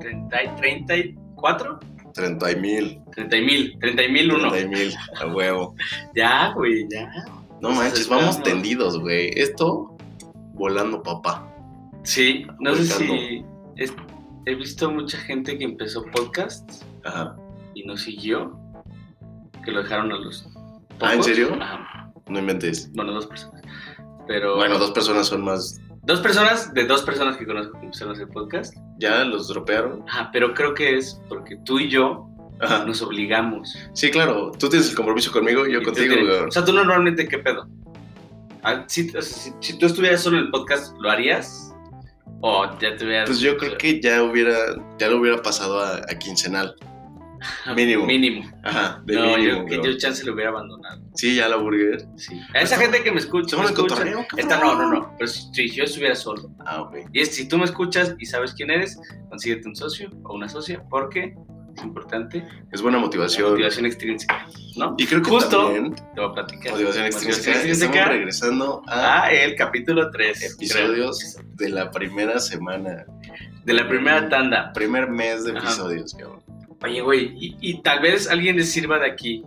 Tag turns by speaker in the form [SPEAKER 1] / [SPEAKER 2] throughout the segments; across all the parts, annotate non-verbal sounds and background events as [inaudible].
[SPEAKER 1] 30, 34,
[SPEAKER 2] 30 mil.
[SPEAKER 1] 30 mil, 30 mil uno.
[SPEAKER 2] 30 mil, a huevo.
[SPEAKER 1] Ya, güey, ya.
[SPEAKER 2] No
[SPEAKER 1] Nos
[SPEAKER 2] manches, vamos
[SPEAKER 1] esperamos.
[SPEAKER 2] tendidos, güey. Esto, volando papá.
[SPEAKER 1] Sí, no sé
[SPEAKER 2] Volcando.
[SPEAKER 1] si es- he visto mucha gente que empezó podcasts
[SPEAKER 2] Ajá.
[SPEAKER 1] y no siguió, que lo dejaron a los.
[SPEAKER 2] Ah, ¿en
[SPEAKER 1] pocos.
[SPEAKER 2] serio?
[SPEAKER 1] Ajá.
[SPEAKER 2] No inventes.
[SPEAKER 1] Bueno, dos personas. Pero
[SPEAKER 2] Bueno, dos personas son más.
[SPEAKER 1] dos personas, de dos personas que conozco que empezaron a hacer podcast.
[SPEAKER 2] Ya los dropearon.
[SPEAKER 1] Ajá, pero creo que es porque tú y yo
[SPEAKER 2] Ajá.
[SPEAKER 1] nos obligamos.
[SPEAKER 2] Sí, claro. Tú tienes el compromiso conmigo, yo
[SPEAKER 1] Y tú
[SPEAKER 2] contigo,
[SPEAKER 1] tienes-
[SPEAKER 2] güey.
[SPEAKER 1] O sea, tú normalmente, ¿qué pedo? Ah, Si, o sea, si- si tú estuvieras solo en el podcast, ¿lo harías? ¿O ya te hubieras...
[SPEAKER 2] Pues yo creo que ya hubiera, ya lo hubiera pasado a, a quincenal. mínimo.
[SPEAKER 1] Mínimo.
[SPEAKER 2] Ajá, de
[SPEAKER 1] no,
[SPEAKER 2] mínimo.
[SPEAKER 1] yo, que
[SPEAKER 2] güey.
[SPEAKER 1] yo chance lo hubiera abandonado.
[SPEAKER 2] Sí, ya la burger.
[SPEAKER 1] Sí. A esa
[SPEAKER 2] Estamos-
[SPEAKER 1] gente que me escucha... Me
[SPEAKER 2] Estamos en
[SPEAKER 1] escucha
[SPEAKER 2] cotorreo,
[SPEAKER 1] esta no, no, no. Pero si, si yo estuviera solo.
[SPEAKER 2] Ah, ok.
[SPEAKER 1] Y es, si tú me escuchas y sabes quién eres, consíguete un socio o una socia porque es importante.
[SPEAKER 2] Es buena
[SPEAKER 1] La
[SPEAKER 2] motivación.
[SPEAKER 1] motivación extrínseca, ¿no?
[SPEAKER 2] Y creo que
[SPEAKER 1] Justo.
[SPEAKER 2] también
[SPEAKER 1] Te voy a platicar.
[SPEAKER 2] motivación extrínseca. Estamos regresando a
[SPEAKER 1] Ah, el capítulo 3.
[SPEAKER 2] episodios de la primera semana,
[SPEAKER 1] De la primera tanda.
[SPEAKER 2] primer mes de
[SPEAKER 1] Ajá.
[SPEAKER 2] episodios, cabrón.
[SPEAKER 1] Oye, güey, y, y tal vez alguien les sirva de aquí.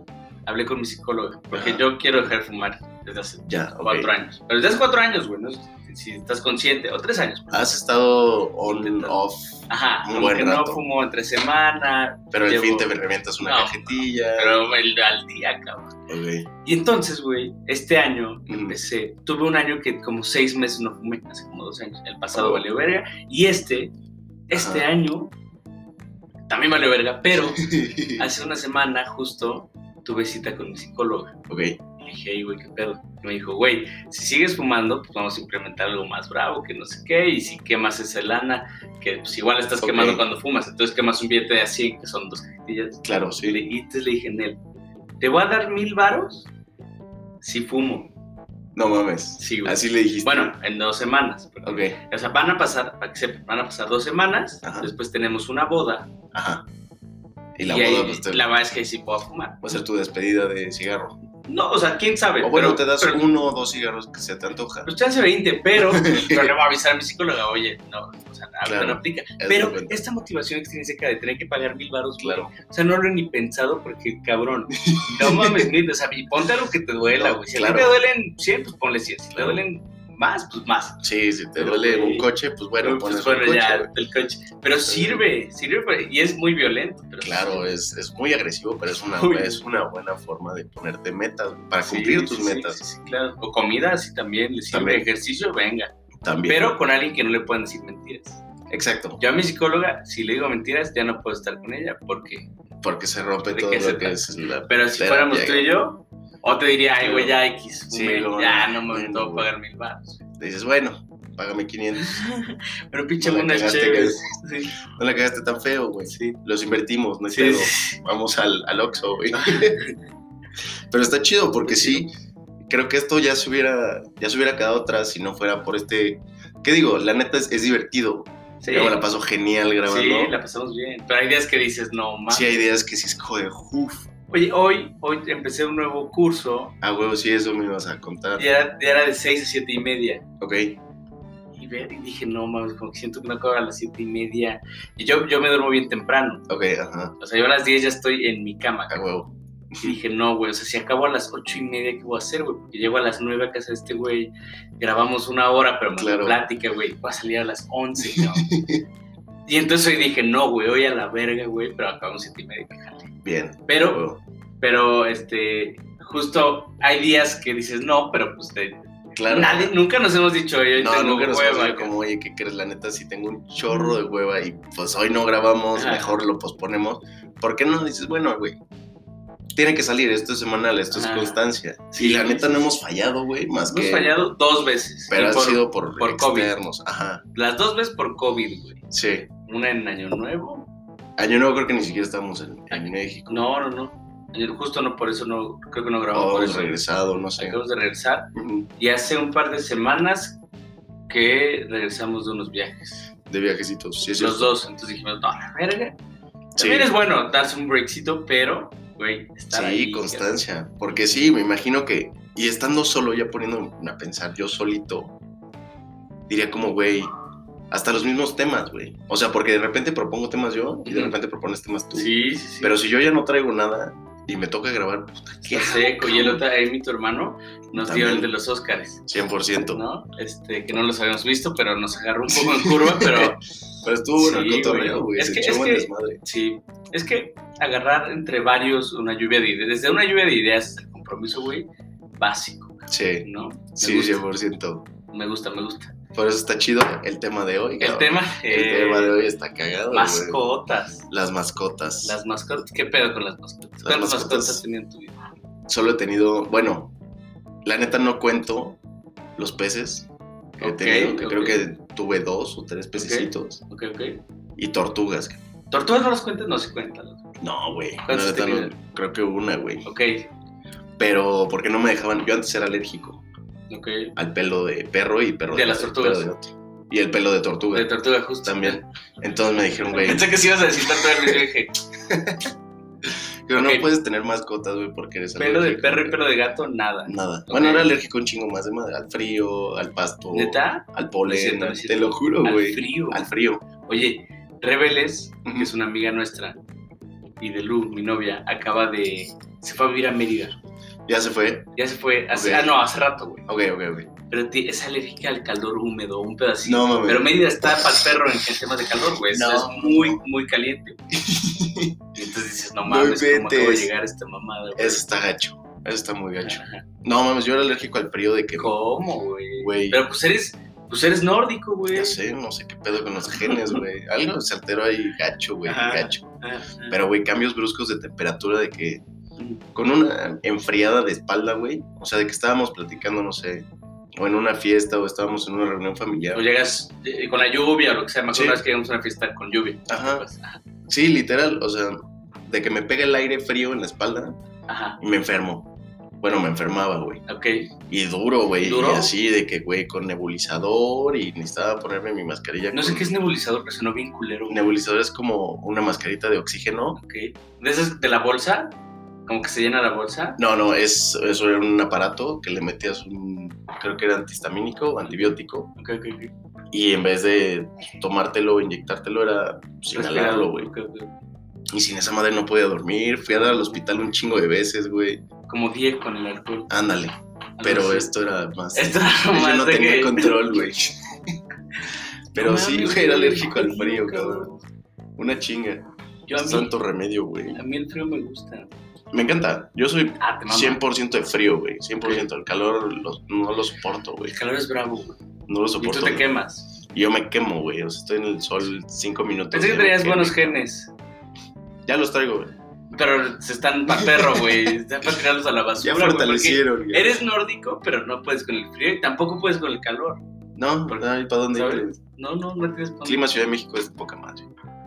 [SPEAKER 1] Hablé con mi psicóloga, porque
[SPEAKER 2] Ajá.
[SPEAKER 1] yo quiero dejar de fumar desde hace
[SPEAKER 2] Ya, ok.
[SPEAKER 1] cuatro años. Pero desde hace cuatro años, güey, ¿no? Si- si estás consciente, o tres años.
[SPEAKER 2] Has estado on,
[SPEAKER 1] Intentando.
[SPEAKER 2] off,
[SPEAKER 1] Ajá,
[SPEAKER 2] Un
[SPEAKER 1] como
[SPEAKER 2] buen
[SPEAKER 1] que no
[SPEAKER 2] rato.
[SPEAKER 1] fumo entre semana,
[SPEAKER 2] pero al
[SPEAKER 1] Llevo-
[SPEAKER 2] fin te revientas una
[SPEAKER 1] No,
[SPEAKER 2] cajetilla.
[SPEAKER 1] pero el- al día, cabrón.
[SPEAKER 2] Ok.
[SPEAKER 1] Y entonces, güey, este año
[SPEAKER 2] Ujú.
[SPEAKER 1] empecé, tuve un año que como seis meses no fumé, hace como dos años. El pasado
[SPEAKER 2] Oh.
[SPEAKER 1] valió verga, y este, este año también valió verga, pero hace una semana justo tuve cita con mi psicóloga.
[SPEAKER 2] [laughs] ok,
[SPEAKER 1] Y le dije, "Ey, güey, qué pedo. Y me dijo, güey, si sigues fumando, pues vamos a implementar algo más bravo, que no sé qué. Y si quemas esa lana, que pues igual estás
[SPEAKER 2] Ok.
[SPEAKER 1] quemando cuando fumas, entonces quemas un billete de así, que son dos cajetillas.
[SPEAKER 2] claro,
[SPEAKER 1] Y, le,
[SPEAKER 2] sí.
[SPEAKER 1] y entonces le dije, Nel, ¿te voy a dar mil varos? Si fumo.
[SPEAKER 2] No mames.
[SPEAKER 1] Sí, güey.
[SPEAKER 2] Así le dijiste.
[SPEAKER 1] Bueno, en dos semanas. pero-
[SPEAKER 2] Ok,
[SPEAKER 1] O sea, van a pasar, para que sepan, van a pasar dos semanas,
[SPEAKER 2] Ajá.
[SPEAKER 1] después tenemos una boda.
[SPEAKER 2] ajá. Y la
[SPEAKER 1] y ahí
[SPEAKER 2] boda, pues, te-
[SPEAKER 1] la verdad es que ahí sí puedo fumar.
[SPEAKER 2] va a ser tu despedida de cigarro.
[SPEAKER 1] No, o sea, quién sabe.
[SPEAKER 2] O bueno,
[SPEAKER 1] pero-
[SPEAKER 2] te das
[SPEAKER 1] pero-
[SPEAKER 2] uno o dos cigarros que se te antoja.
[SPEAKER 1] pues chance 20,
[SPEAKER 2] [laughs]
[SPEAKER 1] pero, pero le voy a avisar a mi psicóloga, oye, no, o sea, ahorita
[SPEAKER 2] Claro.
[SPEAKER 1] no aplica.
[SPEAKER 2] de
[SPEAKER 1] Pero
[SPEAKER 2] cuenta.
[SPEAKER 1] esta motivación extrínseca de tener que pagar mil baros,
[SPEAKER 2] Claro.
[SPEAKER 1] o sea, no lo he ni pensado porque, cabrón,
[SPEAKER 2] [laughs]
[SPEAKER 1] no mames, ni, o sea, y ponte algo que te duela,
[SPEAKER 2] No,
[SPEAKER 1] güey. Si a ti
[SPEAKER 2] claro.
[SPEAKER 1] te duelen 100, pues ponle 100. Si te
[SPEAKER 2] Claro.
[SPEAKER 1] duelen más, pues más.
[SPEAKER 2] Sí, si te
[SPEAKER 1] Pero,
[SPEAKER 2] duele
[SPEAKER 1] güey,
[SPEAKER 2] un coche, pues bueno,
[SPEAKER 1] Pero,
[SPEAKER 2] pones
[SPEAKER 1] pues, bueno,
[SPEAKER 2] un coche.
[SPEAKER 1] ya,
[SPEAKER 2] güey.
[SPEAKER 1] el coche. Pero sirve, sirve, para- y es muy violento. Pero
[SPEAKER 2] Claro, es, es muy agresivo, pero es una,
[SPEAKER 1] Uy.
[SPEAKER 2] es una buena forma de ponerte metas, güey, para
[SPEAKER 1] sí,
[SPEAKER 2] cumplir
[SPEAKER 1] sí,
[SPEAKER 2] tus
[SPEAKER 1] sí,
[SPEAKER 2] metas
[SPEAKER 1] Sí, sí, claro. O comida, sí, también, le sirve.
[SPEAKER 2] También.
[SPEAKER 1] Ejercicio, venga.
[SPEAKER 2] también.
[SPEAKER 1] Pero con alguien que no le puedan decir mentiras.
[SPEAKER 2] Exacto,
[SPEAKER 1] Yo a mi psicóloga, si le digo mentiras, ya no puedo estar con ella, porque...
[SPEAKER 2] porque se rompe
[SPEAKER 1] ¿De
[SPEAKER 2] todo
[SPEAKER 1] qué se
[SPEAKER 2] lo que
[SPEAKER 1] trata?
[SPEAKER 2] es la...
[SPEAKER 1] Pero si
[SPEAKER 2] Terapia,
[SPEAKER 1] fuéramos tú y yo, o te diría, ay, güey, ya X,
[SPEAKER 2] Sí,
[SPEAKER 1] fumé,
[SPEAKER 2] lo-
[SPEAKER 1] ya no me
[SPEAKER 2] bueno,
[SPEAKER 1] puedo
[SPEAKER 2] güey.
[SPEAKER 1] pagar mil baros.
[SPEAKER 2] Dices, bueno, págame 500.
[SPEAKER 1] [laughs] Pero pinche
[SPEAKER 2] No la
[SPEAKER 1] unas
[SPEAKER 2] cagaste,
[SPEAKER 1] chéveres. Sí,
[SPEAKER 2] No la cagaste tan feo, güey.
[SPEAKER 1] sí.
[SPEAKER 2] Los invertimos, no es
[SPEAKER 1] Sí,
[SPEAKER 2] pedo.
[SPEAKER 1] sí. Ah.
[SPEAKER 2] Vamos al, al Oxxo, güey. [laughs] pero está chido porque sí, creo que esto ya se hubiera, ya se hubiera quedado atrás si no fuera por este... ¿Qué digo? La neta es, es divertido.
[SPEAKER 1] Sí,
[SPEAKER 2] Yo me la paso genial grabando.
[SPEAKER 1] sí, la pasamos bien. Pero hay días que dices, no, mames.
[SPEAKER 2] Sí, hay ideas que sí es como de uff,
[SPEAKER 1] Oye, hoy, hoy empecé un nuevo curso
[SPEAKER 2] a huevo, sí, eso me ibas a contar.
[SPEAKER 1] y era, y era de 6 a 7 y media.
[SPEAKER 2] Ok,
[SPEAKER 1] Y ve- y dije, no, mames, como que siento que no acabo a las 7 y media. Y yo, yo me duermo bien temprano.
[SPEAKER 2] ok, ajá,
[SPEAKER 1] O sea, yo a las 10 ya estoy en mi cama.
[SPEAKER 2] a huevo.
[SPEAKER 1] Y dije, no, güey, o sea, si acabo a las ocho y media, ¿qué voy a hacer, güey? Porque llego a las nueve a casa de este güey, grabamos una hora, pero me
[SPEAKER 2] Claro.
[SPEAKER 1] plática, güey, voy a salir a las
[SPEAKER 2] [laughs]
[SPEAKER 1] once, cabrón. y entonces hoy dije, no, güey, hoy a la verga, güey, pero acabamos siete y media, que jale.
[SPEAKER 2] Bien, a
[SPEAKER 1] Pero,
[SPEAKER 2] huevo.
[SPEAKER 1] pero, este, justo hay días que dices no, pero pues te-
[SPEAKER 2] claro.
[SPEAKER 1] nadie, nunca nos hemos dicho, oye, hoy
[SPEAKER 2] no,
[SPEAKER 1] tengo
[SPEAKER 2] nunca nos
[SPEAKER 1] hueva,
[SPEAKER 2] hueva,
[SPEAKER 1] acá.
[SPEAKER 2] como, oye, ¿qué crees? La neta, si tengo un chorro de hueva y pues hoy no grabamos,
[SPEAKER 1] Ajá.
[SPEAKER 2] mejor lo posponemos. ¿Por qué no dices, bueno, güey? Tiene que salir, esto es semanal, esto es
[SPEAKER 1] Ajá.
[SPEAKER 2] constancia.
[SPEAKER 1] Sí,
[SPEAKER 2] y la
[SPEAKER 1] sí,
[SPEAKER 2] neta
[SPEAKER 1] sí,
[SPEAKER 2] no
[SPEAKER 1] sí.
[SPEAKER 2] hemos fallado, güey, más
[SPEAKER 1] Hemos
[SPEAKER 2] que.
[SPEAKER 1] fallado dos veces. y
[SPEAKER 2] Pero ha
[SPEAKER 1] por-
[SPEAKER 2] sido por,
[SPEAKER 1] por COVID.
[SPEAKER 2] externos. Ajá,
[SPEAKER 1] Las dos veces por COVID, güey.
[SPEAKER 2] sí.
[SPEAKER 1] Una en Año Nuevo
[SPEAKER 2] Año nuevo creo que ni siquiera estamos en, en México.
[SPEAKER 1] No, no, no. Ayer Justo no, por eso no, creo que no
[SPEAKER 2] O
[SPEAKER 1] grabamos. por
[SPEAKER 2] hemos
[SPEAKER 1] eso.
[SPEAKER 2] regresado, no sé.
[SPEAKER 1] Acabamos de regresar.
[SPEAKER 2] Ujú.
[SPEAKER 1] Y hace un par de semanas que regresamos de unos viajes.
[SPEAKER 2] De viajecitos, sí, sí.
[SPEAKER 1] Los dos. Entonces dijimos, no, la verga.
[SPEAKER 2] Sí.
[SPEAKER 1] También es bueno darse un breakcito, pero, güey, estar
[SPEAKER 2] Sí,
[SPEAKER 1] ahí.
[SPEAKER 2] constancia. Porque sí, me imagino que. Y estando solo, ya poniéndome a pensar yo solito, diría como, güey, hasta los mismos temas, güey. O sea, porque de repente propongo temas yo y de
[SPEAKER 1] Ujú.
[SPEAKER 2] repente propones temas tú.
[SPEAKER 1] Sí, sí, sí.
[SPEAKER 2] Pero si yo ya no traigo nada y me toca grabar, pues, puta, ¿qué
[SPEAKER 1] Está
[SPEAKER 2] hago,
[SPEAKER 1] seco. Y el
[SPEAKER 2] cabrón?
[SPEAKER 1] otro, Amy, tu hermano, nos
[SPEAKER 2] También.
[SPEAKER 1] dio el de los Óscares,
[SPEAKER 2] 100%.
[SPEAKER 1] ¿no? Este, que no los habíamos visto, pero nos agarró un poco en curva,
[SPEAKER 2] [laughs]
[SPEAKER 1] pero
[SPEAKER 2] Pero estuvo bueno el
[SPEAKER 1] Sí,
[SPEAKER 2] cotorreo,
[SPEAKER 1] güey.
[SPEAKER 2] güey.
[SPEAKER 1] Es
[SPEAKER 2] Se
[SPEAKER 1] que-
[SPEAKER 2] echó
[SPEAKER 1] es
[SPEAKER 2] buen
[SPEAKER 1] que-
[SPEAKER 2] desmadre.
[SPEAKER 1] sí. Es que agarrar entre varios una lluvia de ideas, desde una lluvia de ideas hasta el compromiso, güey, básico,
[SPEAKER 2] Sí,
[SPEAKER 1] ¿no? Me
[SPEAKER 2] sí,
[SPEAKER 1] gusta,
[SPEAKER 2] 100%.
[SPEAKER 1] Me gusta, me gusta.
[SPEAKER 2] Por eso está chido el tema de hoy.
[SPEAKER 1] El
[SPEAKER 2] cabrón.
[SPEAKER 1] tema,
[SPEAKER 2] El
[SPEAKER 1] eh,
[SPEAKER 2] tema de hoy está cagado, güey.
[SPEAKER 1] mascotas.
[SPEAKER 2] Las mascotas.
[SPEAKER 1] Las mascotas, ¿qué pedo con las mascotas?
[SPEAKER 2] Las
[SPEAKER 1] ¿Cuántas mascotas,
[SPEAKER 2] mascotas.
[SPEAKER 1] has tenido en tu vida?
[SPEAKER 2] Solo he tenido, bueno, la neta no cuento los peces que he
[SPEAKER 1] Ok,
[SPEAKER 2] tenido, que creo
[SPEAKER 1] ok.
[SPEAKER 2] que tuve dos o tres pececitos.
[SPEAKER 1] Ok, ok.
[SPEAKER 2] Y tortugas.
[SPEAKER 1] Tortugas no las cuentas, no se cuentan.
[SPEAKER 2] No, güey. La
[SPEAKER 1] ¿Cuántas
[SPEAKER 2] neta
[SPEAKER 1] tenías?
[SPEAKER 2] no, creo que una, güey.
[SPEAKER 1] Ok,
[SPEAKER 2] Pero porque no me dejaban, yo antes era alérgico
[SPEAKER 1] ok.
[SPEAKER 2] al pelo de perro y perro
[SPEAKER 1] De las tortugas.
[SPEAKER 2] pelo de gato. y el pelo de tortuga
[SPEAKER 1] De tortuga, justo.
[SPEAKER 2] también.
[SPEAKER 1] [laughs]
[SPEAKER 2] Entonces me dijeron, güey,
[SPEAKER 1] Pensé que sí ibas a decir tanto del mismo dije,
[SPEAKER 2] pero no
[SPEAKER 1] ok.
[SPEAKER 2] puedes tener mascotas, güey, porque eres
[SPEAKER 1] pelo de
[SPEAKER 2] alérgico,
[SPEAKER 1] perro y
[SPEAKER 2] güey".
[SPEAKER 1] pelo de gato, nada.
[SPEAKER 2] Nada.
[SPEAKER 1] Ok.
[SPEAKER 2] Bueno, era alérgico a un chingo más de madre, al frío, al pasto,
[SPEAKER 1] ¿Neta?
[SPEAKER 2] al
[SPEAKER 1] Es
[SPEAKER 2] polen,
[SPEAKER 1] cierto, es
[SPEAKER 2] te
[SPEAKER 1] cierto.
[SPEAKER 2] lo juro,
[SPEAKER 1] Al
[SPEAKER 2] güey.
[SPEAKER 1] frío.
[SPEAKER 2] Al frío.
[SPEAKER 1] Oye, Rebeles,
[SPEAKER 2] Ujú.
[SPEAKER 1] que es una amiga nuestra, y de Lu, mi novia, acaba de... Se fue a vivir a Mérida.
[SPEAKER 2] Ya se fue.
[SPEAKER 1] Ya se fue hace...
[SPEAKER 2] Ok.
[SPEAKER 1] Ah, no, hace rato, güey.
[SPEAKER 2] Ok, ok, ok.
[SPEAKER 1] Pero ti- es alérgica al calor húmedo, un pedacito.
[SPEAKER 2] No mames.
[SPEAKER 1] Pero Mérida está para el perro en el tema de calor, güey. Es-
[SPEAKER 2] No.
[SPEAKER 1] Es muy, muy
[SPEAKER 2] [laughs]
[SPEAKER 1] caliente. güey. Y entonces dices, no
[SPEAKER 2] No
[SPEAKER 1] mames, ¿cómo acabo de
[SPEAKER 2] inventes.
[SPEAKER 1] llegar a esta mamada, güey?
[SPEAKER 2] Eso está gacho. Eso está muy gacho.
[SPEAKER 1] Ajá.
[SPEAKER 2] No mames, yo era alérgico al frío de que.
[SPEAKER 1] ¿Cómo, güey?
[SPEAKER 2] Güey.
[SPEAKER 1] Pero pues eres, pues eres nórdico, güey.
[SPEAKER 2] Ya sé, no sé qué pedo con los
[SPEAKER 1] [laughs]
[SPEAKER 2] genes, güey. Algo se alteró ahí gacho, güey.
[SPEAKER 1] Ajá.
[SPEAKER 2] Gacho.
[SPEAKER 1] Ah,
[SPEAKER 2] Pero, güey, cambios bruscos de temperatura de que.
[SPEAKER 1] ah.
[SPEAKER 2] Con una enfriada de espalda, güey. O sea, de que estábamos platicando, no sé. O en una fiesta, o estábamos en una reunión
[SPEAKER 1] O
[SPEAKER 2] familiar.
[SPEAKER 1] llegas eh, con la lluvia o lo que sea. Me acuerdo
[SPEAKER 2] Sí.
[SPEAKER 1] una vez que llegamos a una fiesta con lluvia.
[SPEAKER 2] Ajá.
[SPEAKER 1] Pues,
[SPEAKER 2] Sí, literal. O sea, de que me pega el aire frío en la espalda
[SPEAKER 1] Ajá,
[SPEAKER 2] y me enfermo. Bueno, me enfermaba, güey.
[SPEAKER 1] ok.
[SPEAKER 2] Y duro, güey.
[SPEAKER 1] ¿Duro?
[SPEAKER 2] Y así de que, güey, con nebulizador y necesitaba ponerme mi mascarilla.
[SPEAKER 1] No sé
[SPEAKER 2] con-
[SPEAKER 1] qué es nebulizador, pero sonó bien culero. güey.
[SPEAKER 2] Nebulizador es como una mascarita de oxígeno.
[SPEAKER 1] Ok. ¿De esas de la bolsa? Como que se llena la bolsa.
[SPEAKER 2] No, no, es, eso era un aparato que le metías un, creo que era antihistamínico, o antibiótico,
[SPEAKER 1] Ok, ok, ok.
[SPEAKER 2] y en vez de tomártelo o inyectártelo era pues, inhalarlo,
[SPEAKER 1] Respirado,
[SPEAKER 2] güey.
[SPEAKER 1] ok, ok.
[SPEAKER 2] Y sin esa madre no podía dormir, fui a dar al hospital un chingo de veces, güey.
[SPEAKER 1] Como 10 con el alcohol.
[SPEAKER 2] Ándale,
[SPEAKER 1] Algo
[SPEAKER 2] pero
[SPEAKER 1] así.
[SPEAKER 2] esto era más...
[SPEAKER 1] Ah, Esto era
[SPEAKER 2] [laughs] Yo
[SPEAKER 1] más
[SPEAKER 2] no
[SPEAKER 1] de
[SPEAKER 2] tenía
[SPEAKER 1] que- [laughs]
[SPEAKER 2] control, güey. Pero
[SPEAKER 1] No
[SPEAKER 2] sí,
[SPEAKER 1] mames,
[SPEAKER 2] güey, era alérgico al frío, cabrón. Una chinga.
[SPEAKER 1] Yo a mí,
[SPEAKER 2] Santo remedio, güey.
[SPEAKER 1] a mí el frío me gusta.
[SPEAKER 2] Me encanta. Yo soy
[SPEAKER 1] Ah, te mama.
[SPEAKER 2] 100% de frío, güey. 100%. El calor lo- no lo soporto, güey.
[SPEAKER 1] El calor es bravo, güey.
[SPEAKER 2] No lo
[SPEAKER 1] Y tú
[SPEAKER 2] soporto.
[SPEAKER 1] te
[SPEAKER 2] güey.
[SPEAKER 1] quemas.
[SPEAKER 2] Y yo me quemo, güey. O sea, estoy en el sol cinco minutos.
[SPEAKER 1] Pensé que
[SPEAKER 2] ya me
[SPEAKER 1] tenías
[SPEAKER 2] quemo.
[SPEAKER 1] buenos genes.
[SPEAKER 2] Ya los traigo, güey.
[SPEAKER 1] Pero se están para perro, güey. Están para tirarlos a la basura.
[SPEAKER 2] Ya
[SPEAKER 1] güey,
[SPEAKER 2] fortalecieron,
[SPEAKER 1] porque
[SPEAKER 2] güey.
[SPEAKER 1] Eres nórdico, pero no puedes con el frío y tampoco puedes con el calor.
[SPEAKER 2] No,
[SPEAKER 1] Porque-
[SPEAKER 2] ¿para dónde
[SPEAKER 1] ¿sabes?
[SPEAKER 2] ir?
[SPEAKER 1] No, no, no tienes pa' dónde.
[SPEAKER 2] Clima Ciudad de México es poca madre.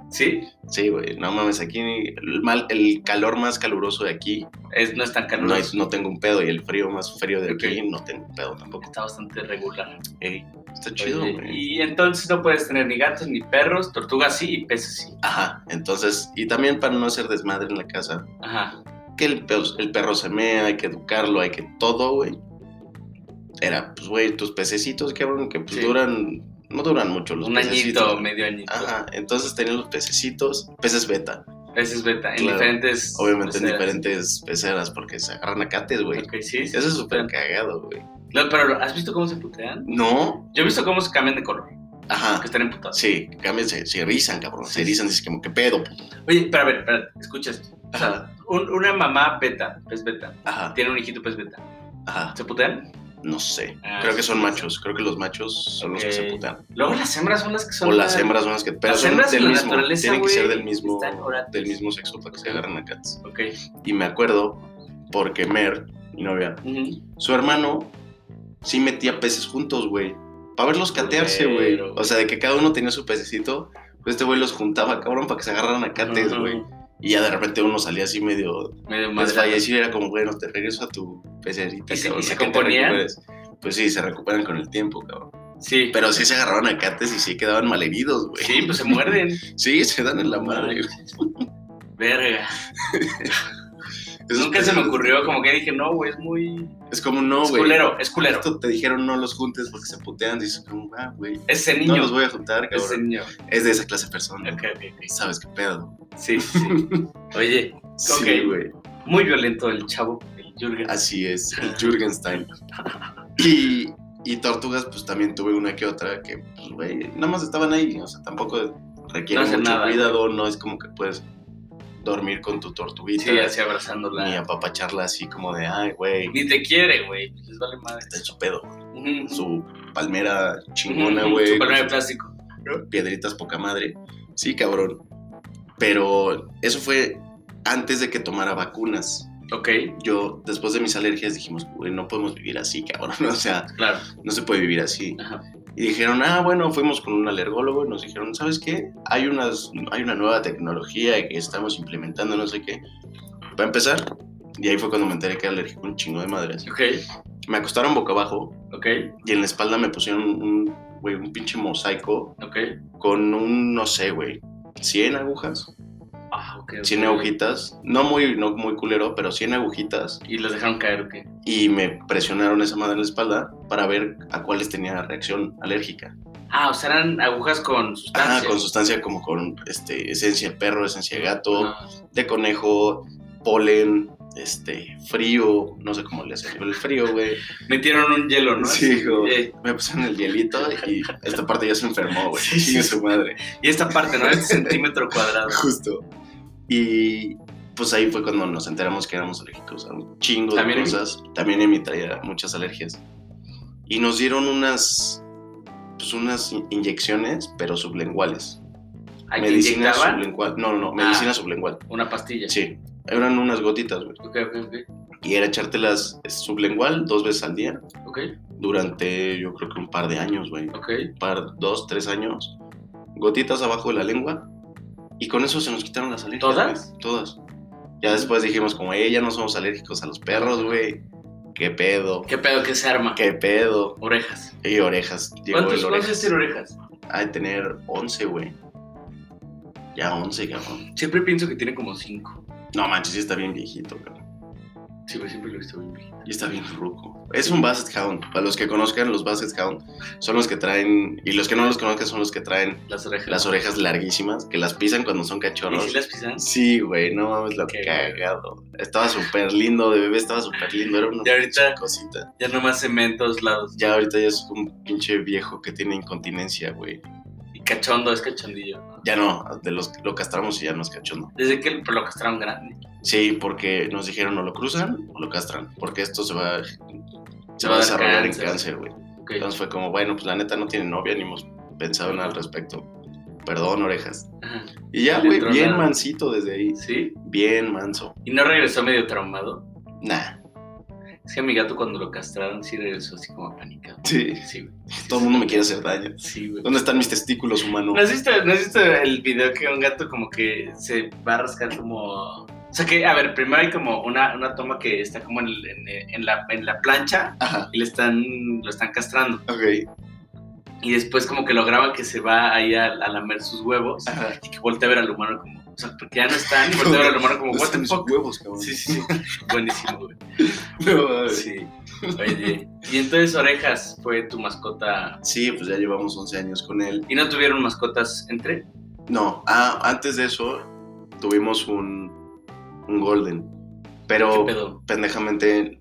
[SPEAKER 1] Sí,
[SPEAKER 2] Sí, güey. No mames, aquí el, mal, el calor más caluroso de aquí
[SPEAKER 1] es, no es tan
[SPEAKER 2] no, hay-
[SPEAKER 1] caluroso.
[SPEAKER 2] no tengo un pedo. Y el frío más frío de
[SPEAKER 1] Ok.
[SPEAKER 2] aquí no tengo un pedo tampoco.
[SPEAKER 1] Está bastante regular.
[SPEAKER 2] Ey, está chido,
[SPEAKER 1] Oye,
[SPEAKER 2] güey.
[SPEAKER 1] y entonces no puedes tener ni gatos, ni perros, tortugas sí y peces sí.
[SPEAKER 2] Ajá, entonces, y también para no hacer desmadre en la casa,
[SPEAKER 1] Ajá.
[SPEAKER 2] que el perro, el perro se mea, hay que educarlo, hay que todo, güey. Era, pues, güey, tus pececitos, cabrón, que pues
[SPEAKER 1] Sí.
[SPEAKER 2] duran, no duran mucho los
[SPEAKER 1] Un
[SPEAKER 2] pececitos.
[SPEAKER 1] añito, medio añito.
[SPEAKER 2] Ajá, entonces tenían los pececitos, peces beta,
[SPEAKER 1] Peces beta, en
[SPEAKER 2] Claro.
[SPEAKER 1] diferentes.
[SPEAKER 2] obviamente en
[SPEAKER 1] peceras.
[SPEAKER 2] diferentes peceras, porque se agarran a cates, güey.
[SPEAKER 1] Ok, sí. sí.
[SPEAKER 2] Eso es súper cagado, güey.
[SPEAKER 1] No, pero ¿has visto cómo se putean?
[SPEAKER 2] ¿No?
[SPEAKER 1] Yo he visto cómo se cambian de color,
[SPEAKER 2] Ajá,
[SPEAKER 1] que están emputados.
[SPEAKER 2] sí, cambian, se, se erizan, cabrón, se
[SPEAKER 1] Sí.
[SPEAKER 2] erizan, dices como, ¿qué pedo?
[SPEAKER 1] Oye, pero a ver, espera, escucha esto. O sea,
[SPEAKER 2] Ajá,
[SPEAKER 1] un- una mamá beta, pez beta,
[SPEAKER 2] ajá,
[SPEAKER 1] tiene un hijito pez beta.
[SPEAKER 2] ajá,
[SPEAKER 1] ¿Se putean?
[SPEAKER 2] no sé.
[SPEAKER 1] Ah,
[SPEAKER 2] Creo que
[SPEAKER 1] sí,
[SPEAKER 2] son
[SPEAKER 1] sí,
[SPEAKER 2] machos, creo que los machos son los que se
[SPEAKER 1] Ok.
[SPEAKER 2] putean.
[SPEAKER 1] Luego las hembras son las que son.
[SPEAKER 2] o las
[SPEAKER 1] la-
[SPEAKER 2] hembras son las que pero
[SPEAKER 1] las
[SPEAKER 2] son
[SPEAKER 1] hembras en
[SPEAKER 2] del
[SPEAKER 1] la
[SPEAKER 2] mismo
[SPEAKER 1] naturaleza,
[SPEAKER 2] tienen que ser
[SPEAKER 1] güey,
[SPEAKER 2] del mismo
[SPEAKER 1] están orates.
[SPEAKER 2] del mismo sexo para que se agarren a cats
[SPEAKER 1] Ok.
[SPEAKER 2] y me acuerdo porque Mer mi novia
[SPEAKER 1] Ujú.
[SPEAKER 2] su hermano sí metía peces juntos güey para verlos catearse güey
[SPEAKER 1] Culero,
[SPEAKER 2] o sea de que cada uno tenía su pececito pues este güey los juntaba cabrón para que se agarraran a cates güey y ya de repente uno salía así medio
[SPEAKER 1] Medio más
[SPEAKER 2] desfallecido y era como bueno te regreso a tu pecerita
[SPEAKER 1] ¿Y se-
[SPEAKER 2] cabrón,
[SPEAKER 1] y se
[SPEAKER 2] a que te
[SPEAKER 1] componían?
[SPEAKER 2] recuperes". pues sí se recuperan con el tiempo cabrón
[SPEAKER 1] Sí.
[SPEAKER 2] pero sí se agarraban a cates y sí quedaban malheridos güey
[SPEAKER 1] Sí, pues se
[SPEAKER 2] [laughs]
[SPEAKER 1] muerden.
[SPEAKER 2] Sí, se dan en la madre.
[SPEAKER 1] Verga.
[SPEAKER 2] esos
[SPEAKER 1] Nunca se me
[SPEAKER 2] pendejos.
[SPEAKER 1] ocurrió, como que dije, no, güey, es muy.
[SPEAKER 2] Es como, no,
[SPEAKER 1] es
[SPEAKER 2] güey.
[SPEAKER 1] culero, es culero.
[SPEAKER 2] Esto te dijeron no los juntes porque se putean. Dices, como, ah, güey.
[SPEAKER 1] Ese
[SPEAKER 2] No
[SPEAKER 1] niño.
[SPEAKER 2] los voy a juntar,
[SPEAKER 1] ese
[SPEAKER 2] cabrón.
[SPEAKER 1] niño.
[SPEAKER 2] Es de esa clase de persona.
[SPEAKER 1] Ok, ok, ok.
[SPEAKER 2] Sabes qué pedo.
[SPEAKER 1] Sí, sí. sí.
[SPEAKER 2] [laughs]
[SPEAKER 1] Oye,
[SPEAKER 2] Sí, güey.
[SPEAKER 1] muy violento el chavo, el Jürgen.
[SPEAKER 2] Así es. El Jürgenstein. Y, y tortugas, pues también tuve una que otra que, pues, güey, nada más estaban ahí. O sea, tampoco requiere
[SPEAKER 1] No hacen
[SPEAKER 2] mucho
[SPEAKER 1] nada,
[SPEAKER 2] cuidado. No es como que puedes dormir con tu tortuguita.
[SPEAKER 1] Sí, así
[SPEAKER 2] ni
[SPEAKER 1] abrazándola.
[SPEAKER 2] apapacharla así como de, ay, güey,
[SPEAKER 1] Ni te quiere, güey. pues Les vale madre.
[SPEAKER 2] está en su pedo. güey.
[SPEAKER 1] Ujú.
[SPEAKER 2] Su palmera chingona,
[SPEAKER 1] Ujú,
[SPEAKER 2] güey.
[SPEAKER 1] Su palmera de
[SPEAKER 2] con
[SPEAKER 1] plástico.
[SPEAKER 2] sus Piedritas poca madre. Sí, cabrón. Pero eso fue antes de que tomara vacunas.
[SPEAKER 1] Ok,
[SPEAKER 2] Yo, después de mis alergias, dijimos, güey, no podemos vivir así, cabrón. [laughs] O sea,
[SPEAKER 1] claro.
[SPEAKER 2] no se puede vivir así.
[SPEAKER 1] Ajá.
[SPEAKER 2] Y dijeron, ah, bueno, fuimos con un alergólogo y nos dijeron, ¿sabes qué? Hay, unas, hay una nueva tecnología que estamos implementando, no sé qué. Va a empezar. Y ahí fue cuando me enteré que era alérgico a un chingo de madres.
[SPEAKER 1] Ok,
[SPEAKER 2] Me acostaron boca abajo
[SPEAKER 1] ok,
[SPEAKER 2] y en la espalda me pusieron un, güey, un pinche mosaico
[SPEAKER 1] ok.
[SPEAKER 2] con un, no sé, güey, 100 agujas,
[SPEAKER 1] Ah, ok. ok.
[SPEAKER 2] 100 agujitas, no muy, no muy culero, pero 100 agujitas
[SPEAKER 1] Y las dejaron caer, ok.
[SPEAKER 2] y me presionaron esa madre en la espalda para ver a cuáles tenía reacción alérgica.
[SPEAKER 1] Ah, o sea, eran agujas con sustancia.
[SPEAKER 2] Ah, con sustancia como con este, esencia de perro, esencia de gato,
[SPEAKER 1] Ah,
[SPEAKER 2] de conejo, polen, este, frío, no sé cómo le hace el frío, güey.
[SPEAKER 1] Metieron un hielo, [laughs] ¿no?
[SPEAKER 2] Sí, güey.
[SPEAKER 1] Eh,
[SPEAKER 2] Me pusieron el hielito y esta parte ya se enfermó, güey.
[SPEAKER 1] Sí, sí,
[SPEAKER 2] Chingue
[SPEAKER 1] sí.
[SPEAKER 2] su madre.
[SPEAKER 1] y esta parte, ¿no? Este centímetro cuadrado.
[SPEAKER 2] Justo. Y pues ahí fue cuando nos enteramos que éramos alérgicos a un chingo
[SPEAKER 1] También
[SPEAKER 2] de
[SPEAKER 1] Emi.
[SPEAKER 2] cosas. También Emi traía muchas alergias. Y nos dieron unas pues unas in- inyecciones, pero sublinguales.
[SPEAKER 1] Ahí te
[SPEAKER 2] medicina
[SPEAKER 1] inyectaban Ah.
[SPEAKER 2] sublingual. No, no, no, medicina sublingual.
[SPEAKER 1] una pastilla.
[SPEAKER 2] Sí. Eran unas gotitas, güey.
[SPEAKER 1] Ok, ok, ok.
[SPEAKER 2] Y era echártelas sublingual dos veces al día
[SPEAKER 1] Ok,
[SPEAKER 2] durante yo creo que un par de años, güey.
[SPEAKER 1] ok.
[SPEAKER 2] Un par, dos, tres años. Gotitas abajo de la lengua. Y con eso se nos quitaron las alergias.
[SPEAKER 1] ¿Todas?
[SPEAKER 2] güey, Todas. Ya después dijimos como, eh, ya no somos alérgicos a los perros, güey. ¿Qué pedo?
[SPEAKER 1] ¿Qué pedo que se arma?
[SPEAKER 2] ¿Qué pedo?
[SPEAKER 1] Orejas.
[SPEAKER 2] Y orejas. Llegó
[SPEAKER 1] ¿Cuántos
[SPEAKER 2] el
[SPEAKER 1] cuántos
[SPEAKER 2] orejas.
[SPEAKER 1] tiene orejas?
[SPEAKER 2] Ha de tener 11, güey. Ya 11, cabrón.
[SPEAKER 1] Siempre pienso que tiene como cinco.
[SPEAKER 2] No manches, sí está bien viejito, cabrón.
[SPEAKER 1] Sí, güey, siempre lo he visto bien viejito.
[SPEAKER 2] Y está bien ruco. Es un Basset Hound. Para los que conozcan, los Basset Hound son los que traen... Y los que no los conozcan son los que traen
[SPEAKER 1] Las orejas.
[SPEAKER 2] las orejas larguísimas, que las pisan cuando son
[SPEAKER 1] ¿Y
[SPEAKER 2] cachorros.
[SPEAKER 1] si las pisan?
[SPEAKER 2] Sí, güey, no mames lo
[SPEAKER 1] Qué
[SPEAKER 2] cagado. Estaba súper lindo, de bebé estaba súper lindo, era una
[SPEAKER 1] Y ahorita-
[SPEAKER 2] pinche cosita.
[SPEAKER 1] Ya nomás cemento a todos lados.
[SPEAKER 2] Ya ahorita ya es un pinche viejo que tiene incontinencia, güey.
[SPEAKER 1] Y cachondo, es cachondillo. ¿no?
[SPEAKER 2] Ya no, de los lo castramos y ya nos cachondo.
[SPEAKER 1] Desde que pero lo castraron grande.
[SPEAKER 2] Sí, porque nos dijeron o lo cruzan o lo castran, porque esto se va, se
[SPEAKER 1] va a
[SPEAKER 2] va a
[SPEAKER 1] dar
[SPEAKER 2] desarrollar
[SPEAKER 1] cáncer.
[SPEAKER 2] en cáncer, güey.
[SPEAKER 1] Ok.
[SPEAKER 2] Entonces fue como, bueno, pues la neta no tiene novia ni hemos pensado nada al respecto. Perdón, orejas.
[SPEAKER 1] Ajá.
[SPEAKER 2] Y ya,
[SPEAKER 1] Le
[SPEAKER 2] güey,
[SPEAKER 1] entró
[SPEAKER 2] bien
[SPEAKER 1] la-
[SPEAKER 2] mansito desde ahí.
[SPEAKER 1] ¿Sí?
[SPEAKER 2] Bien manso.
[SPEAKER 1] ¿Y no regresó medio traumado?
[SPEAKER 2] Nah. [laughs]
[SPEAKER 1] Es que a mi gato cuando lo castraron sí regresó así como apanicado.
[SPEAKER 2] Sí.
[SPEAKER 1] Sí, güey.
[SPEAKER 2] Todo el mundo me quiere hacer daño.
[SPEAKER 1] Sí, güey.
[SPEAKER 2] ¿Dónde están mis testículos, humano?
[SPEAKER 1] ¿No has, visto, ¿No has visto el video que un gato como que se va a rascar como... O sea que, a ver, primero hay como una, una toma que está como en, el- en- en la, en la plancha
[SPEAKER 2] Ajá,
[SPEAKER 1] y le están, lo están castrando.
[SPEAKER 2] ok.
[SPEAKER 1] Y después como que lo graba que se va ahí a, a lamer sus huevos
[SPEAKER 2] Ajá.
[SPEAKER 1] y que voltea a ver al humano como... O sea, porque ya no están y voltea a ver al humano
[SPEAKER 2] [laughs]
[SPEAKER 1] como...
[SPEAKER 2] ¿Dónde
[SPEAKER 1] What the
[SPEAKER 2] están mis
[SPEAKER 1] fuck?
[SPEAKER 2] huevos, cabrón?
[SPEAKER 1] Sí, sí, sí. Buenísimo, güey.
[SPEAKER 2] [laughs] No, mames. sí.
[SPEAKER 1] Sí. Oye. Y entonces Orejas fue tu mascota.
[SPEAKER 2] pues ya llevamos 11 años con él.
[SPEAKER 1] ¿Y no tuvieron mascotas entre?
[SPEAKER 2] No, ah, antes de eso tuvimos un, un Golden. Pero
[SPEAKER 1] ¿Qué pedo?
[SPEAKER 2] pendejamente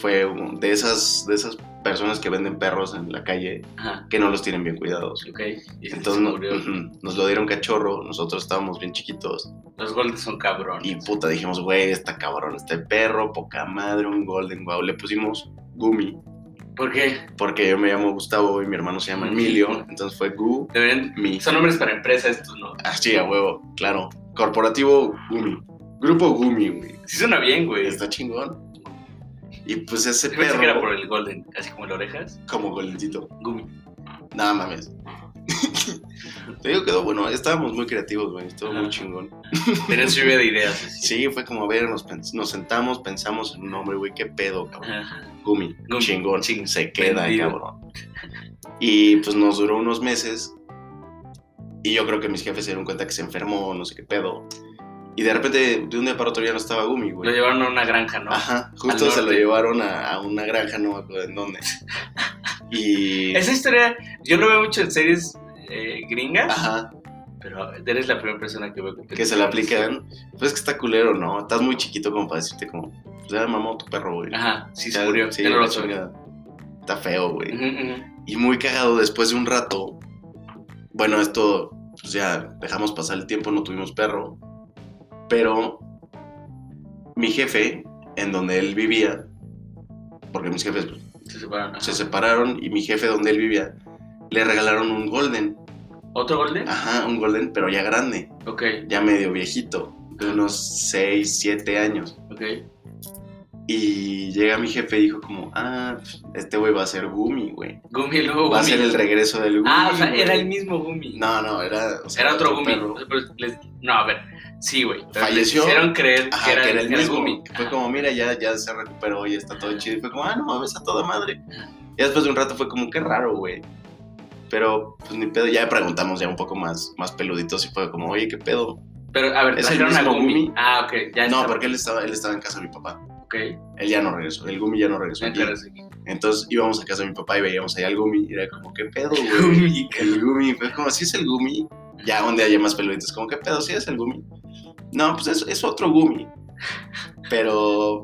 [SPEAKER 2] fue un- de esas, de esas personas que venden perros en la calle
[SPEAKER 1] Ajá.
[SPEAKER 2] que no los tienen bien cuidados.
[SPEAKER 1] Ok. Y se
[SPEAKER 2] Entonces no-
[SPEAKER 1] murió.
[SPEAKER 2] ujú, nos lo dieron cachorro, nosotros estábamos bien chiquitos.
[SPEAKER 1] Los Golden son cabrones.
[SPEAKER 2] Y puta, dijimos, güey, está cabrón este perro, poca madre, un Golden, wow. Le pusimos Gumi.
[SPEAKER 1] ¿Por qué?
[SPEAKER 2] porque yo me llamo Gustavo y mi hermano se llama Emilio, entonces fue Gu,
[SPEAKER 1] Deberían... [laughs]
[SPEAKER 2] mi.
[SPEAKER 1] Son nombres para empresas estos, ¿no?
[SPEAKER 2] Así a huevo, claro. Corporativo Gumi. Grupo Gumi, güey.
[SPEAKER 1] Sí suena bien, güey.
[SPEAKER 2] Está chingón. Y pues ese
[SPEAKER 1] Yo pensé que era por
[SPEAKER 2] perro,
[SPEAKER 1] el Golden, así como el Orejas.
[SPEAKER 2] como golentito.
[SPEAKER 1] Gumi.
[SPEAKER 2] Nada mames. [laughs] Te digo, quedó bueno. Estábamos muy creativos, güey. Estuvo muy
[SPEAKER 1] Ajá.
[SPEAKER 2] chingón.
[SPEAKER 1] Tenían su lluvia de ideas. así.
[SPEAKER 2] Sí, fue como a ver, nos, pens- nos sentamos, pensamos en un nombre, güey. ¿Qué pedo, cabrón?
[SPEAKER 1] Ajá.
[SPEAKER 2] Gumi,
[SPEAKER 1] Gumi,
[SPEAKER 2] chingón,
[SPEAKER 1] ching-
[SPEAKER 2] se queda,
[SPEAKER 1] vendido.
[SPEAKER 2] cabrón. Y pues nos duró unos meses. Y yo creo que mis jefes se dieron cuenta que se enfermó, no sé qué pedo. Y de repente, de un día para otro ya no estaba Gumi,
[SPEAKER 1] Lo
[SPEAKER 2] güey.
[SPEAKER 1] llevaron a una granja, ¿no?
[SPEAKER 2] Ajá,
[SPEAKER 1] Al
[SPEAKER 2] justo se lo
[SPEAKER 1] norte.
[SPEAKER 2] llevaron a, a una granja, no me acuerdo
[SPEAKER 1] [laughs]
[SPEAKER 2] en dónde. Y.
[SPEAKER 1] Esa historia, yo lo veo mucho en series eh, gringas,
[SPEAKER 2] Ajá,
[SPEAKER 1] pero eres la primera persona que veo
[SPEAKER 2] Ah. que se la aplican. Pues es que está culero, ¿no? Estás muy chiquito como para decirte, como, pues ya mamó tu perro, güey.
[SPEAKER 1] Ajá, sí, se
[SPEAKER 2] Ya-
[SPEAKER 1] murió.
[SPEAKER 2] sí,
[SPEAKER 1] ya no lo
[SPEAKER 2] la
[SPEAKER 1] sabe.
[SPEAKER 2] chingada. Está feo, güey.
[SPEAKER 1] Ujú, ujú.
[SPEAKER 2] Y muy cagado después de un rato. Bueno, esto, pues ya dejamos pasar el tiempo, no tuvimos perro. Pero mi jefe, en donde él vivía, porque mis jefes pues,
[SPEAKER 1] Se separaron. ajá.
[SPEAKER 2] se separaron y mi jefe donde él vivía, le regalaron un golden.
[SPEAKER 1] ¿Otro Golden?
[SPEAKER 2] Ajá, un golden, pero ya grande,
[SPEAKER 1] Ok,
[SPEAKER 2] ya medio viejito, de unos 6, 7 años.
[SPEAKER 1] ok.
[SPEAKER 2] Y llega mi jefe y dijo como, ah, este güey va a ser Gumi, güey.
[SPEAKER 1] Gumi, luego
[SPEAKER 2] Va a
[SPEAKER 1] Oh, Gumi.
[SPEAKER 2] ser el regreso del Gumi.
[SPEAKER 1] Ah, o sea,
[SPEAKER 2] güey".
[SPEAKER 1] era el mismo Gumi.
[SPEAKER 2] No, no, era. o sea,
[SPEAKER 1] Era otro Gumi.
[SPEAKER 2] perro.
[SPEAKER 1] O sea, pero les- No, a ver. Sí, güey. pero
[SPEAKER 2] Falleció.
[SPEAKER 1] Les hicieron creer
[SPEAKER 2] Ajá,
[SPEAKER 1] que era, el,
[SPEAKER 2] mismo.
[SPEAKER 1] Gumi.
[SPEAKER 2] Que Fue como, mira, ya, ya se recuperó y está todo chido. Y fue como, ah, no mames, a toda madre. Y después de un rato fue como, qué raro, güey. Pero, pues ni pedo, ya preguntamos ya un poco más, más peluditos y fue como, oye, qué pedo.
[SPEAKER 1] Pero, a ver,
[SPEAKER 2] ¿Es el
[SPEAKER 1] trajeron a
[SPEAKER 2] mismo
[SPEAKER 1] Gumi.
[SPEAKER 2] Gumi?
[SPEAKER 1] Ah, ok, ya
[SPEAKER 2] no,
[SPEAKER 1] está.
[SPEAKER 2] porque él estaba, él estaba en casa de mi papá.
[SPEAKER 1] Ok,
[SPEAKER 2] Él ya no regresó, el Gumi ya no regresó.
[SPEAKER 1] ya
[SPEAKER 2] aquí.
[SPEAKER 1] claro, sí.
[SPEAKER 2] Entonces íbamos a casa de mi papá y veíamos ahí al Gumi y era como, qué pedo, güey.
[SPEAKER 1] Gumi.
[SPEAKER 2] El Gumi, fue como, si es el Gumi. Ya un día ya más peluditos, como, ¿qué pedo? ¿Sí es el Gumi? No, pues es, es otro Gumi. Pero,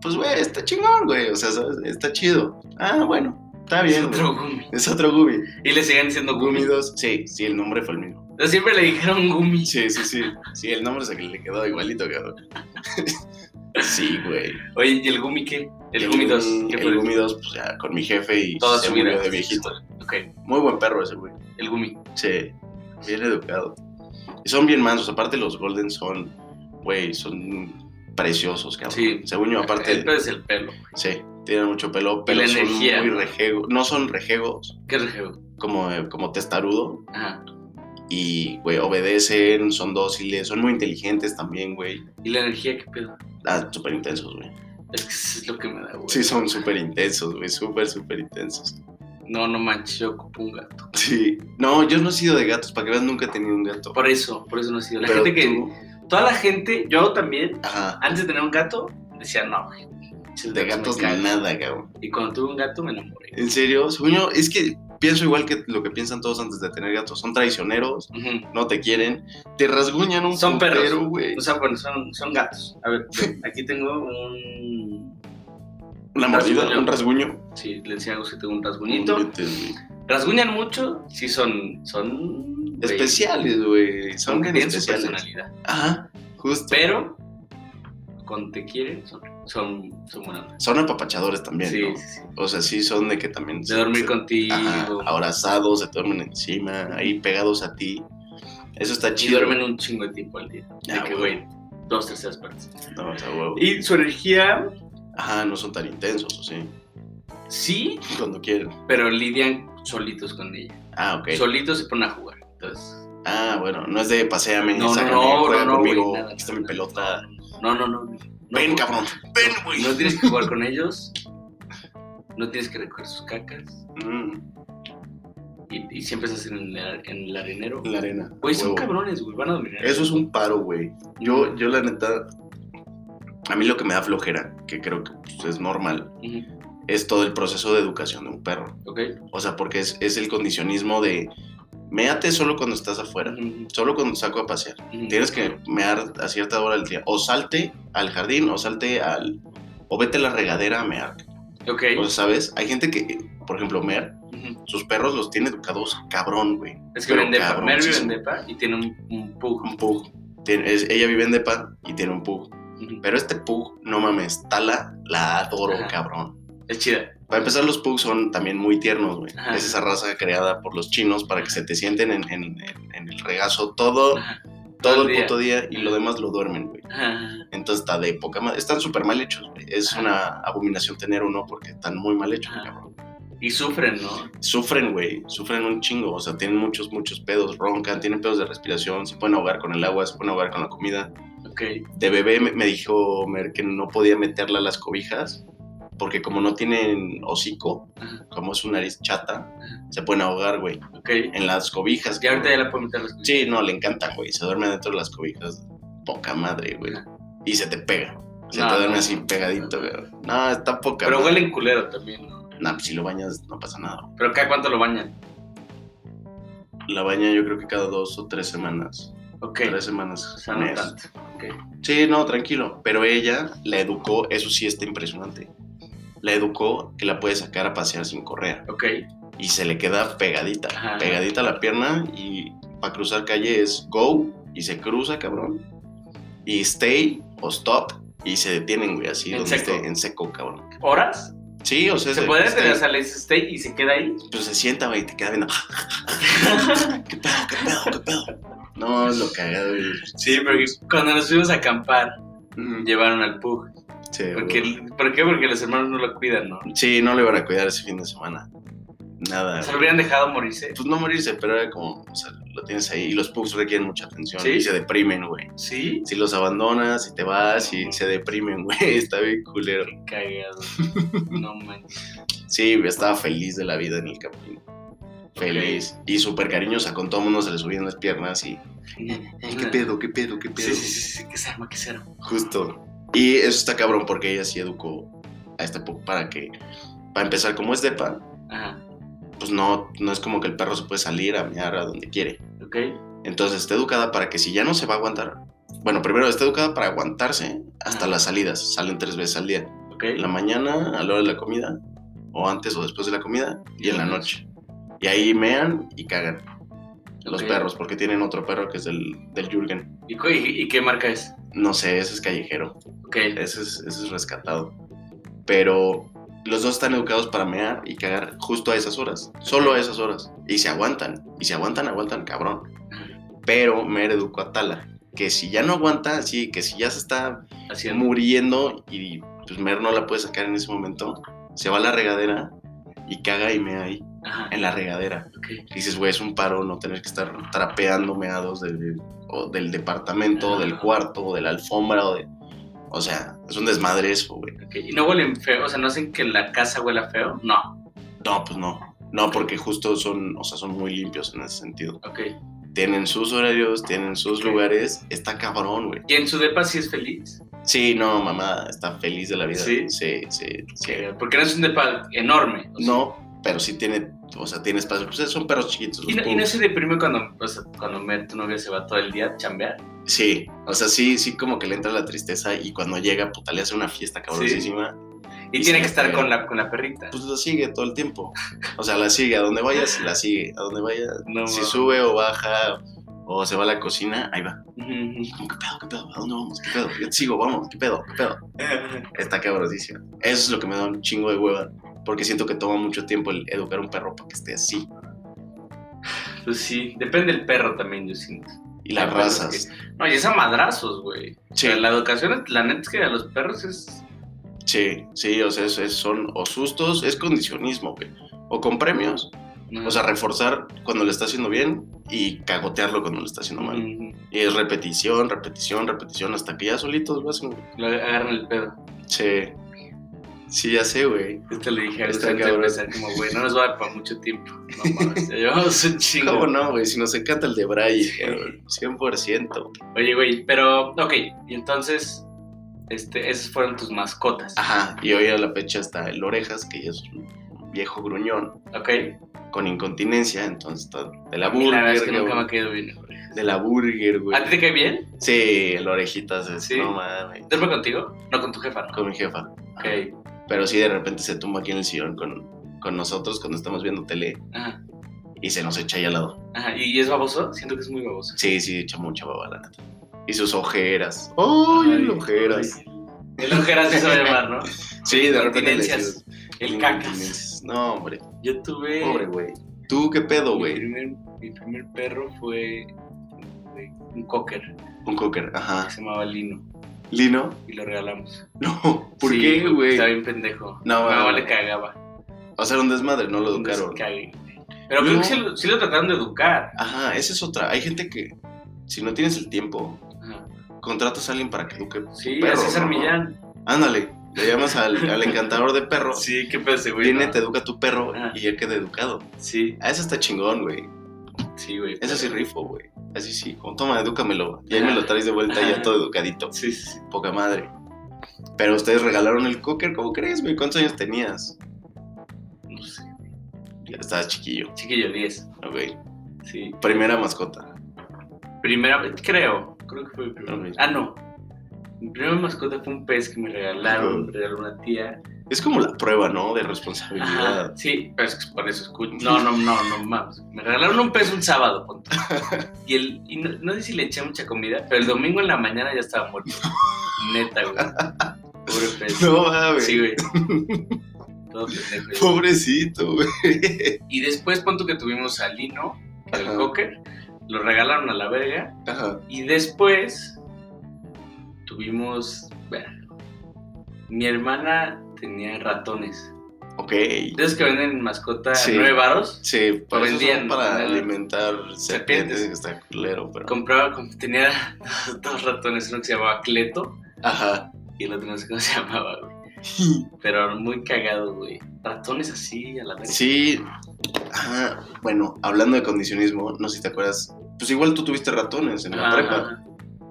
[SPEAKER 2] pues, güey, está chingón, güey. O sea, ¿sabes? está chido. Ah, bueno, está bien. güey.
[SPEAKER 1] Otro Gumi.
[SPEAKER 2] Es otro Gumi.
[SPEAKER 1] Y le siguen diciendo
[SPEAKER 2] Gumi
[SPEAKER 1] Gumi.
[SPEAKER 2] 2. Sí, sí, el nombre fue el mismo.
[SPEAKER 1] Yo siempre le dijeron Gumi.
[SPEAKER 2] Sí, sí, sí. Sí, el nombre se le quedó igualito, cabrón. [laughs] Sí, güey.
[SPEAKER 1] Oye, ¿y el Gumi qué? El Gumi 2. ¿Qué fue?
[SPEAKER 2] El Gumi 2, pues ya, con mi jefe y
[SPEAKER 1] Toda
[SPEAKER 2] se
[SPEAKER 1] su vida.
[SPEAKER 2] murió de viejito.
[SPEAKER 1] Ok,
[SPEAKER 2] Muy buen perro ese, güey.
[SPEAKER 1] el Gumi.
[SPEAKER 2] Sí, bien educado. Y son bien mansos. Aparte, los Golden son, güey, son preciosos, cabrón.
[SPEAKER 1] Sí.
[SPEAKER 2] Según yo,
[SPEAKER 1] El
[SPEAKER 2] aparte,
[SPEAKER 1] pelo es el pelo.
[SPEAKER 2] sí, tienen mucho pelo, pero
[SPEAKER 1] la
[SPEAKER 2] son
[SPEAKER 1] energía.
[SPEAKER 2] muy rejegos. No son rejegos,
[SPEAKER 1] Qué rejeo.
[SPEAKER 2] como, eh, como testarudo.
[SPEAKER 1] Ajá.
[SPEAKER 2] Y, güey, obedecen, son dóciles, son muy inteligentes también, güey.
[SPEAKER 1] ¿Y la energía qué pedo?
[SPEAKER 2] Ah, súper intensos, güey.
[SPEAKER 1] Es que eso es lo que me da, güey.
[SPEAKER 2] Sí, son súper intensos, güey, súper, súper intensos.
[SPEAKER 1] No, no manches, yo ocupo un gato.
[SPEAKER 2] Sí. No, yo no he sido de gatos, para que veas, nunca he tenido un gato.
[SPEAKER 1] Por eso, por eso no ha sido. La
[SPEAKER 2] Pero
[SPEAKER 1] gente que.
[SPEAKER 2] tú-
[SPEAKER 1] Toda la gente, yo también,
[SPEAKER 2] Ajá.
[SPEAKER 1] antes de tener un gato, decía no. güey, pinches
[SPEAKER 2] De
[SPEAKER 1] me
[SPEAKER 2] gatos
[SPEAKER 1] cagan".
[SPEAKER 2] nada, cabrón.
[SPEAKER 1] Y cuando tuve un gato me enamoré.
[SPEAKER 2] En serio, según yo, es que pienso igual que lo que piensan todos antes de tener gatos. Son traicioneros,
[SPEAKER 1] Ujú.
[SPEAKER 2] no te quieren, te rasguñan un
[SPEAKER 1] Son perros. Pues,
[SPEAKER 2] putero, güey.
[SPEAKER 1] O sea, bueno, son, son gatos. A ver, aquí tengo un.
[SPEAKER 2] Una mordida,
[SPEAKER 1] rasguño.
[SPEAKER 2] un rasguño.
[SPEAKER 1] Sí, les decía algo que tengo un rasguñito.
[SPEAKER 2] Un diente, güey.
[SPEAKER 1] Rasguñan mucho, sí son. son güey,
[SPEAKER 2] Especiales, güey. Son bien
[SPEAKER 1] tienen su
[SPEAKER 2] especiales.
[SPEAKER 1] personalidad.
[SPEAKER 2] Ajá, justo.
[SPEAKER 1] Pero, cuando te quieren, son, son, son buena onda.
[SPEAKER 2] Son apapachadores también,
[SPEAKER 1] sí,
[SPEAKER 2] ¿no?
[SPEAKER 1] sí, sí.
[SPEAKER 2] O sea, sí son de que también...
[SPEAKER 1] De dormir
[SPEAKER 2] se-
[SPEAKER 1] contigo.
[SPEAKER 2] Ajá, Ah, abrazados, se duermen encima, ahí pegados a ti. Eso está
[SPEAKER 1] Y
[SPEAKER 2] chido.
[SPEAKER 1] duermen un chingo de tiempo al día.
[SPEAKER 2] Ah,
[SPEAKER 1] de que,
[SPEAKER 2] güey.
[SPEAKER 1] güey, dos terceras partes.
[SPEAKER 2] No, o sea, huevo.
[SPEAKER 1] Y su energía,
[SPEAKER 2] Ajá, no son tan intensos, sí.
[SPEAKER 1] sí,
[SPEAKER 2] Cuando quieren.
[SPEAKER 1] pero lidian solitos con ella.
[SPEAKER 2] Ah, ok.
[SPEAKER 1] Solitos se ponen a jugar. Entonces,
[SPEAKER 2] Ah, bueno, no es de paseame,
[SPEAKER 1] No, no,
[SPEAKER 2] sácame,
[SPEAKER 1] no,
[SPEAKER 2] juega
[SPEAKER 1] no, no,
[SPEAKER 2] conmigo,
[SPEAKER 1] güey, nada,
[SPEAKER 2] aquí está
[SPEAKER 1] nada,
[SPEAKER 2] mi pelota.
[SPEAKER 1] no, no, no. no
[SPEAKER 2] ven,
[SPEAKER 1] güey.
[SPEAKER 2] cabrón, ven, güey.
[SPEAKER 1] No tienes que
[SPEAKER 2] [laughs]
[SPEAKER 1] jugar con ellos. No tienes que recoger sus cacas.
[SPEAKER 2] Mm,
[SPEAKER 1] Y, y siempre estás en el, ar- en el arenero.
[SPEAKER 2] en la arena.
[SPEAKER 1] Güey, son
[SPEAKER 2] huevo.
[SPEAKER 1] cabrones, güey. Van a dominar.
[SPEAKER 2] Eso es un paro, güey. Yo, yo la neta, a mí lo que me da flojera, que creo que pues, es normal,
[SPEAKER 1] Ujú,
[SPEAKER 2] es todo el proceso de educación de un perro.
[SPEAKER 1] Ok.
[SPEAKER 2] O sea, porque es, es el condicionismo de, méate solo cuando estás afuera,
[SPEAKER 1] Ujú,
[SPEAKER 2] solo cuando te saco a pasear.
[SPEAKER 1] ujú.
[SPEAKER 2] Tienes que mear a cierta hora del día. O salte al jardín, o salte al... O vete a la regadera a mear.
[SPEAKER 1] Ok.
[SPEAKER 2] O sea, ¿sabes? Hay gente que, por ejemplo, mear
[SPEAKER 1] ujú.
[SPEAKER 2] sus perros los tiene educados cabrón, güey.
[SPEAKER 1] Es que
[SPEAKER 2] Pero
[SPEAKER 1] viven depa.
[SPEAKER 2] cabrón,
[SPEAKER 1] Mary
[SPEAKER 2] sí,
[SPEAKER 1] vive
[SPEAKER 2] sí.
[SPEAKER 1] en depa y tiene un, un pug.
[SPEAKER 2] Un pug. Tiene- es- ella vive en Depa y tiene un pug.
[SPEAKER 1] Ujú.
[SPEAKER 2] Pero este pug, no mames, Tala la adoro,
[SPEAKER 1] Ajá.
[SPEAKER 2] cabrón.
[SPEAKER 1] Es chida.
[SPEAKER 2] Para empezar, los pugs son también muy tiernos, güey.
[SPEAKER 1] Ajá.
[SPEAKER 2] Es esa raza creada por los chinos para que se te sienten en, en- en- en el regazo todo,
[SPEAKER 1] Ajá.
[SPEAKER 2] todo
[SPEAKER 1] Todo
[SPEAKER 2] el
[SPEAKER 1] el
[SPEAKER 2] puto día y lo demás lo duermen, güey.
[SPEAKER 1] Ajá.
[SPEAKER 2] Entonces está de poca madre. Están súper mal hechos, güey. Es
[SPEAKER 1] Ajá.
[SPEAKER 2] una abominación tener uno porque están muy mal hechos,
[SPEAKER 1] Ajá.
[SPEAKER 2] cabrón.
[SPEAKER 1] Y sufren, ¿no?
[SPEAKER 2] sufren, güey, sufren un chingo, o sea, tienen muchos, muchos pedos, roncan, tienen pedos de respiración, se pueden ahogar con el agua, se pueden ahogar con la comida.
[SPEAKER 1] Ok.
[SPEAKER 2] De bebé me, me dijo Mer que no podía meterla a las cobijas, porque como no tienen hocico,
[SPEAKER 1] Ajá.
[SPEAKER 2] como es su nariz chata,
[SPEAKER 1] Ajá.
[SPEAKER 2] se pueden ahogar, güey,
[SPEAKER 1] Ok.
[SPEAKER 2] en las cobijas.
[SPEAKER 1] Y ahorita ya
[SPEAKER 2] cabrón.
[SPEAKER 1] la puedo meter a las
[SPEAKER 2] Sí, no, le encantan, güey, se duerme dentro de las cobijas poca madre, güey. Y se te pega. Se
[SPEAKER 1] No,
[SPEAKER 2] te duerme
[SPEAKER 1] no.
[SPEAKER 2] así pegadito, güey. No, está poca.
[SPEAKER 1] Pero
[SPEAKER 2] madre.
[SPEAKER 1] huelen culero también, ¿no?
[SPEAKER 2] Nah, pues, si lo bañas, no pasa nada. güey.
[SPEAKER 1] Pero cada cuánto lo bañan.
[SPEAKER 2] La baña yo creo que cada dos o tres semanas.
[SPEAKER 1] Ok.
[SPEAKER 2] Tres semanas.
[SPEAKER 1] O sea, no
[SPEAKER 2] mes.
[SPEAKER 1] tanto. Ok.
[SPEAKER 2] Sí, no, tranquilo. Pero ella la educó, eso sí está impresionante. La educó que la puede sacar a pasear sin correa.
[SPEAKER 1] Ok.
[SPEAKER 2] Y se le queda pegadita,
[SPEAKER 1] Ajá.
[SPEAKER 2] pegadita a la pierna. Y para cruzar calle es go y se cruza, cabrón. Y stay o stop y se detienen, güey, así
[SPEAKER 1] En
[SPEAKER 2] donde
[SPEAKER 1] seco.
[SPEAKER 2] esté, en seco, cabrón.
[SPEAKER 1] ¿Horas?
[SPEAKER 2] Sí, este- o sea,
[SPEAKER 1] ¿Se puede?
[SPEAKER 2] stay,
[SPEAKER 1] O sea, le dices stay y se queda ahí.
[SPEAKER 2] pues se sienta, güey, y te
[SPEAKER 1] [laughs]
[SPEAKER 2] queda viendo. [laughs] ¿Qué pedo, qué pedo, qué pedo? No, lo cagado, güey.
[SPEAKER 1] Sí, porque cuando nos fuimos a acampar, llevaron al Pug.
[SPEAKER 2] Sí,
[SPEAKER 1] Porque, ¿Por qué? Porque los hermanos no lo cuidan, ¿no?
[SPEAKER 2] Sí, no le iban a cuidar ese fin de semana. Nada.
[SPEAKER 1] Se lo hubieran dejado morirse.
[SPEAKER 2] Pues no morirse, pero era como, o sea, lo tienes ahí. Y los pugs requieren mucha atención.
[SPEAKER 1] Sí.
[SPEAKER 2] Y se deprimen, güey.
[SPEAKER 1] Sí.
[SPEAKER 2] Si los abandonas, si te vas, y se deprimen, [laughs] güey. Está bien culero.
[SPEAKER 1] Qué
[SPEAKER 2] [laughs]
[SPEAKER 1] cagado. No manches.
[SPEAKER 2] Sí, estaba feliz de la vida en el camping. Feliz. Y súper cariñosa, con todo el mundo se le subían las piernas y... ¿Qué pedo, qué pedo, qué pedo?
[SPEAKER 1] Sí, sí, sí, sí, que se arma, que se arma.
[SPEAKER 2] Justo. Y eso está cabrón porque ella sí educó a este pug para que... Para empezar, como es depa,
[SPEAKER 1] Ajá.
[SPEAKER 2] pues no, no es como que el perro se puede salir a mear a donde quiere.
[SPEAKER 1] Ok.
[SPEAKER 2] Entonces está educada para que si ya no se va a aguantar, bueno, primero está educada para aguantarse hasta
[SPEAKER 1] Ajá.
[SPEAKER 2] las salidas, salen tres veces al día,
[SPEAKER 1] Ok.
[SPEAKER 2] en la mañana, a la hora de la comida, o antes o después de la comida, y en la noche. Y ahí mean y cagan los
[SPEAKER 1] Ok.
[SPEAKER 2] perros, porque tienen otro perro que es del, del Jürgen.
[SPEAKER 1] ¿Y, cu- y- y qué marca es?
[SPEAKER 2] No sé, ese es callejero,
[SPEAKER 1] Ok.
[SPEAKER 2] ese es, ese es rescatado. Pero los dos están educados para mear y cagar justo a esas horas, solo a esas horas, y se aguantan, y se aguantan, aguantan, cabrón. pero Mer educó a Tala, que si ya no aguanta, sí, que si ya se está
[SPEAKER 1] Haciendo.
[SPEAKER 2] muriendo y pues Mer no la puede sacar en ese momento, se va a la regadera y caga y mea ahí,
[SPEAKER 1] Ajá.
[SPEAKER 2] en la regadera.
[SPEAKER 1] Ok.
[SPEAKER 2] Y dices, güey, es un paro no tener que estar trapeando meados del, o del departamento, o del
[SPEAKER 1] Ajá.
[SPEAKER 2] cuarto, o de la alfombra, o de... O sea, es un desmadre eso, güey.
[SPEAKER 1] ok. ¿Y no huelen feo? O sea, ¿no hacen que la casa huela feo? No.
[SPEAKER 2] No, pues no. No, porque justo son, o sea, son muy limpios en ese sentido.
[SPEAKER 1] Ok.
[SPEAKER 2] Tienen sus horarios, tienen sus
[SPEAKER 1] Ok.
[SPEAKER 2] lugares. Está cabrón, güey.
[SPEAKER 1] ¿Y en su depa sí es feliz?
[SPEAKER 2] Sí, no, mamá está feliz de la vida.
[SPEAKER 1] ¿Sí? pues
[SPEAKER 2] sí, sí. sí.
[SPEAKER 1] Eh, Porque no es un depa enorme. o sea,
[SPEAKER 2] No, pero sí tiene, o sea, tiene espacio. Pues son perros chiquitos.
[SPEAKER 1] ¿Y
[SPEAKER 2] los
[SPEAKER 1] no, y no
[SPEAKER 2] pugs.
[SPEAKER 1] se deprime cuando, o sea, cuando Mer, tu novia se va todo el día a chambear?
[SPEAKER 2] Sí, o sea, sí, sí, como que le entra la tristeza y cuando llega, puta, le hace una fiesta cabroncísima.
[SPEAKER 1] Y,
[SPEAKER 2] Y
[SPEAKER 1] tiene
[SPEAKER 2] sí,
[SPEAKER 1] que estar
[SPEAKER 2] pero-
[SPEAKER 1] con la, con la perrita.
[SPEAKER 2] Pues lo sigue todo el tiempo. O sea, la sigue, a donde vayas, la sigue. A donde vaya,
[SPEAKER 1] No,
[SPEAKER 2] si
[SPEAKER 1] ma.
[SPEAKER 2] sube o baja o se va a la cocina, ahí va.
[SPEAKER 1] Ujú.
[SPEAKER 2] Como, ¿Qué pedo, qué pedo? ¿A dónde vamos? ¿Qué pedo? Yo te sigo, vamos, ¿qué pedo? ¿Qué pedo? Está cabroncísimo. Eso es lo que me da un chingo de hueva. Porque siento que toma mucho tiempo el educar a un perro para que esté así.
[SPEAKER 1] Pues sí, depende del perro también, yo siento.
[SPEAKER 2] Y las
[SPEAKER 1] Hay perros
[SPEAKER 2] razas.
[SPEAKER 1] que- No, y es a madrazos, güey.
[SPEAKER 2] Sí,
[SPEAKER 1] O sea, la educación, la neta es que a los perros es...
[SPEAKER 2] sí, sí, o sea, es- es- son o sustos, es condicionismo, güey. O con premios. O sea, reforzar cuando lo está haciendo bien y cagotearlo cuando lo está haciendo mal.
[SPEAKER 1] Ujú.
[SPEAKER 2] Y es repetición, repetición, repetición, hasta que ya solitos lo hacen. güey.
[SPEAKER 1] Lo agarran el pedo.
[SPEAKER 2] Sí. Sí, ya sé, güey.
[SPEAKER 1] Este le dije a Agustín
[SPEAKER 2] Está
[SPEAKER 1] antes de
[SPEAKER 2] cabrón.
[SPEAKER 1] empezar, como, güey, no nos va a dar para mucho
[SPEAKER 2] [laughs]
[SPEAKER 1] tiempo. No mames, ya llevamos un chingo.
[SPEAKER 2] ¿Cómo no, güey? Si nos encanta el de Brian, güey. 100%.
[SPEAKER 1] Oye, güey, pero, ok, y entonces, este, esas fueron tus mascotas.
[SPEAKER 2] Ajá, y hoy a la fecha está el Orejas, que ya es un viejo gruñón
[SPEAKER 1] Ok.
[SPEAKER 2] con incontinencia, entonces está de la
[SPEAKER 1] A mí la verdad es que
[SPEAKER 2] burger,
[SPEAKER 1] nunca me ha
[SPEAKER 2] güey.
[SPEAKER 1] quedado bien. güey.
[SPEAKER 2] De la burger, güey.
[SPEAKER 1] ¿A ti te cae bien?
[SPEAKER 2] Sí, el orejitas es,
[SPEAKER 1] Sí.
[SPEAKER 2] no mames.
[SPEAKER 1] ¿Duerme contigo? No, con tu jefa, ¿no?
[SPEAKER 2] Con mi jefa.
[SPEAKER 1] Ok.
[SPEAKER 2] Pero sí, de repente se tumba aquí en el sillón con, con nosotros cuando estamos viendo tele
[SPEAKER 1] Ajá.
[SPEAKER 2] y se nos echa ahí al lado.
[SPEAKER 1] Ajá. ¿Y es baboso? Siento que es muy baboso.
[SPEAKER 2] Sí, sí, echa mucha baba, la neta. Y sus ojeras. ¡Ay,
[SPEAKER 1] Ay,
[SPEAKER 2] ojeras!
[SPEAKER 1] ay. El ojeras se va a llamar, ¿no?
[SPEAKER 2] Sí, de repente le
[SPEAKER 1] Incontinencias. El cacas.
[SPEAKER 2] Incontinencias. No, hombre.
[SPEAKER 1] Yo tuve...
[SPEAKER 2] Pobre, güey. ¿Tú qué pedo,
[SPEAKER 1] mi,
[SPEAKER 2] güey?
[SPEAKER 1] primer, mi primer perro fue fue un cocker
[SPEAKER 2] Un cocker, ajá.
[SPEAKER 1] que se llamaba Lino
[SPEAKER 2] ¿Lino? [laughs]
[SPEAKER 1] y lo regalamos.
[SPEAKER 2] No. ¿Por
[SPEAKER 1] Sí,
[SPEAKER 2] qué, güey?
[SPEAKER 1] Estaba bien pendejo.
[SPEAKER 2] No,
[SPEAKER 1] Mi mamá
[SPEAKER 2] no.
[SPEAKER 1] le cagaba.
[SPEAKER 2] O sea, era un desmadre, no lo
[SPEAKER 1] Entonces,
[SPEAKER 2] educaron.
[SPEAKER 1] cagué. Pero creo
[SPEAKER 2] No.
[SPEAKER 1] que sí lo, sí lo trataron de educar.
[SPEAKER 2] Ajá, esa es otra. Hay gente que, si no tienes el tiempo,
[SPEAKER 1] Ajá.
[SPEAKER 2] contratas a alguien para que eduque
[SPEAKER 1] Sí,
[SPEAKER 2] Perro,
[SPEAKER 1] a César
[SPEAKER 2] ¿no?
[SPEAKER 1] Millán.
[SPEAKER 2] Ándale, le llamas al, al encantador de perros.
[SPEAKER 1] Sí, qué pensé, güey.
[SPEAKER 2] Viene,
[SPEAKER 1] ¿no?
[SPEAKER 2] te educa tu perro
[SPEAKER 1] Ajá.
[SPEAKER 2] y ya queda educado.
[SPEAKER 1] Sí,
[SPEAKER 2] Ah, eso está chingón, güey.
[SPEAKER 1] sí, güey.
[SPEAKER 2] Eso sí
[SPEAKER 1] pero-
[SPEAKER 2] rifo, güey. Así sí, como toma, edúcamelo. Y ahí me lo traes de vuelta ya todo educadito.
[SPEAKER 1] Sí, sí, sí.
[SPEAKER 2] Poca madre. Pero ustedes regalaron el cocker, ¿cómo crees, güey? ¿Cuántos años tenías?
[SPEAKER 1] No sé.
[SPEAKER 2] Ya estabas chiquillo,
[SPEAKER 1] Chiquillo, 10.
[SPEAKER 2] ok.
[SPEAKER 1] Sí.
[SPEAKER 2] Primera mascota.
[SPEAKER 1] Primera vez, creo. Creo que fue mi primera
[SPEAKER 2] Ok.
[SPEAKER 1] vez. Ah, no. Mi primera mascota fue un pez que me regalaron, me
[SPEAKER 2] Ujú.
[SPEAKER 1] regaló una tía.
[SPEAKER 2] Es como la prueba, ¿no? De
[SPEAKER 1] Ajá,
[SPEAKER 2] responsabilidad.
[SPEAKER 1] sí, pero es que por eso escucho. No, no, no, no mames. Me regalaron un pez un sábado,
[SPEAKER 2] [laughs]
[SPEAKER 1] ponte. Y, el, y no, no sé si le eché mucha comida, pero el domingo en la mañana ya estaba muerto. Neta, güey. Pobre pez.
[SPEAKER 2] [laughs] No mames.
[SPEAKER 1] sí, güey. Todo pendejo. güey.
[SPEAKER 2] Pobrecito, güey.
[SPEAKER 1] Y después, punto que tuvimos a Lino, que era el
[SPEAKER 2] Ajá.
[SPEAKER 1] cocker, lo regalaron a la verga.
[SPEAKER 2] Ajá.
[SPEAKER 1] Y después tuvimos. bueno, mi hermana tenía ratones.
[SPEAKER 2] Ok.
[SPEAKER 1] De esos que venden mascota
[SPEAKER 2] Sí.
[SPEAKER 1] nueve varos.
[SPEAKER 2] Sí, para, eso son
[SPEAKER 1] vendían,
[SPEAKER 2] para
[SPEAKER 1] ¿no?
[SPEAKER 2] alimentar
[SPEAKER 1] Serpientes.
[SPEAKER 2] serpientes, que está culero, pero.
[SPEAKER 1] Compraba, com- tenía dos ratones, uno que se llamaba Cleto [laughs]
[SPEAKER 2] Ajá.
[SPEAKER 1] y el otro no sé cómo se [laughs] llamaba, güey. Pero muy cagado, güey. Ratones así a la vez.
[SPEAKER 2] Sí. Ajá. Bueno, hablando de condicionismo, no sé si te acuerdas. Pues igual tú tuviste ratones en la prepa.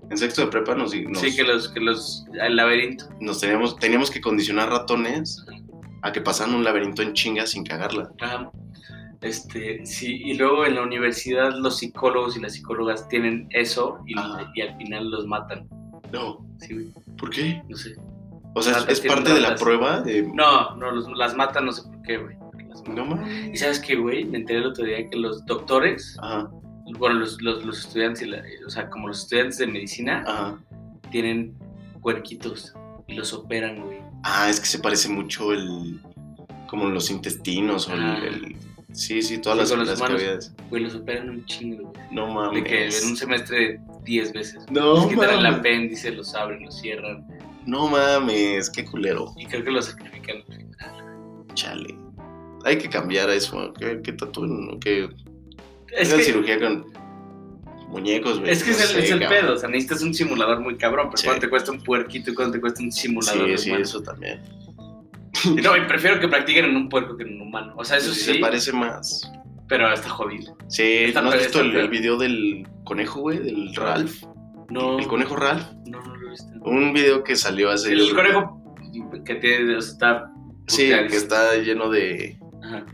[SPEAKER 2] En sexto de prepa nos, nos,
[SPEAKER 1] Sí, que los, que los, el laberinto.
[SPEAKER 2] nos teníamos, teníamos que condicionar ratones a que pasaran un laberinto en chinga sin cagarla.
[SPEAKER 1] Ajá. Este, sí, y luego en la universidad los psicólogos y las psicólogas tienen eso y,
[SPEAKER 2] Ajá.
[SPEAKER 1] y al final los matan.
[SPEAKER 2] No,
[SPEAKER 1] Sí, güey,
[SPEAKER 2] ¿por qué?
[SPEAKER 1] no sé.
[SPEAKER 2] O sea,
[SPEAKER 1] Ratas
[SPEAKER 2] es
[SPEAKER 1] tienen
[SPEAKER 2] parte de la
[SPEAKER 1] ratas.
[SPEAKER 2] prueba de...
[SPEAKER 1] No, no, los- las matan, no sé por qué, güey. Las matan.
[SPEAKER 2] No
[SPEAKER 1] Y
[SPEAKER 2] mames.
[SPEAKER 1] sabes qué, güey, me enteré el otro día que los doctores,
[SPEAKER 2] Ajá,
[SPEAKER 1] bueno, los, los, los estudiantes, y la- o sea, como los estudiantes de medicina,
[SPEAKER 2] ajá.
[SPEAKER 1] tienen cuerquitos y los operan, güey.
[SPEAKER 2] Ah, es que se parece mucho el... Como los intestinos o el...
[SPEAKER 1] Ah.
[SPEAKER 2] el- Sí, sí, todas
[SPEAKER 1] Sí,
[SPEAKER 2] las,
[SPEAKER 1] con los
[SPEAKER 2] las
[SPEAKER 1] humanos.
[SPEAKER 2] cavidades.
[SPEAKER 1] Güey, los operan un chingo, güey.
[SPEAKER 2] No
[SPEAKER 1] De
[SPEAKER 2] mames.
[SPEAKER 1] que en un semestre 10 veces.
[SPEAKER 2] No
[SPEAKER 1] Les quitan el
[SPEAKER 2] mames.
[SPEAKER 1] apéndice, los abren, los cierran.
[SPEAKER 2] No mames, qué culero.
[SPEAKER 1] Y creo que los sacrifican.
[SPEAKER 2] Chale. Hay que cambiar eso. Que, que tatúen, o que
[SPEAKER 1] Es
[SPEAKER 2] hagan
[SPEAKER 1] que,
[SPEAKER 2] cirugía con muñecos, güey.
[SPEAKER 1] es, que
[SPEAKER 2] no
[SPEAKER 1] es el,
[SPEAKER 2] sé,
[SPEAKER 1] es el
[SPEAKER 2] cabrón.
[SPEAKER 1] pedo. O sea, necesitas un simulador muy cabrón. Pero
[SPEAKER 2] Sí.
[SPEAKER 1] ¿cuánto te cuesta un puerquito y cuánto te cuesta un simulador?
[SPEAKER 2] Sí,
[SPEAKER 1] de
[SPEAKER 2] sí,
[SPEAKER 1] humano?
[SPEAKER 2] eso también.
[SPEAKER 1] Y No, y prefiero que practiquen en un puerco que en un humano. O sea, eso
[SPEAKER 2] Sí,
[SPEAKER 1] sí,
[SPEAKER 2] Se parece más.
[SPEAKER 1] pero está jodido.
[SPEAKER 2] Sí,
[SPEAKER 1] Está
[SPEAKER 2] ¿no has
[SPEAKER 1] pe-
[SPEAKER 2] visto
[SPEAKER 1] está
[SPEAKER 2] el,
[SPEAKER 1] feo.
[SPEAKER 2] el video del conejo, güey? Del Ralph.
[SPEAKER 1] No,
[SPEAKER 2] El conejo Ralph.
[SPEAKER 1] no, no lo he visto.
[SPEAKER 2] Un video que salió hace.
[SPEAKER 1] El conejo que tiene, o sea, está.
[SPEAKER 2] Sí, que
[SPEAKER 1] puteadísimo.
[SPEAKER 2] está lleno de,
[SPEAKER 1] Ajá,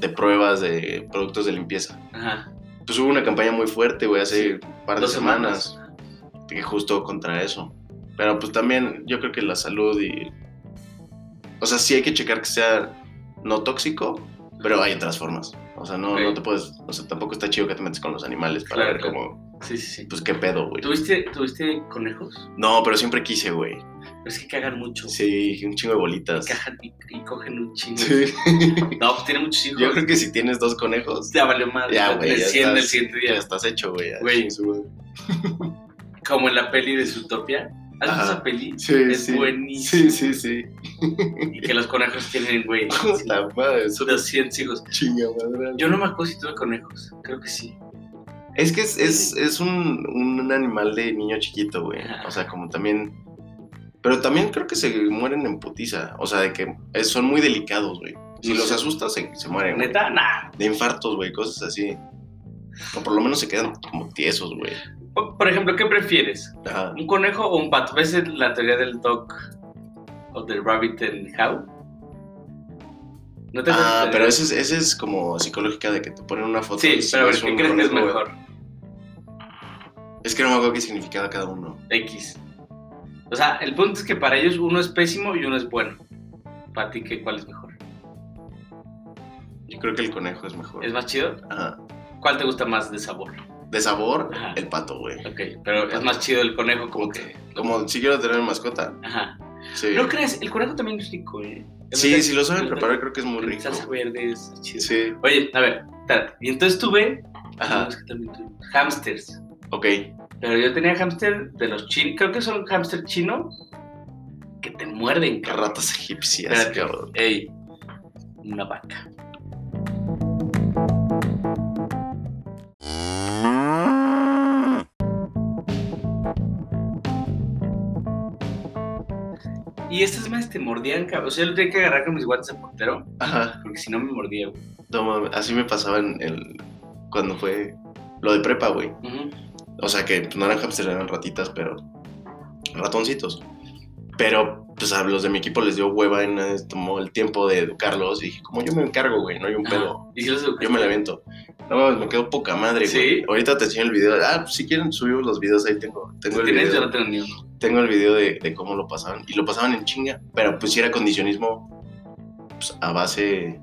[SPEAKER 2] de pruebas de productos de limpieza.
[SPEAKER 1] ajá.
[SPEAKER 2] Pues hubo una campaña muy fuerte, güey, hace un par de
[SPEAKER 1] Dos
[SPEAKER 2] semanas.
[SPEAKER 1] semanas.
[SPEAKER 2] que justo contra eso. Pero pues también yo creo que la salud y... O sea, sí hay que checar que sea no tóxico, pero hay otras formas. O sea, no,
[SPEAKER 1] Ok.
[SPEAKER 2] no te puedes... O sea, tampoco está chido que te metes con los animales para
[SPEAKER 1] Claro,
[SPEAKER 2] ver
[SPEAKER 1] claro.
[SPEAKER 2] cómo...
[SPEAKER 1] Sí, sí, sí.
[SPEAKER 2] Pues qué pedo, güey.
[SPEAKER 1] ¿Tuviste, ¿Tuviste conejos?
[SPEAKER 2] No, pero siempre quise, güey.
[SPEAKER 1] Pero es que cagan mucho.
[SPEAKER 2] Sí, un chingo de bolitas.
[SPEAKER 1] Cajan y, y cogen un chingo.
[SPEAKER 2] Sí. [laughs]
[SPEAKER 1] No, pues tiene muchos hijos.
[SPEAKER 2] Yo creo que si tienes dos conejos...
[SPEAKER 1] Ya valió madre.
[SPEAKER 2] Ya,
[SPEAKER 1] va a
[SPEAKER 2] güey,
[SPEAKER 1] tener
[SPEAKER 2] ya
[SPEAKER 1] 100 del
[SPEAKER 2] estás-
[SPEAKER 1] siguiente
[SPEAKER 2] Ya
[SPEAKER 1] día.
[SPEAKER 2] estás hecho, güey. ya.
[SPEAKER 1] Güey. Como en la peli de Zootopia. ¿Has visto
[SPEAKER 2] Ajá.
[SPEAKER 1] esa peli?
[SPEAKER 2] Sí,
[SPEAKER 1] es
[SPEAKER 2] sí.
[SPEAKER 1] buenísimo.
[SPEAKER 2] Sí, sí, sí.
[SPEAKER 1] Y que los conejos tienen,
[SPEAKER 2] [laughs]
[SPEAKER 1] güey,
[SPEAKER 2] La madre, es una
[SPEAKER 1] 200 hijos.
[SPEAKER 2] chinga madre.
[SPEAKER 1] Yo no me acuerdo si tuve conejos. Creo que sí.
[SPEAKER 2] Es que es, es, es un, un animal de niño chiquito, güey.
[SPEAKER 1] Ajá.
[SPEAKER 2] O sea, como también. Pero también creo que se mueren en putiza. O sea, de que es- son muy delicados, güey. Si
[SPEAKER 1] Sí,
[SPEAKER 2] los
[SPEAKER 1] sí.
[SPEAKER 2] asustas, se, se mueren. güey.
[SPEAKER 1] Neta, nah.
[SPEAKER 2] De infartos, güey, cosas así. O por lo menos se quedan como tiesos, güey.
[SPEAKER 1] Por por ejemplo, ¿qué prefieres?
[SPEAKER 2] Ajá.
[SPEAKER 1] ¿Un conejo o un pato? ¿Ves el- la teoría del dog o del rabbit and how? ¿No te acuerdas
[SPEAKER 2] Ah,
[SPEAKER 1] de-
[SPEAKER 2] pero ese es, ese es como psicológica de que te ponen una foto.
[SPEAKER 1] Sí,
[SPEAKER 2] y si
[SPEAKER 1] pero a ver,
[SPEAKER 2] ves
[SPEAKER 1] ¿qué
[SPEAKER 2] un
[SPEAKER 1] crees que es
[SPEAKER 2] conejo,
[SPEAKER 1] mejor?
[SPEAKER 2] güey. Es que no me acuerdo qué significaba cada uno.
[SPEAKER 1] X. O sea, el punto es que para ellos uno es pésimo y uno es bueno. Para ti, ¿qué, ¿cuál es mejor?
[SPEAKER 2] Yo creo que el conejo es mejor.
[SPEAKER 1] ¿Es más chido?
[SPEAKER 2] Ajá.
[SPEAKER 1] ¿Cuál te gusta más de sabor?
[SPEAKER 2] De sabor,
[SPEAKER 1] Ajá.
[SPEAKER 2] el pato, güey.
[SPEAKER 1] Ok, pero es más chido el conejo como que...
[SPEAKER 2] Como si quiero tener mascota.
[SPEAKER 1] Ajá.
[SPEAKER 2] Sí.
[SPEAKER 1] ¿No crees? El conejo también es rico, ¿eh?
[SPEAKER 2] Sí, si lo saben
[SPEAKER 1] Con
[SPEAKER 2] preparar, creo que es muy
[SPEAKER 1] con
[SPEAKER 2] rico.
[SPEAKER 1] Salsa verde es chido.
[SPEAKER 2] Sí.
[SPEAKER 1] Oye, a ver, espérate. Y entonces tuve...
[SPEAKER 2] Ajá.
[SPEAKER 1] no, es que también tuve- Hamsters.
[SPEAKER 2] Ok.
[SPEAKER 1] Pero yo tenía hámster de los chinos, creo que son hámster chinos que te muerden, cabrón.
[SPEAKER 2] Ratas egipcias,
[SPEAKER 1] Espérate.
[SPEAKER 2] cabrón.
[SPEAKER 1] Ey, una vaca. Y estas madres te mordían, cabrón. O sea, yo lo tenía que agarrar con mis guantes de portero,
[SPEAKER 2] Ajá.
[SPEAKER 1] porque si no me mordía, güey.
[SPEAKER 2] No mames. Así me pasaba en el. Cuando fue. Lo de prepa, güey.
[SPEAKER 1] Ujú.
[SPEAKER 2] O sea que pues, no eran hamsters, eran ratitas, pero ratoncitos. Pero pues a los de mi equipo les dio hueva y nada, tomó el tiempo de educarlos. Y dije, como yo me encargo, güey, no hay un
[SPEAKER 1] Ajá.
[SPEAKER 2] pedo.
[SPEAKER 1] ¿Y si los educaste?
[SPEAKER 2] Yo me la aviento. No mames, me quedo poca madre,
[SPEAKER 1] ¿Sí?
[SPEAKER 2] güey. Ahorita te enseño el video. Ah, pues, si quieren subimos los videos, ahí tengo. Tengo
[SPEAKER 1] ¿Tú
[SPEAKER 2] el
[SPEAKER 1] tienes? Yo
[SPEAKER 2] video,
[SPEAKER 1] no tengo ni uno.
[SPEAKER 2] tengo el video de, de cómo lo pasaban. Y lo pasaban en chinga. Pero pues sí era condicionismo pues, a base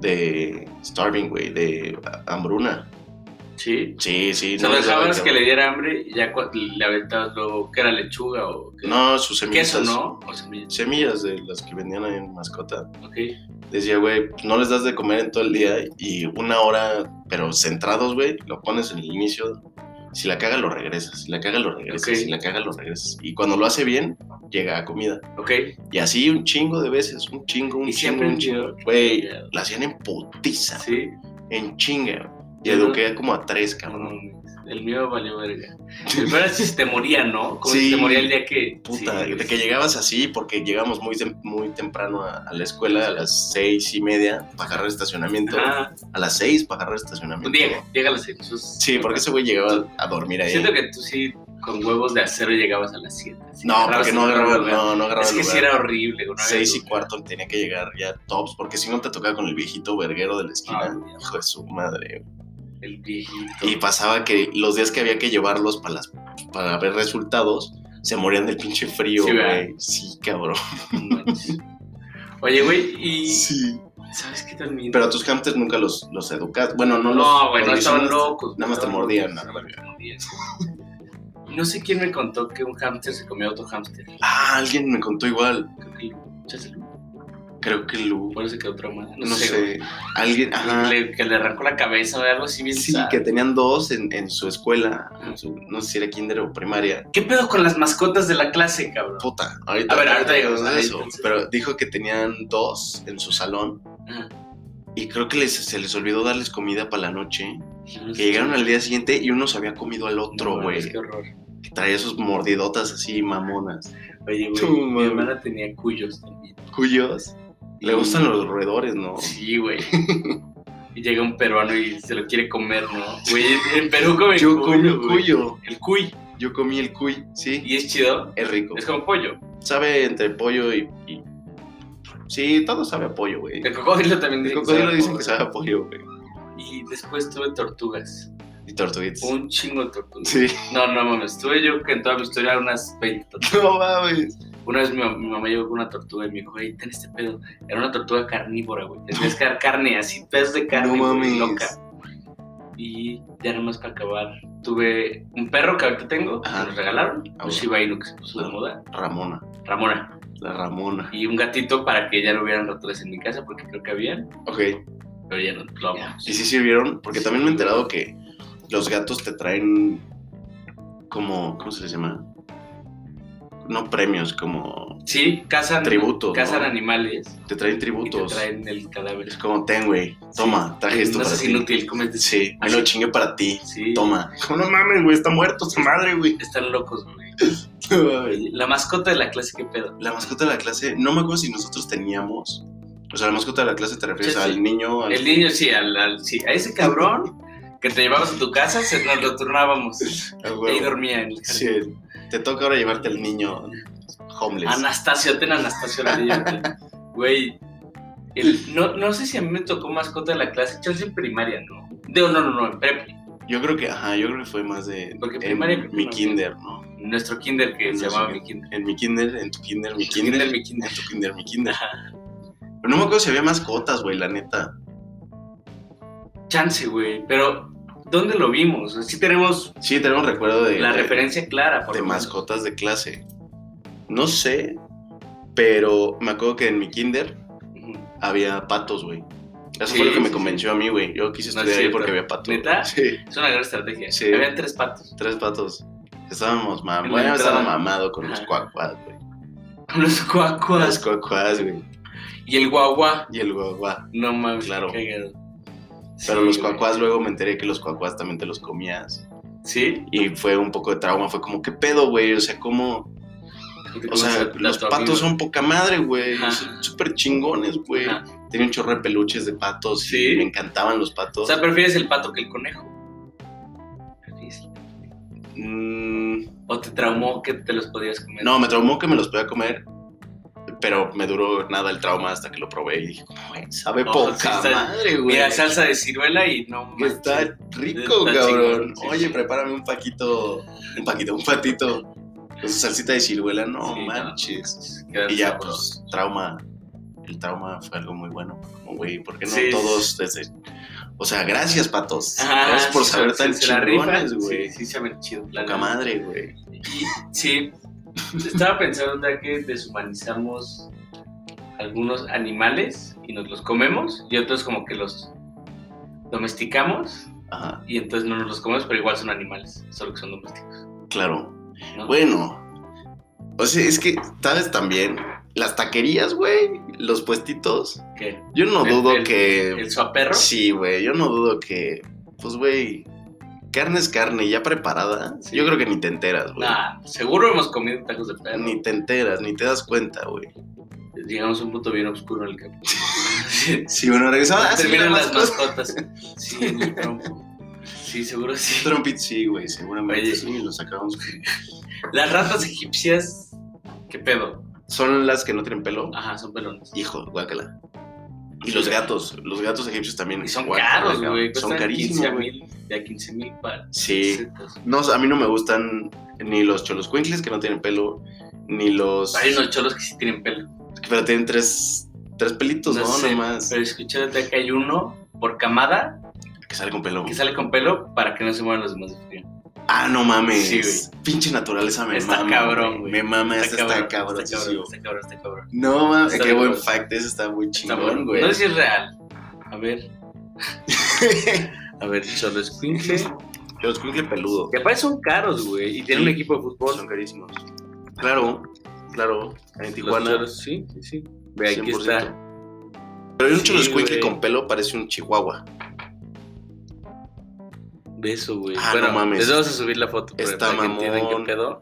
[SPEAKER 2] de starving, güey, de hambruna.
[SPEAKER 1] ¿Sí?
[SPEAKER 2] Sí, sí.
[SPEAKER 1] O sea,
[SPEAKER 2] les daba
[SPEAKER 1] dejabas
[SPEAKER 2] el
[SPEAKER 1] que
[SPEAKER 2] tema.
[SPEAKER 1] le diera hambre y ya cua- le aventabas luego, ¿qué era lechuga o qué?
[SPEAKER 2] No, sus semillas.
[SPEAKER 1] queso, no? O semillas.
[SPEAKER 2] semillas de las que vendían ahí en mascota.
[SPEAKER 1] Ok.
[SPEAKER 2] Decía, güey, pues, no les das de comer en todo el día y una hora, pero centrados, güey, lo pones en el inicio. Si la caga, lo regresas. Si la caga, lo regresas.
[SPEAKER 1] Ok.
[SPEAKER 2] Si la caga, lo regresas. Y cuando lo hace bien, llega a comida.
[SPEAKER 1] Ok.
[SPEAKER 2] Y así un chingo de veces, un chingo, un
[SPEAKER 1] Y
[SPEAKER 2] chingo,
[SPEAKER 1] siempre
[SPEAKER 2] un
[SPEAKER 1] un
[SPEAKER 2] chingo.
[SPEAKER 1] chingo.
[SPEAKER 2] Güey, la hacían en putiza,
[SPEAKER 1] Sí.
[SPEAKER 2] en chinga. Y
[SPEAKER 1] Yo no-
[SPEAKER 2] eduqué como a tres, cabrón.
[SPEAKER 1] Cabrón, El mío valió verga. El peor era si te moría, ¿no? Como si
[SPEAKER 2] Sí.
[SPEAKER 1] te moría el día que.
[SPEAKER 2] Puta,
[SPEAKER 1] sí,
[SPEAKER 2] de que llegabas así, porque llegamos muy, tem- muy temprano a, a la escuela, a las seis y media, para agarrar estacionamiento.
[SPEAKER 1] Ajá.
[SPEAKER 2] a las 6 para agarrar estacionamiento.
[SPEAKER 1] Un día, llega a las seis. Eso es-
[SPEAKER 2] Sí, porque ese güey llegaba a dormir ahí.
[SPEAKER 1] Siento que tú sí, con huevos de acero llegabas a las 7.
[SPEAKER 2] No, porque no agarraba, no, no agarraba
[SPEAKER 1] Es
[SPEAKER 2] el
[SPEAKER 1] que
[SPEAKER 2] lugar.
[SPEAKER 1] sí era horrible. güey, no había
[SPEAKER 2] Seis y
[SPEAKER 1] lugar.
[SPEAKER 2] cuarto tenía que llegar ya tops, porque si no te tocaba con el viejito verguero de la
[SPEAKER 1] Ah,
[SPEAKER 2] esquina.
[SPEAKER 1] güey.
[SPEAKER 2] Hijo de su madre.
[SPEAKER 1] El viejito.
[SPEAKER 2] Y pasaba que los días que había que llevarlos para, las, para ver resultados, se morían del pinche frío,
[SPEAKER 1] Sí, ¿verdad?
[SPEAKER 2] güey. Sí, cabrón.
[SPEAKER 1] no manches. Oye, güey, y.
[SPEAKER 2] Sí.
[SPEAKER 1] ¿Sabes qué también?
[SPEAKER 2] Pero a tus hamsters nunca los, los educas. Bueno, no los.
[SPEAKER 1] No, güey, no estaban
[SPEAKER 2] condicionas.
[SPEAKER 1] locos.
[SPEAKER 2] Nada más te
[SPEAKER 1] estaban
[SPEAKER 2] mordían,
[SPEAKER 1] locos,
[SPEAKER 2] nada más.
[SPEAKER 1] te mordían. No sé quién me contó que un hámster se comió a otro hámster.
[SPEAKER 2] Ah, alguien me contó igual.
[SPEAKER 1] Creo que Lu- ¿sabes el Lu?
[SPEAKER 2] Creo que Lu.
[SPEAKER 1] Por eso quedó traumada.
[SPEAKER 2] No, sé. Alguien. Ajá.
[SPEAKER 1] güey. Le- que le arrancó la cabeza o algo así bien
[SPEAKER 2] Sí,
[SPEAKER 1] sad.
[SPEAKER 2] que tenían dos en, en su escuela, en su- no sé si era kinder o primaria.
[SPEAKER 1] ¿Qué pedo con las mascotas de la clase, cabrón?
[SPEAKER 2] Puta, ahorita,
[SPEAKER 1] A ver, ahorita llegamos a
[SPEAKER 2] eso.
[SPEAKER 1] eso.
[SPEAKER 2] Pero dijo que tenían dos en su salón
[SPEAKER 1] Ajá.
[SPEAKER 2] y creo que les, se les olvidó darles comida para la noche. Que llegaron al día siguiente y uno se había comido al otro,
[SPEAKER 1] No,
[SPEAKER 2] güey.
[SPEAKER 1] mames, Qué horror.
[SPEAKER 2] que traía sus mordidotas así mamonas.
[SPEAKER 1] Oye,
[SPEAKER 2] No,
[SPEAKER 1] güey, mi
[SPEAKER 2] mames.
[SPEAKER 1] hermana tenía cuyos también.
[SPEAKER 2] Cuyos. Le gustan los roedores, ¿no?
[SPEAKER 1] Mm. Sí,
[SPEAKER 2] [laughs]
[SPEAKER 1] güey. Y llega un peruano y se lo quiere comer, ¿no? Güey, en Perú comen
[SPEAKER 2] Yo
[SPEAKER 1] cuyo,
[SPEAKER 2] comí el
[SPEAKER 1] güey.
[SPEAKER 2] cuyo.
[SPEAKER 1] El cuy.
[SPEAKER 2] Yo comí el cuy, sí.
[SPEAKER 1] Y es chido.
[SPEAKER 2] Es rico.
[SPEAKER 1] Es como pollo.
[SPEAKER 2] Sabe entre pollo y. y- Sí, todo sabe a pollo, güey.
[SPEAKER 1] El cocodrilo también
[SPEAKER 2] El
[SPEAKER 1] dice
[SPEAKER 2] cocodrilo dicen
[SPEAKER 1] pollo.
[SPEAKER 2] que sabe a pollo, güey.
[SPEAKER 1] Y después tuve tortugas.
[SPEAKER 2] Y tortuguitas.
[SPEAKER 1] Un chingo de tortugas.
[SPEAKER 2] Sí. [laughs]
[SPEAKER 1] No, no mames. Tuve yo que en toda mi historia unas 20 tortugas.
[SPEAKER 2] No mames.
[SPEAKER 1] Una vez mi, mam- mi mamá llegó con una tortuga y me dijo, güey, ten este pedo. Era una tortuga carnívora, güey. Tenías que dar carne, así pedazos de carne,
[SPEAKER 2] No
[SPEAKER 1] güey,
[SPEAKER 2] mames.
[SPEAKER 1] loca. Y ya nada más para acabar, tuve un perro que ahorita tengo, que
[SPEAKER 2] Ajá.
[SPEAKER 1] nos regalaron,
[SPEAKER 2] Ah,
[SPEAKER 1] un
[SPEAKER 2] bueno.
[SPEAKER 1] Shiba Inu que se puso de moda,
[SPEAKER 2] Ramona.
[SPEAKER 1] Ramona.
[SPEAKER 2] La Ramona.
[SPEAKER 1] Y un gatito para que ya no hubieran ratones en mi casa, porque creo que habían,
[SPEAKER 2] Ok.
[SPEAKER 1] pero ya no lo amamos.
[SPEAKER 2] ¿Y sí sirvieron? Porque también me he enterado que los gatos te traen como. ¿Cómo se les llama? No premios, como.
[SPEAKER 1] Sí, cazan,
[SPEAKER 2] Tributos,
[SPEAKER 1] cazan
[SPEAKER 2] ¿no?
[SPEAKER 1] animales
[SPEAKER 2] Te traen
[SPEAKER 1] y te
[SPEAKER 2] tributos.
[SPEAKER 1] traen el cadáver.
[SPEAKER 2] Es como, ten, güey. Toma, traje esto
[SPEAKER 1] no
[SPEAKER 2] para
[SPEAKER 1] seas
[SPEAKER 2] ti.
[SPEAKER 1] inútil, cómete.
[SPEAKER 2] Sí, me lo chingué para ti.
[SPEAKER 1] Sí,
[SPEAKER 2] Toma. Como, no mames, güey. Está muerto su madre, güey. [laughs]
[SPEAKER 1] están locos, güey. La mascota de la clase, ¿qué pedo?
[SPEAKER 2] La mascota de la clase. No me acuerdo si nosotros teníamos. O sea, la mascota de la clase te refieres
[SPEAKER 1] Sí, sí.
[SPEAKER 2] al niño, al
[SPEAKER 1] El niño sí, al, al- sí, a ese cabrón que te llevabas a tu casa, se nos lo turnábamos. Y
[SPEAKER 2] al
[SPEAKER 1] ahí
[SPEAKER 2] [laughs] huevo.
[SPEAKER 1] dormía en el jardín.
[SPEAKER 2] Sí, te toca ahora llevarte al niño
[SPEAKER 1] Ah,
[SPEAKER 2] homeless.
[SPEAKER 1] Anastasio, ten Anastasio la niña. Güey, el- no, no sé si a mí me tocó mascota de la clase, chance en primaria, ¿no? De, no, no, no, en prepi.
[SPEAKER 2] Yo creo que, ajá, yo creo que fue más de
[SPEAKER 1] Porque
[SPEAKER 2] en
[SPEAKER 1] primaria creo que
[SPEAKER 2] mi
[SPEAKER 1] no.
[SPEAKER 2] kinder, ¿no?
[SPEAKER 1] En Nuestro kinder que se
[SPEAKER 2] No sé
[SPEAKER 1] llamaba
[SPEAKER 2] qué.
[SPEAKER 1] mi kinder.
[SPEAKER 2] En mi kinder, en tu kinder, mi
[SPEAKER 1] Kinder,
[SPEAKER 2] kinder,
[SPEAKER 1] mi kinder.
[SPEAKER 2] en tu kinder, mi kinder. Pero no me acuerdo si había mascotas, güey, la neta.
[SPEAKER 1] Chance, güey, pero ¿dónde lo vimos? O sea, Sí tenemos
[SPEAKER 2] Sí, tenemos recuerdo de,
[SPEAKER 1] la
[SPEAKER 2] de-
[SPEAKER 1] referencia clara. por
[SPEAKER 2] de
[SPEAKER 1] lo menos.
[SPEAKER 2] mascotas de clase. No sé, pero me acuerdo que en mi kinder
[SPEAKER 1] Ujú.
[SPEAKER 2] había patos, güey. Eso
[SPEAKER 1] Sí,
[SPEAKER 2] fue lo que me
[SPEAKER 1] sí,
[SPEAKER 2] convenció a mí, güey. Yo quise
[SPEAKER 1] No es
[SPEAKER 2] estudiar ahí
[SPEAKER 1] cierto.
[SPEAKER 2] porque había patos. güey.
[SPEAKER 1] ¿Neta?
[SPEAKER 2] Sí.
[SPEAKER 1] Es una gran estrategia.
[SPEAKER 2] Sí.
[SPEAKER 1] Habían tres patos. [laughs]
[SPEAKER 2] Tres patos. Estábamos mamados.
[SPEAKER 1] En la
[SPEAKER 2] Bueno, estaba
[SPEAKER 1] entrada.
[SPEAKER 2] mamado con los
[SPEAKER 1] Ajá.
[SPEAKER 2] cuacuas, güey.
[SPEAKER 1] Los
[SPEAKER 2] Los
[SPEAKER 1] cuacuas.
[SPEAKER 2] cuacuas, güey.
[SPEAKER 1] Y el guagua.
[SPEAKER 2] Y el guaguá.
[SPEAKER 1] No mames,
[SPEAKER 2] Claro.
[SPEAKER 1] qué cagado.
[SPEAKER 2] Pero
[SPEAKER 1] Sí, güey.
[SPEAKER 2] los cuacuas luego me enteré que los cuacuas también te los comías.
[SPEAKER 1] Sí.
[SPEAKER 2] Y fue un poco de trauma. Fue como, ¿qué pedo, güey? O sea, como. O sea, los patos son poca madre, güey.
[SPEAKER 1] Ajá.
[SPEAKER 2] Son súper chingones, güey.
[SPEAKER 1] Ajá.
[SPEAKER 2] Tenía un chorro de peluches de patos.
[SPEAKER 1] Sí.
[SPEAKER 2] Y me encantaban los
[SPEAKER 1] O
[SPEAKER 2] patos.
[SPEAKER 1] sea, prefieres el pato que el conejo. difícil.
[SPEAKER 2] Mm,
[SPEAKER 1] ¿O te traumó que te los podías comer?
[SPEAKER 2] no, me traumó que me los podía comer, pero me duró nada el trauma hasta que lo probé y dije, "Güey, sabe
[SPEAKER 1] No,
[SPEAKER 2] poca
[SPEAKER 1] sí está-
[SPEAKER 2] madre, güey.
[SPEAKER 1] Mira, salsa de ciruela y no
[SPEAKER 2] Que
[SPEAKER 1] manches.
[SPEAKER 2] Está rico,
[SPEAKER 1] Está
[SPEAKER 2] cabrón.
[SPEAKER 1] chingón, sí,
[SPEAKER 2] Oye,
[SPEAKER 1] sí.
[SPEAKER 2] prepárame un paquito, un paquito, un patito con su salsita de ciruela, no
[SPEAKER 1] Sí, no.
[SPEAKER 2] manches.
[SPEAKER 1] Queda
[SPEAKER 2] Y ya,
[SPEAKER 1] sabroso.
[SPEAKER 2] pues, trauma. El trauma fue algo muy bueno. Como, güey, ¿por qué no
[SPEAKER 1] Sí.
[SPEAKER 2] todos desde. O sea, gracias, patos.
[SPEAKER 1] Ajá,
[SPEAKER 2] gracias por
[SPEAKER 1] sí,
[SPEAKER 2] saber
[SPEAKER 1] se-
[SPEAKER 2] tan
[SPEAKER 1] se la rifan,
[SPEAKER 2] chingones, güey.
[SPEAKER 1] Sí, sí, se ven chido. la neta.
[SPEAKER 2] Poca madre, güey.
[SPEAKER 1] Y, sí, estaba pensando ya que deshumanizamos algunos animales y nos los comemos y otros como que los domesticamos
[SPEAKER 2] Ajá,
[SPEAKER 1] y entonces no nos los comemos, pero igual son animales, solo que son domésticos.
[SPEAKER 2] claro.
[SPEAKER 1] ¿no?
[SPEAKER 2] Bueno. O sea, es que, ¿sabes también? Las taquerías, güey. Los puestitos.
[SPEAKER 1] ¿Qué?
[SPEAKER 2] Yo no
[SPEAKER 1] El-
[SPEAKER 2] dudo
[SPEAKER 1] el-
[SPEAKER 2] que.
[SPEAKER 1] ¿El suaperro?
[SPEAKER 2] eh, Sí, güey, yo no dudo que, pues, güey, carne es carne ya preparada.
[SPEAKER 1] Sí.
[SPEAKER 2] Yo creo que ni te enteras, güey.
[SPEAKER 1] Nah, seguro hemos comido tacos de perro.
[SPEAKER 2] Ni te enteras, ni te das cuenta, güey.
[SPEAKER 1] Llegamos a un punto bien oscuro en el
[SPEAKER 2] [laughs]
[SPEAKER 1] que... Sí,
[SPEAKER 2] Sí, bueno, regresamos. Ah, sí,
[SPEAKER 1] terminan
[SPEAKER 2] nada
[SPEAKER 1] las
[SPEAKER 2] [laughs] más-
[SPEAKER 1] mascotas. Sí,
[SPEAKER 2] [laughs]
[SPEAKER 1] en el trompo. Sí, seguro sí.
[SPEAKER 2] Trumpit, sí, güey, seguramente
[SPEAKER 1] Oye.
[SPEAKER 2] sí, lo sacamos.
[SPEAKER 1] Las ratas egipcias, ¿qué pedo?
[SPEAKER 2] Son las que no tienen pelo.
[SPEAKER 1] Ajá, son pelones.
[SPEAKER 2] Hijo, guácala. Y
[SPEAKER 1] Ah. Sí,
[SPEAKER 2] los
[SPEAKER 1] güey.
[SPEAKER 2] gatos, los gatos egipcios también.
[SPEAKER 1] Y son
[SPEAKER 2] guácala,
[SPEAKER 1] caros,
[SPEAKER 2] cabrón.
[SPEAKER 1] güey.
[SPEAKER 2] Son carísimos, güey.
[SPEAKER 1] De a 15 mil para.
[SPEAKER 2] Sí. No, a mí no me gustan ni los cholos que no tienen pelo, ni los...
[SPEAKER 1] Hay unos cholos que sí tienen pelo.
[SPEAKER 2] Pero tienen tres, tres pelitos, ¿no?
[SPEAKER 1] No sé,
[SPEAKER 2] Nomás.
[SPEAKER 1] Pero escuché de que hay uno por camada
[SPEAKER 2] Que sale con pelo.
[SPEAKER 1] que sale con pelo para que no se mueran los demás de frío.
[SPEAKER 2] Ah, no mames.
[SPEAKER 1] Sí, güey.
[SPEAKER 2] Pinche naturaleza me
[SPEAKER 1] Está
[SPEAKER 2] mama.
[SPEAKER 1] cabrón,
[SPEAKER 2] güey.
[SPEAKER 1] güey.
[SPEAKER 2] Me mama, esta Este está cabrón.
[SPEAKER 1] Está cabrón, está cabrón, está cabrón.
[SPEAKER 2] No mames,
[SPEAKER 1] Está
[SPEAKER 2] qué buen
[SPEAKER 1] cabrón.
[SPEAKER 2] fact, ese está muy
[SPEAKER 1] Está
[SPEAKER 2] chingón,
[SPEAKER 1] bueno.
[SPEAKER 2] güey.
[SPEAKER 1] No sé si es real. A ver. A ver, cholo escuincle.
[SPEAKER 2] Los cuincle peludo.
[SPEAKER 1] Y aparte son caros, güey. Y tienen un equipo de fútbol.
[SPEAKER 2] Son carísimos. Claro, claro. En
[SPEAKER 1] Los
[SPEAKER 2] Tijuana.
[SPEAKER 1] cholos, sí, sí, sí. Ve, aquí
[SPEAKER 2] 100%.
[SPEAKER 1] está.
[SPEAKER 2] Pero hay un
[SPEAKER 1] Sí,
[SPEAKER 2] cholo escuincle
[SPEAKER 1] güey.
[SPEAKER 2] con pelo, parece un chihuahua.
[SPEAKER 1] De eso, güey.
[SPEAKER 2] Ah,
[SPEAKER 1] bueno,
[SPEAKER 2] no mames.
[SPEAKER 1] les vamos a subir la foto pero
[SPEAKER 2] Está
[SPEAKER 1] para que entiendan qué
[SPEAKER 2] mamón.
[SPEAKER 1] pedo.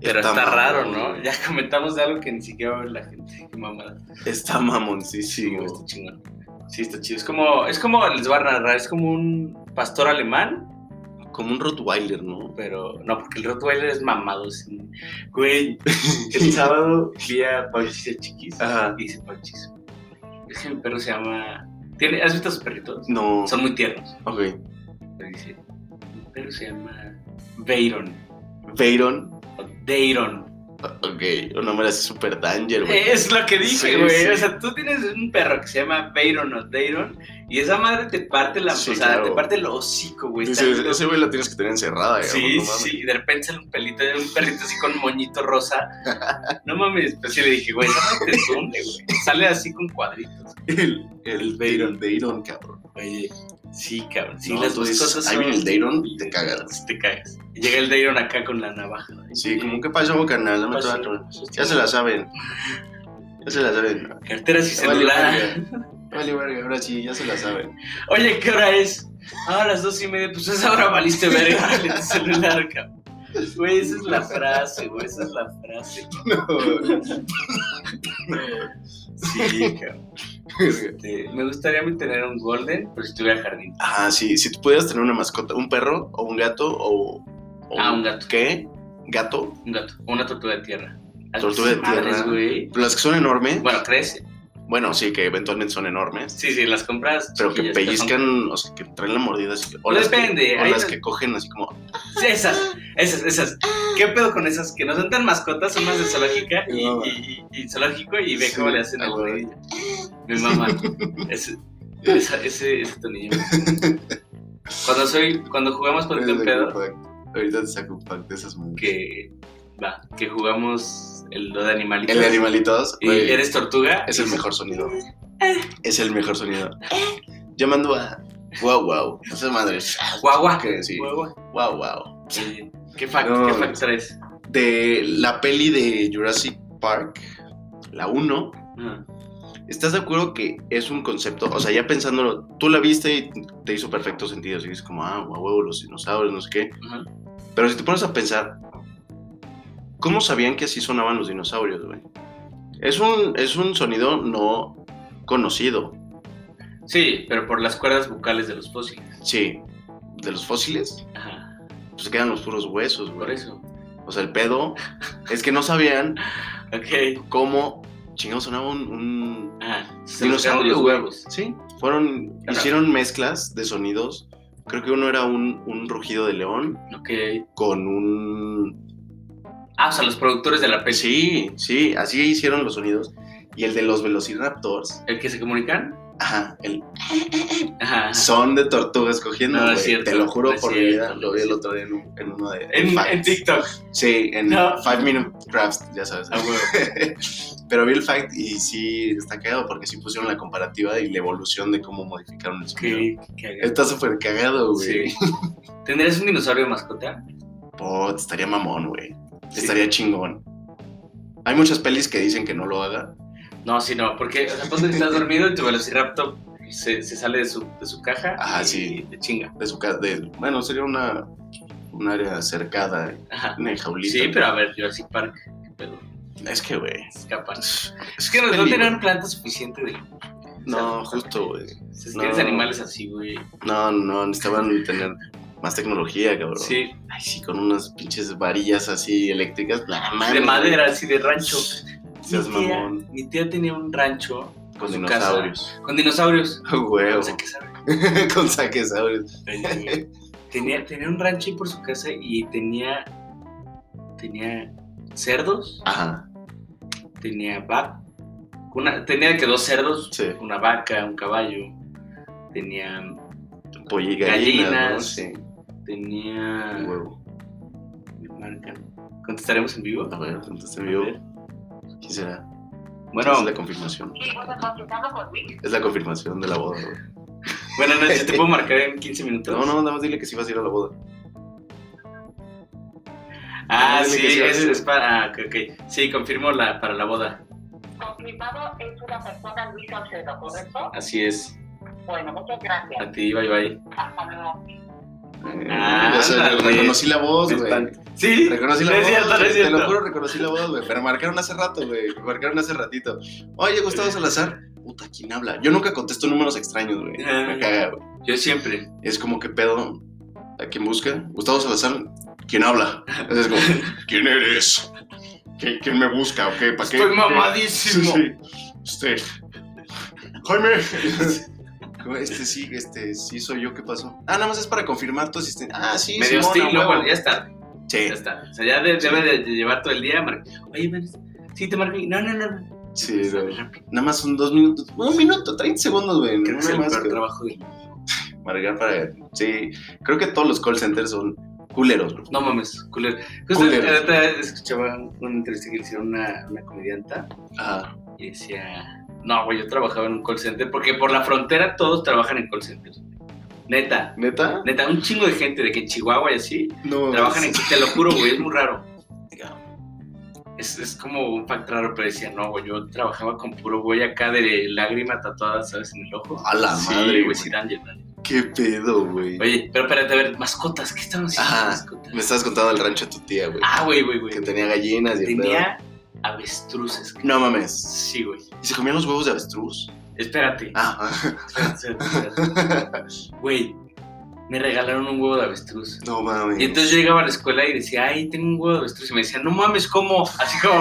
[SPEAKER 1] Pero está,
[SPEAKER 2] mamón,
[SPEAKER 1] raro, ¿no?
[SPEAKER 2] güey.
[SPEAKER 1] Ya comentamos de algo que ni siquiera va a ver la gente. Qué mamada.
[SPEAKER 2] Está mamoncísimo.
[SPEAKER 1] güey, está chingón. Sí, está chido. Es como, es como les voy a narrar, es como un pastor alemán,
[SPEAKER 2] Como un Rottweiler, ¿no?
[SPEAKER 1] pero no, porque el Rottweiler es mamado. sí. Güey, el sábado vi a Panchis y a Chiquis.
[SPEAKER 2] Ajá.
[SPEAKER 1] Y dice Panchis. Es que mi perro se llama. ¿Tiene... ¿Has visto a sus perritos?
[SPEAKER 2] No.
[SPEAKER 1] Son muy tiernos.
[SPEAKER 2] Ok.
[SPEAKER 1] Pero dice: Mi perro se llama Beiron.
[SPEAKER 2] Veyron.
[SPEAKER 1] o Deiron.
[SPEAKER 2] Ok. Un nombre así super danger, güey.
[SPEAKER 1] Es lo que
[SPEAKER 2] Sí,
[SPEAKER 1] dije, güey.
[SPEAKER 2] sí.
[SPEAKER 1] O sea, tú tienes un perro que se llama Bayron o Dayron y esa madre te parte la,
[SPEAKER 2] Sí,
[SPEAKER 1] o sea,
[SPEAKER 2] claro.
[SPEAKER 1] te parte el hocico, güey. Está
[SPEAKER 2] Dices,
[SPEAKER 1] loco.
[SPEAKER 2] ese güey la tienes que tener encerrada, güey.
[SPEAKER 1] Pues, sí, sí, y de repente sale un pelito, un perrito así con moñito
[SPEAKER 2] [laughs]
[SPEAKER 1] rosa. No mames, pues sí le dije, güey, no te tunde, güey. Sale así con cuadritos.
[SPEAKER 2] El, el Deiron,
[SPEAKER 1] Deiron.
[SPEAKER 2] Deiron, cabrón.
[SPEAKER 1] Oye, sí, cabrón. Sí,
[SPEAKER 2] No,
[SPEAKER 1] las
[SPEAKER 2] tú
[SPEAKER 1] dos
[SPEAKER 2] dices,
[SPEAKER 1] cosas
[SPEAKER 2] ahí
[SPEAKER 1] son-
[SPEAKER 2] viene el Deiron y te cagas.
[SPEAKER 1] Sí, Te cagas. Y Llega el Dayron acá con la navaja.
[SPEAKER 2] Sí, como que pasó, canal, no me
[SPEAKER 1] Pasa-
[SPEAKER 2] trato. Ya se la saben. Ya se la saben.
[SPEAKER 1] Carteras y
[SPEAKER 2] Ya valió
[SPEAKER 1] celular.
[SPEAKER 2] verga. Ya Vale, verga, ahora sí, ya se
[SPEAKER 1] [laughs]
[SPEAKER 2] la saben.
[SPEAKER 1] Oye, ¿qué hora es? Ah, a las dos y media, pues a esa hora valiste verga [laughs] dale tu celular, cabrón. Güey, esa es la frase, güey, esa es la frase.
[SPEAKER 2] No,
[SPEAKER 1] Sí, cabrón. Este, me gustaría a mí tener un golden, pero si tuviera jardín.
[SPEAKER 2] Ajá, Ah, sí, si tú pudieras tener una mascota, un perro o un gato o. o
[SPEAKER 1] Ah, un gato.
[SPEAKER 2] ¿Qué? ¿Gato?
[SPEAKER 1] Un gato, una tortuga de tierra.
[SPEAKER 2] Tortuga de
[SPEAKER 1] Madres,
[SPEAKER 2] tierra.
[SPEAKER 1] güey.
[SPEAKER 2] Pero las que son enormes. Bueno,
[SPEAKER 1] Bueno, crece.
[SPEAKER 2] sí, que eventualmente son enormes.
[SPEAKER 1] Sí, sí, las compras.
[SPEAKER 2] Pero que
[SPEAKER 1] chiquillas, son- Pues
[SPEAKER 2] pellizcan, o sea, que traen la mordida así. O Las
[SPEAKER 1] Depende,
[SPEAKER 2] que, o
[SPEAKER 1] hay
[SPEAKER 2] las
[SPEAKER 1] las-
[SPEAKER 2] que cogen así como.
[SPEAKER 1] Sí, esas, esas, esas. ¿Qué pedo con esas que no son tan mascotas, son más de zoológica y,
[SPEAKER 2] No.
[SPEAKER 1] y- y- y zoológico y ve
[SPEAKER 2] Sí,
[SPEAKER 1] cómo le hacen
[SPEAKER 2] a
[SPEAKER 1] el
[SPEAKER 2] huevo.
[SPEAKER 1] ruido? Mi mamá. Ese, esa- ese, ese tonillo. Cuando soy, cuando jugamos con
[SPEAKER 2] Ahorita
[SPEAKER 1] el
[SPEAKER 2] te
[SPEAKER 1] pedo,
[SPEAKER 2] saco un pack. Ahorita te saco un pack de esas madres.
[SPEAKER 1] que va, que jugamos el, lo de animalitos.
[SPEAKER 2] El de animalitos.
[SPEAKER 1] y
[SPEAKER 2] güey,
[SPEAKER 1] eres tortuga.
[SPEAKER 2] Es el mejor sonido. Es el mejor sonido. Llamando a. Wow, wow. Esa madre.
[SPEAKER 1] Guagua.
[SPEAKER 2] Que sí.
[SPEAKER 1] Guagua.
[SPEAKER 2] Wow, wow.
[SPEAKER 1] Eh, ¿Qué fact?
[SPEAKER 2] No,
[SPEAKER 1] ¿Qué
[SPEAKER 2] no.
[SPEAKER 1] fact traes?
[SPEAKER 2] De la peli de Jurassic Park, la 1,
[SPEAKER 1] Ah,
[SPEAKER 2] ¿estás de acuerdo que es un concepto? O sea, ya pensándolo, tú la viste y te hizo perfecto sentido. Así es como, ah, guau, huevo, los dinosaurios, no sé qué.
[SPEAKER 1] ajá.
[SPEAKER 2] Pero si te pones a pensar, ¿cómo sabían que así sonaban los dinosaurios, güey? Es un, es un sonido no conocido.
[SPEAKER 1] Sí, pero por las cuerdas vocales de los fósiles.
[SPEAKER 2] Sí. de los fósiles,
[SPEAKER 1] Ajá,
[SPEAKER 2] pues quedan los puros huesos,
[SPEAKER 1] por
[SPEAKER 2] güey.
[SPEAKER 1] eso.
[SPEAKER 2] O sea, el pedo es que no sabían
[SPEAKER 1] Ok.
[SPEAKER 2] cómo chingados sonaba un, un
[SPEAKER 1] Ajá. Se nos quedaron
[SPEAKER 2] dinosaurio,
[SPEAKER 1] los
[SPEAKER 2] güey.
[SPEAKER 1] huevos.
[SPEAKER 2] Sí, fueron,
[SPEAKER 1] Ajá.
[SPEAKER 2] hicieron mezclas de sonidos. Creo que uno era un, un rugido de león
[SPEAKER 1] Ok.
[SPEAKER 2] con un...
[SPEAKER 1] Ah, o sea, los productores de la peli.
[SPEAKER 2] Sí, sí, así hicieron los sonidos. Y el de los velociraptors,
[SPEAKER 1] ¿El que se comunican?
[SPEAKER 2] ajá, el
[SPEAKER 1] Ajá. ajá.
[SPEAKER 2] son de tortugas cogiendo,
[SPEAKER 1] No, es
[SPEAKER 2] güey,
[SPEAKER 1] cierto,
[SPEAKER 2] te lo juro
[SPEAKER 1] no es
[SPEAKER 2] por mi
[SPEAKER 1] cierto,
[SPEAKER 2] vida, lo vi el otro día en, un- en uno de...
[SPEAKER 1] en,
[SPEAKER 2] Facts.
[SPEAKER 1] en TikTok.
[SPEAKER 2] Sí, en
[SPEAKER 1] No.
[SPEAKER 2] Five Minute Crafts, ya sabes.
[SPEAKER 1] Ah, huevo.
[SPEAKER 2] [laughs] Pero vi el fact y sí está cagado porque sí pusieron la comparativa y la evolución de cómo modificaron el sonido.
[SPEAKER 1] Qué cagado.
[SPEAKER 2] Está súper cagado, güey.
[SPEAKER 1] Sí. ¿Tendrías un dinosaurio de mascota?
[SPEAKER 2] Pot, estaría mamón, güey.
[SPEAKER 1] Sí.
[SPEAKER 2] Estaría chingón. Hay muchas pelis que dicen que no lo haga.
[SPEAKER 1] No, sí, no, porque, o sea, ponte que estás dormido y tu velociraptor se, se sale de su, de su caja
[SPEAKER 2] Ah,
[SPEAKER 1] y
[SPEAKER 2] sí.
[SPEAKER 1] te chinga.
[SPEAKER 2] De su casa, de, bueno, sería una un área cercada,
[SPEAKER 1] Ajá.
[SPEAKER 2] una jaulita.
[SPEAKER 1] Sí, pero a ver, Jurassic Park, qué pedo,
[SPEAKER 2] Es que, güey.
[SPEAKER 1] escapan.
[SPEAKER 2] Es
[SPEAKER 1] Es que no, no
[SPEAKER 2] peligro.
[SPEAKER 1] tenían planta suficiente de...
[SPEAKER 2] No, justo, güey.
[SPEAKER 1] O sea, si
[SPEAKER 2] No.
[SPEAKER 1] tienes animales así, güey.
[SPEAKER 2] No, no, necesitaban tener más tecnología, cabrón.
[SPEAKER 1] Sí,
[SPEAKER 2] Ay, sí, con unas pinches varillas así eléctricas. La
[SPEAKER 1] de
[SPEAKER 2] madre, güey.
[SPEAKER 1] madera, así de rancho.
[SPEAKER 2] Seas
[SPEAKER 1] Mi tía-
[SPEAKER 2] mamón.
[SPEAKER 1] Mi tía tenía un rancho
[SPEAKER 2] Con
[SPEAKER 1] su
[SPEAKER 2] dinosaurios.
[SPEAKER 1] con dinosaurios.
[SPEAKER 2] A [laughs] Huevo.
[SPEAKER 1] O sea, que sabe.
[SPEAKER 2] [laughs] Con saquesaurios.
[SPEAKER 1] [laughs] tenía, tenía un rancho ahí por su casa y tenía. Tenía cerdos,
[SPEAKER 2] Ajá,
[SPEAKER 1] tenía vaca. Una, tenía que dos cerdos,
[SPEAKER 2] sí.
[SPEAKER 1] una vaca, un caballo. Tenía.
[SPEAKER 2] Pollo y gallina, ¿no?
[SPEAKER 1] Gallinas. Ah.
[SPEAKER 2] Sí.
[SPEAKER 1] Tenía.
[SPEAKER 2] Huevo.
[SPEAKER 1] Me marcan. ¿Contestaremos en vivo?
[SPEAKER 2] A ver, entonces en
[SPEAKER 1] A
[SPEAKER 2] vivo.
[SPEAKER 1] ver.
[SPEAKER 2] ¿Quién será?
[SPEAKER 1] Bueno,
[SPEAKER 2] Es la confirmación.
[SPEAKER 3] Seguimos contactando con Wick.
[SPEAKER 2] Es la confirmación de la boda, güey.
[SPEAKER 1] buenas noches,
[SPEAKER 2] [laughs]
[SPEAKER 1] te puedo marcar en 15 minutos.
[SPEAKER 2] No, no, nada más dile que sí vas a ir a la boda.
[SPEAKER 1] Ah,
[SPEAKER 2] Dale
[SPEAKER 1] sí,
[SPEAKER 2] que sí,
[SPEAKER 1] ese
[SPEAKER 2] sí.
[SPEAKER 1] es para. Ah, ok, ok. Sí, confirmo la, para la boda.
[SPEAKER 3] Confirmado es una persona Luis Salcedo, ¿correcto?
[SPEAKER 1] Así es.
[SPEAKER 3] Bueno, muchas gracias.
[SPEAKER 1] A ti, bye bye.
[SPEAKER 3] Hasta luego.
[SPEAKER 2] Eh,
[SPEAKER 1] Ah,
[SPEAKER 2] o sea,
[SPEAKER 1] ándale.
[SPEAKER 2] reconocí la voz, güey.
[SPEAKER 1] Sí,
[SPEAKER 2] Reconocí la
[SPEAKER 1] no es
[SPEAKER 2] voz.
[SPEAKER 1] cierto, no es
[SPEAKER 2] Te
[SPEAKER 1] cierto.
[SPEAKER 2] lo juro, reconocí la voz, güey. Pero marcaron hace rato, güey. Marcaron hace ratito. Oye, Gustavo Salazar. Puta, ¿quién habla? Yo nunca contesto números extraños, güey.
[SPEAKER 1] Ah,
[SPEAKER 2] Me caga, güey.
[SPEAKER 1] Yo siempre.
[SPEAKER 2] Es como que pedo. ¿A quién busca? Gustavo Salazar. ¿Quién habla? Es como, ¿quién eres? ¿Qui- ¿Quién me busca? ¿O qué? ¿Para qué?
[SPEAKER 1] Estoy
[SPEAKER 2] Sí,
[SPEAKER 1] mamadísimo.
[SPEAKER 2] sí. Este. Jaime. Como, Este sí, este sí soy yo, ¿qué pasó? Ah, nada más es para confirmar tu asistencia. Ah, sí,
[SPEAKER 1] Medio
[SPEAKER 2] Simón,
[SPEAKER 1] hostil,
[SPEAKER 2] a
[SPEAKER 1] no,
[SPEAKER 2] huevo.
[SPEAKER 1] bueno, ya está.
[SPEAKER 2] Sí,
[SPEAKER 1] Ya está. O sea, ya de- debe de, de llevar todo el día. mar- Oye, pero sí te marco. y- No, no, no.
[SPEAKER 2] sí, güey. Nada más son dos minutos. Un minuto, 30 segundos, güey.
[SPEAKER 1] Creo que es
[SPEAKER 2] Nada
[SPEAKER 1] el
[SPEAKER 2] más.
[SPEAKER 1] peor
[SPEAKER 2] güey.
[SPEAKER 1] trabajo del mundo.
[SPEAKER 2] Margar para. Sí, creo que todos los call centers son culeros, güey.
[SPEAKER 1] No mames, culero. Justo
[SPEAKER 2] Culero.
[SPEAKER 1] la otra vez escuchaba un- una entrevista que le hicieron una, una comedianta
[SPEAKER 2] Ajá.
[SPEAKER 1] y decía: No, güey, yo trabajaba en un call center porque por la frontera todos trabajan en call centers. Neta,
[SPEAKER 2] ¿Neta?
[SPEAKER 1] neta, un chingo de gente de que en Chihuahua y así
[SPEAKER 2] No.
[SPEAKER 1] Trabajan en... Te lo juro, güey, es muy raro. Es, es como un factor raro, pero decía, no, güey, yo trabajaba con puro güey acá de lágrima tatuada, ¿sabes? En el ojo.
[SPEAKER 2] A la
[SPEAKER 1] sí,
[SPEAKER 2] madre,
[SPEAKER 1] güey.
[SPEAKER 2] güey.
[SPEAKER 1] sí, Daniel, Daniel.
[SPEAKER 2] Qué pedo, güey.
[SPEAKER 1] Oye, pero espérate, a ver, mascotas, ¿qué estamos haciendo?
[SPEAKER 2] Ajá,
[SPEAKER 1] con mascotas?
[SPEAKER 2] Me estabas contando el rancho de tu tía, güey.
[SPEAKER 1] Ah, güey, güey, güey.
[SPEAKER 2] que tenía gallinas y el
[SPEAKER 1] Tenía avestruces.
[SPEAKER 2] pedo. No mames.
[SPEAKER 1] Sí, güey.
[SPEAKER 2] ¿Y se comían los huevos de avestruz?
[SPEAKER 1] Espérate.
[SPEAKER 2] Ah,
[SPEAKER 1] espérate, espérate, espérate. Güey, me regalaron un huevo de avestruz.
[SPEAKER 2] [laughs] no mames.
[SPEAKER 1] Y entonces yo llegaba a la escuela y decía, ay, tengo un huevo de avestruz. Y me decían, no mames, ¿cómo? Así como,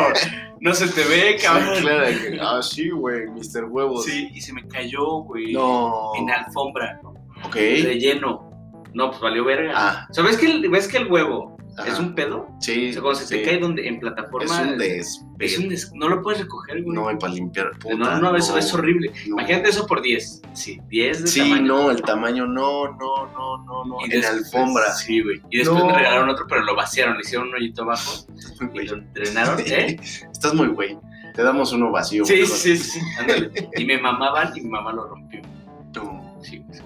[SPEAKER 1] no se te ve, cabrón.
[SPEAKER 2] Sí, [laughs] claro, que- ah, sí, güey, Mr. Huevos.
[SPEAKER 1] Sí, y se me cayó, güey.
[SPEAKER 2] pues, No.
[SPEAKER 1] En la alfombra,
[SPEAKER 2] Ok.
[SPEAKER 1] relleno. No, pues valió verga.
[SPEAKER 2] Ah,
[SPEAKER 1] O sea, ¿ves que el, ves que el huevo
[SPEAKER 2] ajá.
[SPEAKER 1] es un pedo?
[SPEAKER 2] Sí.
[SPEAKER 1] O sea, cuando se te
[SPEAKER 2] sí.
[SPEAKER 1] cae donde, en plataforma.
[SPEAKER 2] Es un
[SPEAKER 1] es un
[SPEAKER 2] despegue.
[SPEAKER 1] des- No lo puedes recoger, güey.
[SPEAKER 2] No, y para limpiar. Puta,
[SPEAKER 1] no, no, eso es horrible.
[SPEAKER 2] no.
[SPEAKER 1] Imagínate eso por 10. Sí, 10 de
[SPEAKER 2] Sí,
[SPEAKER 1] tamaño.
[SPEAKER 2] no, el tamaño, no, no, no, no, no.
[SPEAKER 1] Y
[SPEAKER 2] En la
[SPEAKER 1] después-
[SPEAKER 2] alfombra.
[SPEAKER 1] Sí, güey. Y después
[SPEAKER 2] No.
[SPEAKER 1] me regalaron otro, pero lo vaciaron. Le hicieron un hoyito abajo
[SPEAKER 2] [laughs]
[SPEAKER 1] y lo entrenaron. ¿Eh?
[SPEAKER 2] Estás muy güey. Te damos uno vacío.
[SPEAKER 1] Sí,
[SPEAKER 2] mejor.
[SPEAKER 1] sí, sí. ándale. Y me mamaban y mi mamá lo rompió.
[SPEAKER 2] No.
[SPEAKER 1] Sí, güey.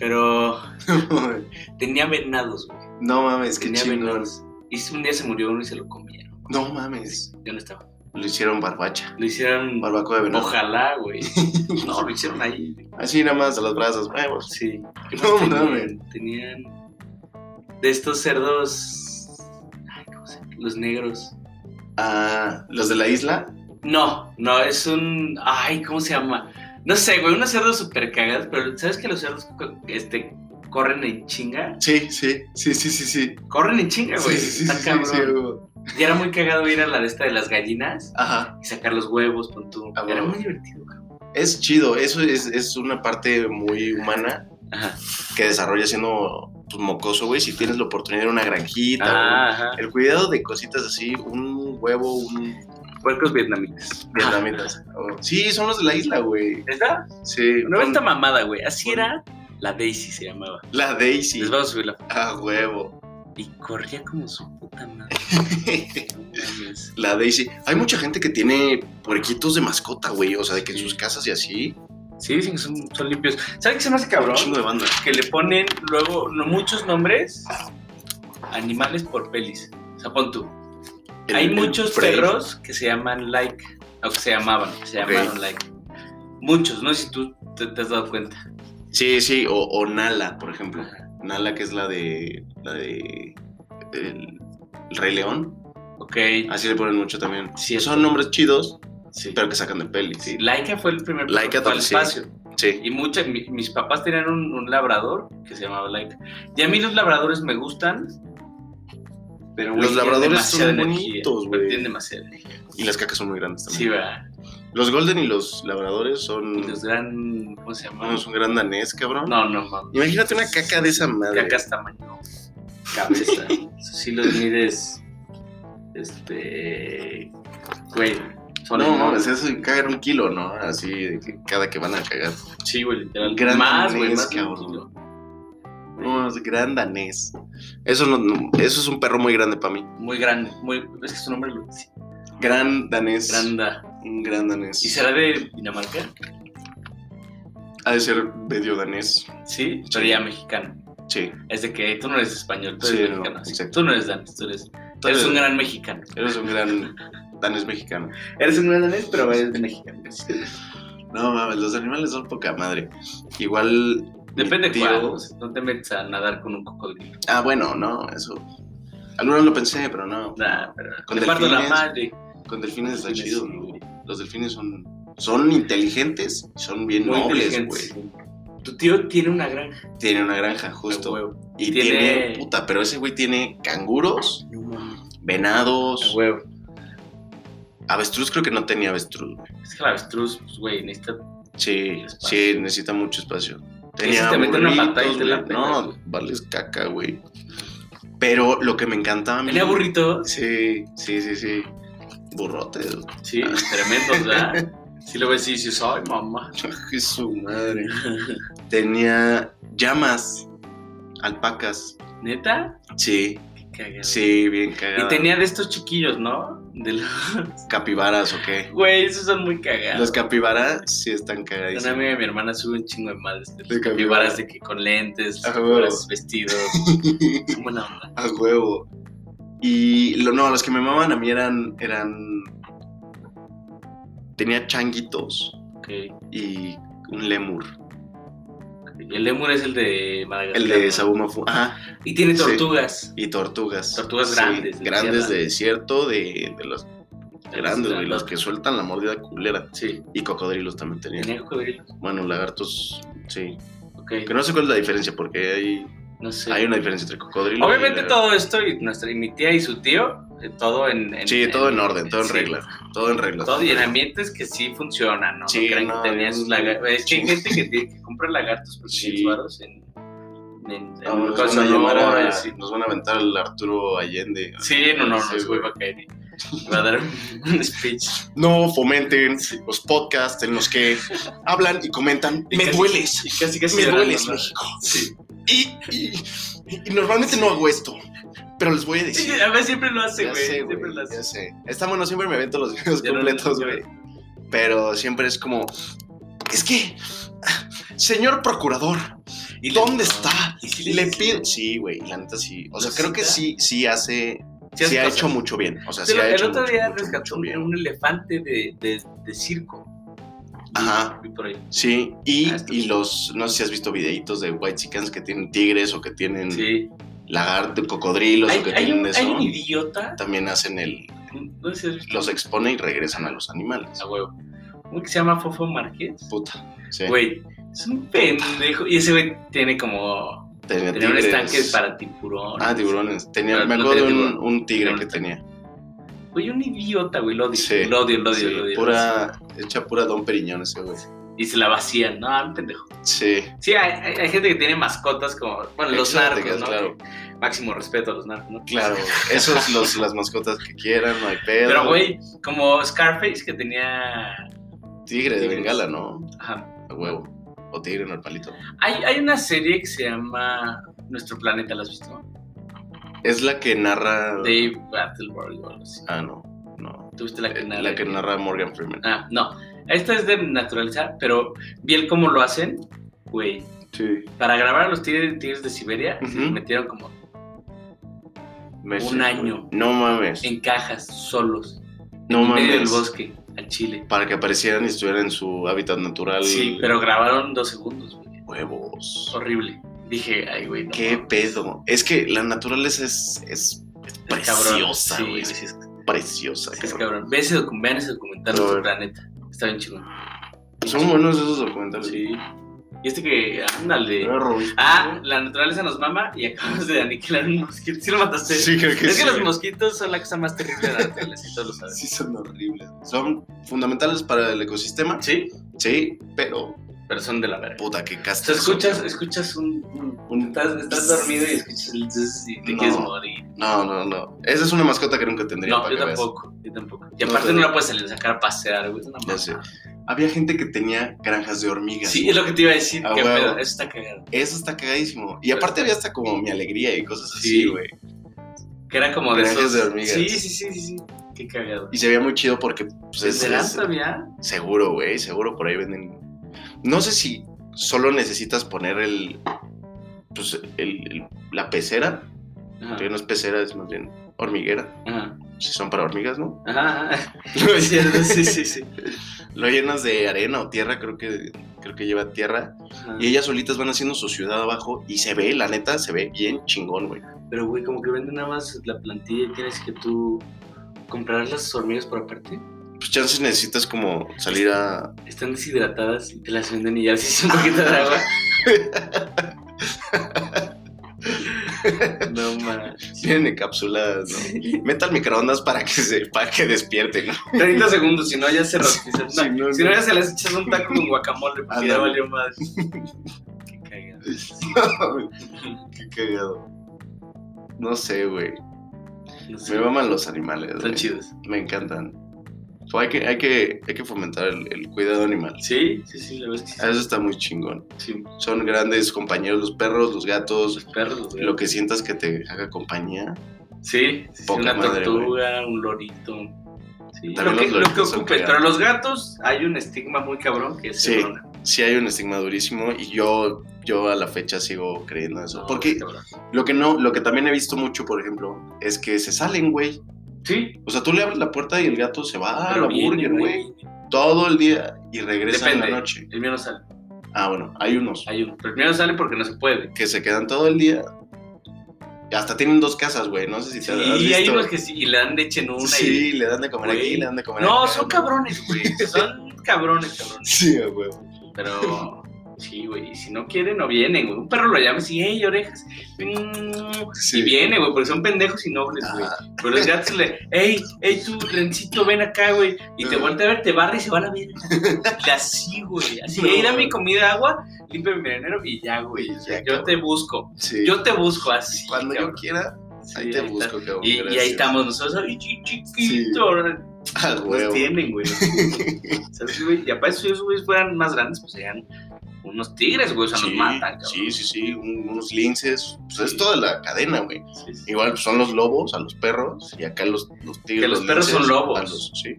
[SPEAKER 1] Pero tenía venados, güey.
[SPEAKER 2] [laughs] No mames, qué
[SPEAKER 1] Tenía
[SPEAKER 2] chingón.
[SPEAKER 1] venados. Y un día se murió uno y se lo comieron.
[SPEAKER 2] No mames.
[SPEAKER 1] Yo no estaba.
[SPEAKER 2] Lo hicieron barbacha.
[SPEAKER 1] Lo hicieron.
[SPEAKER 2] Barbacoa de venado.
[SPEAKER 1] Ojalá,
[SPEAKER 2] [laughs]
[SPEAKER 1] güey. No,
[SPEAKER 2] No.
[SPEAKER 1] lo hicieron ahí.
[SPEAKER 2] Así nada más, a las brasas, huevos.
[SPEAKER 1] Sí. ¿Qué
[SPEAKER 2] No
[SPEAKER 1] más tenían?
[SPEAKER 2] mames.
[SPEAKER 1] Tenían. De estos cerdos. Ay, ¿cómo se llama? Los negros.
[SPEAKER 2] Ah, los de la isla.
[SPEAKER 1] No, no, es un. Ay, ¿cómo se llama? No sé, güey, unos cerdos súper cagados, pero ¿sabes que los cerdos co- este, corren en chinga.
[SPEAKER 2] Sí, sí, sí, sí, sí, sí.
[SPEAKER 1] Corren en chinga, güey.
[SPEAKER 2] Sí, sí, sí,
[SPEAKER 1] Está
[SPEAKER 2] sí,
[SPEAKER 1] cabrón.
[SPEAKER 2] sí, huevo.
[SPEAKER 1] Y era muy cagado ir a la de esta de las gallinas
[SPEAKER 2] Ajá.
[SPEAKER 1] y sacar los huevos con tu.
[SPEAKER 2] Ah,
[SPEAKER 1] Era
[SPEAKER 2] huevo.
[SPEAKER 1] muy divertido, cabrón.
[SPEAKER 2] Es chido, eso es, es una parte muy humana
[SPEAKER 1] Ajá.
[SPEAKER 2] que desarrolla siendo pues, mocoso, güey. Si tienes la oportunidad de una granjita, güey.
[SPEAKER 1] Ah, ajá.
[SPEAKER 2] el cuidado de cositas así, un huevo, un
[SPEAKER 1] Puercos vietnamitas.
[SPEAKER 2] Ah, vietnamitas.
[SPEAKER 1] Ah.
[SPEAKER 2] Sí, son los de la isla, güey.
[SPEAKER 1] ¿Está?
[SPEAKER 2] Sí.
[SPEAKER 1] No
[SPEAKER 2] con-
[SPEAKER 1] esta mamada, güey. Así era la Daisy, se llamaba.
[SPEAKER 2] La Daisy.
[SPEAKER 1] Les vamos a subir la
[SPEAKER 2] Ah, huevo.
[SPEAKER 1] Y corría como su puta
[SPEAKER 2] [laughs]
[SPEAKER 1] madre. No mames.
[SPEAKER 2] La Daisy. Hay mucha gente que tiene puerquitos de mascota, güey. O sea, de que en sus casas y así.
[SPEAKER 1] Sí, dicen que son, son limpios. ¿Saben qué se me hace
[SPEAKER 2] Un
[SPEAKER 1] cabrón?
[SPEAKER 2] chingo de banda.
[SPEAKER 1] Que le ponen luego no, muchos nombres a animales por pelis. O sea, pon tú.
[SPEAKER 2] El-
[SPEAKER 1] Hay
[SPEAKER 2] el
[SPEAKER 1] muchos
[SPEAKER 2] Prey.
[SPEAKER 1] perros que se llaman like. O que se llamaban, que se
[SPEAKER 2] Ok.
[SPEAKER 1] llamaron like. Muchos, no sé si tú te, te has dado cuenta.
[SPEAKER 2] Sí, sí. O, o Nala, por ejemplo. Nala, que es la de. La de. El, el Rey León.
[SPEAKER 1] Ok.
[SPEAKER 2] Así le ponen mucho también.
[SPEAKER 1] Sí,
[SPEAKER 2] Son nombres chidos,
[SPEAKER 1] sí.
[SPEAKER 2] pero que sacan de pelis.
[SPEAKER 1] Sí, Laika fue el primer
[SPEAKER 2] Laika
[SPEAKER 1] perro que fue al
[SPEAKER 2] también, sí.
[SPEAKER 1] espacio.
[SPEAKER 2] Sí.
[SPEAKER 1] Y muchas, mi- mis papás tenían un, un labrador que se llamaba Laika. Y a mí los labradores me gustan. Pero güey,
[SPEAKER 2] Los
[SPEAKER 1] tienen
[SPEAKER 2] labradores son
[SPEAKER 1] demasiada energía,
[SPEAKER 2] bonitos,
[SPEAKER 1] pero
[SPEAKER 2] güey.
[SPEAKER 1] Tienen demasiada energía.
[SPEAKER 2] Y las cacas son muy grandes también.
[SPEAKER 1] Sí, va.
[SPEAKER 2] Los Golden y los Labradores son.
[SPEAKER 1] Y Los gran. ¿Cómo se llama?
[SPEAKER 2] Uno es un gran danés, cabrón.
[SPEAKER 1] No, no, mami.
[SPEAKER 2] Imagínate una caca de esa madre.
[SPEAKER 1] Cacas tamaño.
[SPEAKER 2] [laughs]
[SPEAKER 1] Cabeza. si los mides. Este. Güey. Son
[SPEAKER 2] No,
[SPEAKER 1] enormes.
[SPEAKER 2] mames, eso de cagar un kilo, ¿no? Así, de que cada que van a cagar.
[SPEAKER 1] Sí, güey, literal.
[SPEAKER 2] Gran
[SPEAKER 1] más, güey,
[SPEAKER 2] danés,
[SPEAKER 1] más. que un
[SPEAKER 2] cabrón.
[SPEAKER 1] kilo.
[SPEAKER 2] No, es gran danés. Eso, no, no, eso es un perro muy grande para mí.
[SPEAKER 1] Muy grande. Muy, es que su nombre lo dice.
[SPEAKER 2] Gran danés.
[SPEAKER 1] Granda.
[SPEAKER 2] Un gran danés.
[SPEAKER 1] ¿Y será de Dinamarca?
[SPEAKER 2] Ha de ser medio danés.
[SPEAKER 1] Sí, pero
[SPEAKER 2] Sí.
[SPEAKER 1] ya mexicano.
[SPEAKER 2] Sí.
[SPEAKER 1] Es de que tú no eres español, tú eres
[SPEAKER 2] Sí, no,
[SPEAKER 1] mexicano. así.
[SPEAKER 2] exacto.
[SPEAKER 1] Tú no eres danés, tú eres,
[SPEAKER 2] Tú
[SPEAKER 1] eres un gran mexicano.
[SPEAKER 2] eres un gran danés mexicano.
[SPEAKER 1] Eres un gran danés, pero eres mexicano.
[SPEAKER 2] No, mames, los animales son poca madre. Igual. mi
[SPEAKER 1] Depende
[SPEAKER 2] tío-
[SPEAKER 1] cuál. o sea, No te metes a nadar con un cocodrilo.
[SPEAKER 2] Ah, bueno, no, eso. Algunos lo pensé, pero no.
[SPEAKER 1] Nah, pero
[SPEAKER 2] Con
[SPEAKER 1] te parto la
[SPEAKER 2] delfines.
[SPEAKER 1] madre.
[SPEAKER 2] Con delfines está
[SPEAKER 1] Delfines,
[SPEAKER 2] chido,
[SPEAKER 1] sí,
[SPEAKER 2] ¿no?
[SPEAKER 1] güey.
[SPEAKER 2] Los delfines son, son inteligentes, son bien
[SPEAKER 1] Muy
[SPEAKER 2] nobles,
[SPEAKER 1] inteligentes.
[SPEAKER 2] güey.
[SPEAKER 1] Tu tío tiene una granja.
[SPEAKER 2] Tiene una granja,
[SPEAKER 1] de
[SPEAKER 2] justo.
[SPEAKER 1] huevo.
[SPEAKER 2] Y tiene...
[SPEAKER 1] Tiene-
[SPEAKER 2] puta, pero ese güey tiene canguros,
[SPEAKER 1] No mames.
[SPEAKER 2] venados,
[SPEAKER 1] A huevo.
[SPEAKER 2] avestruz creo que no tenía avestruz, güey.
[SPEAKER 1] Es que la avestruz, pues, güey, necesita.
[SPEAKER 2] Mm. Sí,
[SPEAKER 1] Espacio.
[SPEAKER 2] sí, necesita mucho espacio. Tenía
[SPEAKER 1] si te meten una
[SPEAKER 2] burritos,
[SPEAKER 1] patada y te la
[SPEAKER 2] güey.
[SPEAKER 1] pelas,
[SPEAKER 2] No,
[SPEAKER 1] güey.
[SPEAKER 2] vales caca, güey. Pero lo que me encantaba a mí...
[SPEAKER 1] Tenía burritos.
[SPEAKER 2] Sí, sí, sí, sí. Burrotes. [laughs] güey.
[SPEAKER 1] Sí, tremendos, ¿verdad?
[SPEAKER 2] [laughs]
[SPEAKER 1] Si lo ves y dices, ay, mamá.
[SPEAKER 2] Ay, su
[SPEAKER 1] [laughs]
[SPEAKER 2] madre. Tenía llamas, alpacas.
[SPEAKER 1] ¿Neta?
[SPEAKER 2] Sí,
[SPEAKER 1] Qué cagado.
[SPEAKER 2] sí, ah. bien cagado.
[SPEAKER 1] Y tenía de estos chiquillos, ¿no? De los...
[SPEAKER 2] capibaras, ¿o qué?
[SPEAKER 1] Güey, esos son muy cagados.
[SPEAKER 2] Los capibaras sí están
[SPEAKER 1] Una
[SPEAKER 2] cagadísimos.
[SPEAKER 1] amiga de mi hermana sube un chingo de madres. De los
[SPEAKER 2] De
[SPEAKER 1] capibaras
[SPEAKER 2] capibaras.
[SPEAKER 1] de que con lentes,
[SPEAKER 2] Ah,
[SPEAKER 1] capibaras
[SPEAKER 2] [laughs]
[SPEAKER 1] vestidos. Son buena onda.
[SPEAKER 2] A huevo. Y lo, no, los que me maman a mí eran, eran. Tenía changuitos
[SPEAKER 1] Ok.
[SPEAKER 2] y un lemur.
[SPEAKER 1] Y El lemur es el de Madagascar.
[SPEAKER 2] El de
[SPEAKER 1] ¿no?
[SPEAKER 2] Sabumafu. Ajá.
[SPEAKER 1] Y tiene
[SPEAKER 2] Sí.
[SPEAKER 1] tortugas.
[SPEAKER 2] Y tortugas.
[SPEAKER 1] Tortugas grandes, de
[SPEAKER 2] grandes
[SPEAKER 1] tierra.
[SPEAKER 2] de desierto, de, de los grandes, güey. Los que sueltan la mordida culera.
[SPEAKER 1] Sí.
[SPEAKER 2] Y cocodrilos también tenían.
[SPEAKER 1] Tenía cocodrilo.
[SPEAKER 2] Bueno, lagartos, sí.
[SPEAKER 1] Ok.
[SPEAKER 2] Que no sé cuál es la diferencia, porque hay,
[SPEAKER 1] No sé.
[SPEAKER 2] hay una diferencia entre cocodrilo y
[SPEAKER 1] Obviamente
[SPEAKER 2] lagarto.
[SPEAKER 1] todo esto, y, nuestra, y mi tía y su tío, eh, todo en... en-
[SPEAKER 2] Sí, todo en orden, todo en
[SPEAKER 1] sí.
[SPEAKER 2] regla. Todo en regla.
[SPEAKER 1] Todo y en ambientes que sí funcionan, ¿no?
[SPEAKER 2] Sí,
[SPEAKER 1] no crean
[SPEAKER 2] no,
[SPEAKER 1] que tenía sus
[SPEAKER 2] no,
[SPEAKER 1] lagartos. Es que hay
[SPEAKER 2] sí.
[SPEAKER 1] gente
[SPEAKER 2] [laughs]
[SPEAKER 1] que, tiene- que compra lagartos por
[SPEAKER 2] Sí.
[SPEAKER 1] 500 varos en, en, en
[SPEAKER 2] No, nos,
[SPEAKER 1] cosas
[SPEAKER 2] van a llamar a-
[SPEAKER 1] enormes, sí.
[SPEAKER 2] nos van a aventar al Arturo Allende.
[SPEAKER 1] Sí, no, no, no,
[SPEAKER 2] Sí,
[SPEAKER 1] es
[SPEAKER 2] güey.
[SPEAKER 1] güey va a caer. y Va a dar un, un speech.
[SPEAKER 2] No fomenten los podcasts en los que hablan y comentan.
[SPEAKER 1] Y
[SPEAKER 2] me
[SPEAKER 1] casi-
[SPEAKER 2] dueles,
[SPEAKER 1] y casi, casi
[SPEAKER 2] me
[SPEAKER 1] llorando,
[SPEAKER 2] dueles,
[SPEAKER 1] ¿no?
[SPEAKER 2] México.
[SPEAKER 1] Sí.
[SPEAKER 2] Y, y- y normalmente no hago esto, pero les voy a decir.
[SPEAKER 1] [laughs] Sí, a ver, siempre lo hace,
[SPEAKER 2] Ya
[SPEAKER 1] güey.
[SPEAKER 2] sé,
[SPEAKER 1] Siempre
[SPEAKER 2] güey,
[SPEAKER 1] lo hace.
[SPEAKER 2] ya sé. Está bueno, siempre me avento los videos
[SPEAKER 1] Ya no-
[SPEAKER 2] completos,
[SPEAKER 1] ya-
[SPEAKER 2] güey. Pero siempre es como, es que, señor procurador,
[SPEAKER 1] Y le-
[SPEAKER 2] ¿dónde está?
[SPEAKER 1] Y sí
[SPEAKER 2] Le
[SPEAKER 1] dice,
[SPEAKER 2] pido. Sí, güey, la neta sí. O sea,
[SPEAKER 1] ¿Lo
[SPEAKER 2] creo que
[SPEAKER 1] cita?
[SPEAKER 2] sí, sí hace.
[SPEAKER 1] sí
[SPEAKER 2] Sí,
[SPEAKER 1] hace
[SPEAKER 2] ha
[SPEAKER 1] cosas.
[SPEAKER 2] hecho mucho bien. O sea, sí
[SPEAKER 1] Pero
[SPEAKER 2] ha
[SPEAKER 1] el
[SPEAKER 2] hecho
[SPEAKER 1] otro
[SPEAKER 2] mucho,
[SPEAKER 1] día
[SPEAKER 2] mucho,
[SPEAKER 1] rescató
[SPEAKER 2] mucho bien.
[SPEAKER 1] un elefante de, de, de circo.
[SPEAKER 2] Ajá.
[SPEAKER 1] Vi por ahí.
[SPEAKER 2] Sí, y,
[SPEAKER 1] Ah, está
[SPEAKER 2] y
[SPEAKER 1] chido.
[SPEAKER 2] los, no sé si has visto videitos de White Chickens que tienen tigres o que tienen
[SPEAKER 1] Sí.
[SPEAKER 2] lagartos, cocodrilos
[SPEAKER 1] Hay,
[SPEAKER 2] o que
[SPEAKER 1] hay
[SPEAKER 2] tienen
[SPEAKER 1] un,
[SPEAKER 2] eso.
[SPEAKER 1] hay un idiota.
[SPEAKER 2] También hacen el,
[SPEAKER 1] No sé si has visto
[SPEAKER 2] los expone y regresan a los animales.
[SPEAKER 1] a huevo. Uno que se llama Fofo Márquez.
[SPEAKER 2] Puta. Sí.
[SPEAKER 1] Güey, es un pendejo. Y ese güey tiene como
[SPEAKER 2] Tenía,
[SPEAKER 1] Tenía un
[SPEAKER 2] tigres.
[SPEAKER 1] estanque para tiburones.
[SPEAKER 2] Ah, tiburones. Tenía,
[SPEAKER 1] Pero
[SPEAKER 2] me
[SPEAKER 1] no
[SPEAKER 2] acuerdo
[SPEAKER 1] tenía
[SPEAKER 2] de un,
[SPEAKER 1] tiburón.
[SPEAKER 2] un tigre
[SPEAKER 1] Tiburón
[SPEAKER 2] que
[SPEAKER 1] no
[SPEAKER 2] tenía.
[SPEAKER 1] Güey, un idiota, güey, lo odio.
[SPEAKER 2] Sí.
[SPEAKER 1] Lo odio, lo odio,
[SPEAKER 2] Sí,
[SPEAKER 1] lo odio.
[SPEAKER 2] pura, hecha pura Don Periñón ese güey.
[SPEAKER 1] Y se la vacían. No, un pendejo.
[SPEAKER 2] Sí,
[SPEAKER 1] Sí, hay, hay- hay gente que tiene mascotas como, bueno, los narcos,
[SPEAKER 2] Exóticas,
[SPEAKER 1] ¿no?
[SPEAKER 2] claro.
[SPEAKER 1] Que- Máximo respeto a los narcos, ¿no?
[SPEAKER 2] claro. Esos los las mascotas que quieran, no hay pedo.
[SPEAKER 1] Pero, güey, como Scarface que tenía...
[SPEAKER 2] Tigre de
[SPEAKER 1] tigres.
[SPEAKER 2] Bengala, ¿no?
[SPEAKER 1] Ajá.
[SPEAKER 2] A huevo. O tigre en el palito.
[SPEAKER 1] Hay, hay una serie que se llama Nuestro Planeta, ¿la has visto?
[SPEAKER 2] Es la que narra.
[SPEAKER 1] Dave Battleworld o algo así.
[SPEAKER 2] Ah, no. No.
[SPEAKER 1] ¿Tú viste la que
[SPEAKER 2] Eh,
[SPEAKER 1] narra?
[SPEAKER 2] La que narra Morgan Freeman.
[SPEAKER 1] Ah, no. Esta es de naturaleza, pero vi el cómo lo hacen, güey.
[SPEAKER 2] Sí.
[SPEAKER 1] Para grabar a los tigres, tigres de Siberia, se los
[SPEAKER 2] Ujú.
[SPEAKER 1] metieron como
[SPEAKER 2] Meses,
[SPEAKER 1] Un año.
[SPEAKER 2] güey. No mames.
[SPEAKER 1] en cajas, solos,
[SPEAKER 2] No
[SPEAKER 1] en medio del
[SPEAKER 2] mames.
[SPEAKER 1] bosque, al Chile.
[SPEAKER 2] Para que aparecieran y estuvieran en su hábitat natural.
[SPEAKER 1] Sí, pero grabaron dos segundos, güey.
[SPEAKER 2] Huevos.
[SPEAKER 1] Horrible. Dije, ay, güey, no.
[SPEAKER 2] ¿Qué pedo? Es que la naturaleza es, es
[SPEAKER 1] Es cabrón.
[SPEAKER 2] preciosa,
[SPEAKER 1] Sí,
[SPEAKER 2] güey.
[SPEAKER 1] sí, es,
[SPEAKER 2] preciosa.
[SPEAKER 1] sí es
[SPEAKER 2] cabrón.
[SPEAKER 1] cabrón. Ve ese, docu- vean ese documental
[SPEAKER 2] A
[SPEAKER 1] de
[SPEAKER 2] ver.
[SPEAKER 1] planeta. Está bien chingón.
[SPEAKER 2] Son buenos esos documentales.
[SPEAKER 1] Sí. Y este que, ándale.
[SPEAKER 2] Era Robin.
[SPEAKER 1] Ah, la naturaleza nos mama y acabas de aniquilar un mosquito. ¿Sí lo mataste?
[SPEAKER 2] Sí, creo que
[SPEAKER 1] es
[SPEAKER 2] sí.
[SPEAKER 1] que los mosquitos son la cosa más terrible de la naturaleza, y todos lo saben.
[SPEAKER 2] Sí, son horribles. Son fundamentales para el ecosistema.
[SPEAKER 1] Sí,
[SPEAKER 2] Sí, pero
[SPEAKER 1] pero son de la verga.
[SPEAKER 2] puta que
[SPEAKER 1] O
[SPEAKER 2] casta.
[SPEAKER 1] sea, escuchas, escuchas un... un-
[SPEAKER 2] Un-
[SPEAKER 1] estás, estás dormido y escuchas el... zzz y te
[SPEAKER 2] No.
[SPEAKER 1] quieres morir.
[SPEAKER 2] No, no, no. Esa es una mascota que nunca tendría
[SPEAKER 1] No,
[SPEAKER 2] para
[SPEAKER 1] yo
[SPEAKER 2] que veas.
[SPEAKER 1] tampoco, yo tampoco. Y
[SPEAKER 2] No,
[SPEAKER 1] aparte
[SPEAKER 2] pero-
[SPEAKER 1] no la puedes salir a sacar a pasear, güey. Es una
[SPEAKER 2] Ya sé.
[SPEAKER 1] mamada.
[SPEAKER 2] Había gente que tenía granjas de hormigas.
[SPEAKER 1] Sí, es lo que te iba a decir.
[SPEAKER 2] Ah,
[SPEAKER 1] qué
[SPEAKER 2] huevo.
[SPEAKER 1] pedo, eso está cagado.
[SPEAKER 2] Eso está cagadísimo. Y aparte había hasta como mi alegría y cosas
[SPEAKER 1] Sí.
[SPEAKER 2] así, güey.
[SPEAKER 1] Que era como de
[SPEAKER 2] Granjas
[SPEAKER 1] esos...
[SPEAKER 2] de hormigas.
[SPEAKER 1] Sí, sí, sí, sí, sí. Qué cagado.
[SPEAKER 2] Y se veía muy chido porque pues, es-
[SPEAKER 1] ¿Será
[SPEAKER 2] es-
[SPEAKER 1] todavía?
[SPEAKER 2] seguro, güey, seguro por ahí venden. No sé si solo necesitas poner el pues el- el- la pecera,
[SPEAKER 1] Ajá,
[SPEAKER 2] que no es pecera, es más bien hormiguera,
[SPEAKER 1] ajá,
[SPEAKER 2] si son para
[SPEAKER 1] [laughs]
[SPEAKER 2] hormigas, ¿no?
[SPEAKER 1] ajá, ajá. Es cierto, sí, sí,
[SPEAKER 2] [laughs]
[SPEAKER 1] sí.
[SPEAKER 2] Lo llenas de arena o tierra, creo que creo que lleva tierra,
[SPEAKER 1] Ajá.
[SPEAKER 2] y ellas solitas van haciendo su ciudad abajo y se ve, la neta, se ve bien chingón, güey.
[SPEAKER 1] Pero, güey, como que venden nada más la plantilla y tienes que tú comprar las hormigas por aparte.
[SPEAKER 2] Pues chances necesitas como salir a
[SPEAKER 1] Están deshidratadas y te las venden y ya les hice un poquito de
[SPEAKER 2] [laughs]
[SPEAKER 1] agua. [laughs] no mames.
[SPEAKER 2] Tienen encapsuladas, ¿no? Meta al microondas para que se, para que despierten, ¿no? [laughs]
[SPEAKER 1] 30 segundos, si no ya se rostizan. No,
[SPEAKER 2] Sí, no,
[SPEAKER 1] si no
[SPEAKER 2] no.
[SPEAKER 1] ya se les echas un taco con guacamole, porque ya
[SPEAKER 2] Ándale.
[SPEAKER 1] valió madre. Qué cagado.
[SPEAKER 2] Qué cagado. No sé, güey.
[SPEAKER 1] No sé,
[SPEAKER 2] Me maman los animales,
[SPEAKER 1] Están
[SPEAKER 2] güey.
[SPEAKER 1] chidos.
[SPEAKER 2] Me encantan. Pues hay que, hay que, hay que fomentar el, el cuidado animal. Ah,
[SPEAKER 1] Sí, sí, sí, la verdad es que
[SPEAKER 2] Eso está muy chingón.
[SPEAKER 1] sí. sí.
[SPEAKER 2] Son grandes compañeros los perros, los
[SPEAKER 1] Los
[SPEAKER 2] gatos,
[SPEAKER 1] perros, güey.
[SPEAKER 2] lo que sientas que te haga compañía.
[SPEAKER 1] Sí, sí, sí,
[SPEAKER 2] Poca
[SPEAKER 1] una
[SPEAKER 2] madre,
[SPEAKER 1] tortuga, un lorito. Sí, lo que, lo
[SPEAKER 2] También los
[SPEAKER 1] que
[SPEAKER 2] loritos son
[SPEAKER 1] ocupes,
[SPEAKER 2] cagados.
[SPEAKER 1] pero los gatos hay un estigma muy cabrón que es
[SPEAKER 2] Sí,
[SPEAKER 1] el corona.
[SPEAKER 2] Sí hay un estigma durísimo y yo, yo a la fecha sigo creyendo eso.
[SPEAKER 1] No,
[SPEAKER 2] Porque
[SPEAKER 1] cabrón.
[SPEAKER 2] lo que no, lo que también he visto mucho, por ejemplo, es que se salen, güey.
[SPEAKER 1] Sí,
[SPEAKER 2] O sea, tú le abres la puerta y el gato se va a la
[SPEAKER 1] pero viene,
[SPEAKER 2] burger, Ah, güey.
[SPEAKER 1] güey.
[SPEAKER 2] Todo el día y regresa en la
[SPEAKER 1] Depende.
[SPEAKER 2] noche.
[SPEAKER 1] El mío no sale,
[SPEAKER 2] Ah, bueno, hay unos.
[SPEAKER 1] hay uno. Pero el mío no sale porque no se puede.
[SPEAKER 2] que se quedan todo el día. Y Hasta tienen dos casas, güey. No sé si te has
[SPEAKER 1] y hay
[SPEAKER 2] visto.
[SPEAKER 1] unos que sí, y le dan leche en una.
[SPEAKER 2] Sí, le dan de comer
[SPEAKER 1] Güey.
[SPEAKER 2] aquí, le dan de
[SPEAKER 1] y...
[SPEAKER 2] comer
[SPEAKER 1] No,
[SPEAKER 2] acá,
[SPEAKER 1] son cabrones, güey. Son cabrones, cabrones.
[SPEAKER 2] Sí, güey.
[SPEAKER 1] Pero sí, güey. y Si no quieren, no vienen, güey. Un perro lo llama así, hey, orejas. Mm,
[SPEAKER 2] Sí.
[SPEAKER 1] Y viene, güey, porque son pendejos y nobles, güey.
[SPEAKER 2] Ajá.
[SPEAKER 1] Pero los gatos le, hey, hey tú, rencito, ven acá, güey. Y te
[SPEAKER 2] Ajá.
[SPEAKER 1] vuelve a ver, te barre y se van a ver. Y así, güey. Así,
[SPEAKER 2] No.
[SPEAKER 1] hey, dame comida, agua, limpia mi veneno y ya, güey. O sea,
[SPEAKER 2] Ya,
[SPEAKER 1] yo te
[SPEAKER 2] cabrón.
[SPEAKER 1] busco.
[SPEAKER 2] Sí.
[SPEAKER 1] Yo te busco así.
[SPEAKER 2] Cuando yo
[SPEAKER 1] cabrón.
[SPEAKER 2] quiera,
[SPEAKER 1] Sí,
[SPEAKER 2] ahí te
[SPEAKER 1] está.
[SPEAKER 2] busco, cabrón.
[SPEAKER 1] Y, y
[SPEAKER 2] gracias.
[SPEAKER 1] ahí estamos nosotros, y chi-
[SPEAKER 2] Sí.
[SPEAKER 1] chiquito, ahora
[SPEAKER 2] Ah,
[SPEAKER 1] nos
[SPEAKER 2] huevo.
[SPEAKER 1] tienen,
[SPEAKER 2] [laughs]
[SPEAKER 1] güey. ¿Sabes, güey? Y aparte, si esos güeyes fueran más grandes, pues serían unos tigres, güey, o sea,
[SPEAKER 2] Sí,
[SPEAKER 1] nos matan, cabrón.
[SPEAKER 2] sí, sí, sí, un- unos linces. Pues
[SPEAKER 1] Sí.
[SPEAKER 2] es toda la cadena, güey.
[SPEAKER 1] Sí, sí.
[SPEAKER 2] Igual pues, son los lobos a los perros y acá los, los tigres.
[SPEAKER 1] Que los perros son
[SPEAKER 2] linces,
[SPEAKER 1] lobos.
[SPEAKER 2] a los- sí.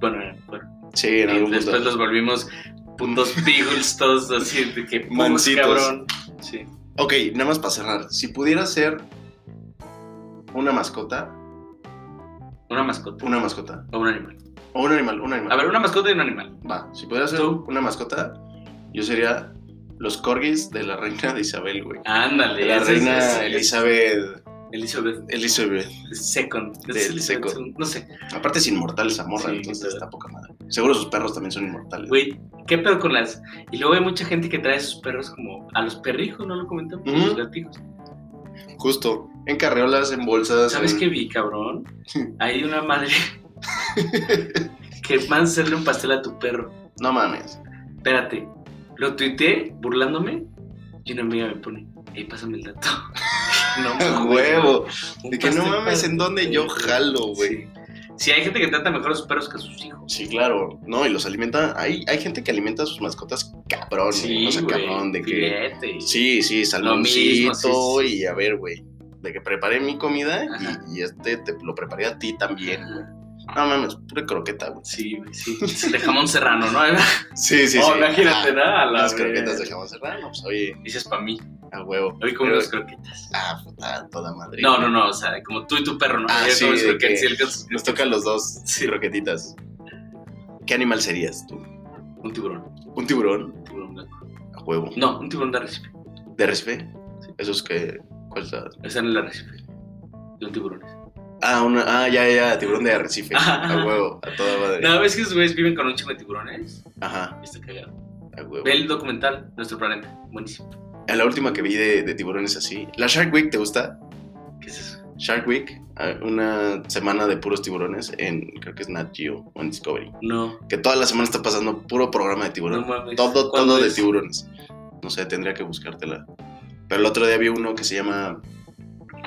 [SPEAKER 1] Bueno, eh, bueno.
[SPEAKER 2] sí, en
[SPEAKER 1] Y
[SPEAKER 2] algún
[SPEAKER 1] después
[SPEAKER 2] punto.
[SPEAKER 1] los volvimos putos pigles todos así de que pus,
[SPEAKER 2] Mancitos.
[SPEAKER 1] cabrón. Sí.
[SPEAKER 2] Ok, nada más para cerrar. Si pudiera ser una mascota,
[SPEAKER 1] Una mascota.
[SPEAKER 2] una mascota,
[SPEAKER 1] O un animal.
[SPEAKER 2] O un animal, un animal.
[SPEAKER 1] A ver, una mascota y un animal.
[SPEAKER 2] Va, si pudiera ser
[SPEAKER 1] Tú.
[SPEAKER 2] una mascota, yo sería los corgis de la reina de Isabel, güey.
[SPEAKER 1] Ándale.
[SPEAKER 2] De la
[SPEAKER 1] ese es-
[SPEAKER 2] reina
[SPEAKER 1] ese es-
[SPEAKER 2] Elizabeth
[SPEAKER 1] Elizabeth
[SPEAKER 2] Elizabeth.
[SPEAKER 1] Second.
[SPEAKER 2] Del Second.
[SPEAKER 1] No sé.
[SPEAKER 2] Aparte es inmortal esa morra,
[SPEAKER 1] Sí,
[SPEAKER 2] entonces
[SPEAKER 1] claro.
[SPEAKER 2] está poca madre. Seguro sus perros también son inmortales.
[SPEAKER 1] Güey, ¿qué pedo con las...? Y luego hay mucha gente que trae a sus perros como... A los perrijos, no lo comentamos, a los
[SPEAKER 2] Ujú.
[SPEAKER 1] gatijos.
[SPEAKER 2] Justo. En carreolas, en bolsas.
[SPEAKER 1] ¿Sabes
[SPEAKER 2] en-
[SPEAKER 1] qué vi, cabrón? Hay una
[SPEAKER 2] [laughs]
[SPEAKER 1] madre que manda a hacerle un pastel a tu perro. [laughs]
[SPEAKER 2] No mames.
[SPEAKER 1] Espérate, lo tuiteé burlándome y una amiga me pone, hey, pásame el dato. [laughs] no
[SPEAKER 2] ¡A
[SPEAKER 1] mames,
[SPEAKER 2] huevo!
[SPEAKER 1] un
[SPEAKER 2] De que no
[SPEAKER 1] pastel
[SPEAKER 2] mames
[SPEAKER 1] para
[SPEAKER 2] en
[SPEAKER 1] tu
[SPEAKER 2] dónde yo
[SPEAKER 1] perro.
[SPEAKER 2] jalo, güey.
[SPEAKER 1] Sí. Sí, hay gente que trata mejor a sus perros que a sus hijos.
[SPEAKER 2] Sí, claro. No, y los alimenta. Hay, hay gente que alimenta a sus mascotas cabrón, sí, no sé,
[SPEAKER 1] güey,
[SPEAKER 2] cabrón, de que.
[SPEAKER 1] filete.
[SPEAKER 2] Sí, sí, salmoncito
[SPEAKER 1] mismo, sí,
[SPEAKER 2] y a ver, güey. De que preparé mi comida y-
[SPEAKER 1] Ajá.
[SPEAKER 2] y, este te lo preparé a ti también, güey. No mames, pura croqueta, güey.
[SPEAKER 1] Sí, güey, sí. De jamón serrano, ¿no?
[SPEAKER 2] Sí, sí,
[SPEAKER 1] oh,
[SPEAKER 2] sí.
[SPEAKER 1] imagínate,
[SPEAKER 2] Ah,
[SPEAKER 1] nada. la
[SPEAKER 2] Las
[SPEAKER 1] verga.
[SPEAKER 2] croquetas de jamón serrano, pues oye,
[SPEAKER 1] Dices para mí.
[SPEAKER 2] a huevo.
[SPEAKER 1] Hoy como
[SPEAKER 2] Pero-
[SPEAKER 1] las croquetas.
[SPEAKER 2] Ah, puta, toda madre.
[SPEAKER 1] No, no, no, o sea, como tú y tu perro, ¿no?
[SPEAKER 2] Ah,
[SPEAKER 1] Yo
[SPEAKER 2] sí,
[SPEAKER 1] como si
[SPEAKER 2] de
[SPEAKER 1] lo que-
[SPEAKER 2] que-
[SPEAKER 1] si él con sus-
[SPEAKER 2] Nos toca a los dos
[SPEAKER 1] Sí.
[SPEAKER 2] croquetitas. ¿Qué animal serías tú?
[SPEAKER 1] Un tiburón,
[SPEAKER 2] ¿Un tiburón?
[SPEAKER 1] un tiburón blanco.
[SPEAKER 2] A huevo.
[SPEAKER 1] No, un tiburón de arrecife.
[SPEAKER 2] ¿De Recife?
[SPEAKER 1] Sí.
[SPEAKER 2] Esos que. ¿Cuál es la-
[SPEAKER 1] Está en el arrecife. Son tiburones.
[SPEAKER 2] Ah, una... ah, ya, ya, ya, tiburón de arrecife.
[SPEAKER 1] Ajá.
[SPEAKER 2] A huevo, a toda madre.
[SPEAKER 1] No, ves que esos güeyes viven con un chico de tiburones.
[SPEAKER 2] Ajá,
[SPEAKER 1] Está cagado.
[SPEAKER 2] a huevo.
[SPEAKER 1] Ve el documental, Nuestro Planeta. Buenísimo.
[SPEAKER 2] A la última que vi de, de tiburones así. ¿La Shark Week te gusta?
[SPEAKER 1] ¿Qué es eso?
[SPEAKER 2] Shark Week, ah, una semana de puros tiburones en, creo que es Nat Geo o en Discovery.
[SPEAKER 1] No,
[SPEAKER 2] Que toda la semana está pasando puro programa de
[SPEAKER 1] no
[SPEAKER 2] tiburón.
[SPEAKER 1] mames.
[SPEAKER 2] todo,
[SPEAKER 1] ¿Cuándo
[SPEAKER 2] todo de
[SPEAKER 1] es?
[SPEAKER 2] tiburones. No sé, tendría que buscártela. Pero el otro día vi uno que se llama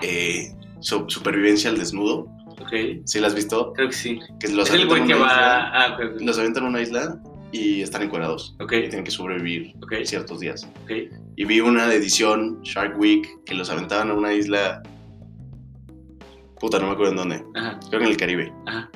[SPEAKER 2] eh, Su- Supervivencia al Desnudo.
[SPEAKER 1] Ok,
[SPEAKER 2] ¿Sí la has visto?
[SPEAKER 1] creo que sí.
[SPEAKER 2] Que los
[SPEAKER 1] Es el
[SPEAKER 2] avientan
[SPEAKER 1] güey que
[SPEAKER 2] a una
[SPEAKER 1] va.
[SPEAKER 2] isla-
[SPEAKER 1] Ah, ok,
[SPEAKER 2] Los avientan a una isla y están encuadrados.
[SPEAKER 1] ok.
[SPEAKER 2] Y tienen que sobrevivir
[SPEAKER 1] Ok,
[SPEAKER 2] ciertos días.
[SPEAKER 1] ok.
[SPEAKER 2] Y vi una de edición Shark Week que los aventaban a una isla. Puta, no me acuerdo en dónde.
[SPEAKER 1] Ajá,
[SPEAKER 2] Creo que en el Caribe.
[SPEAKER 1] ajá.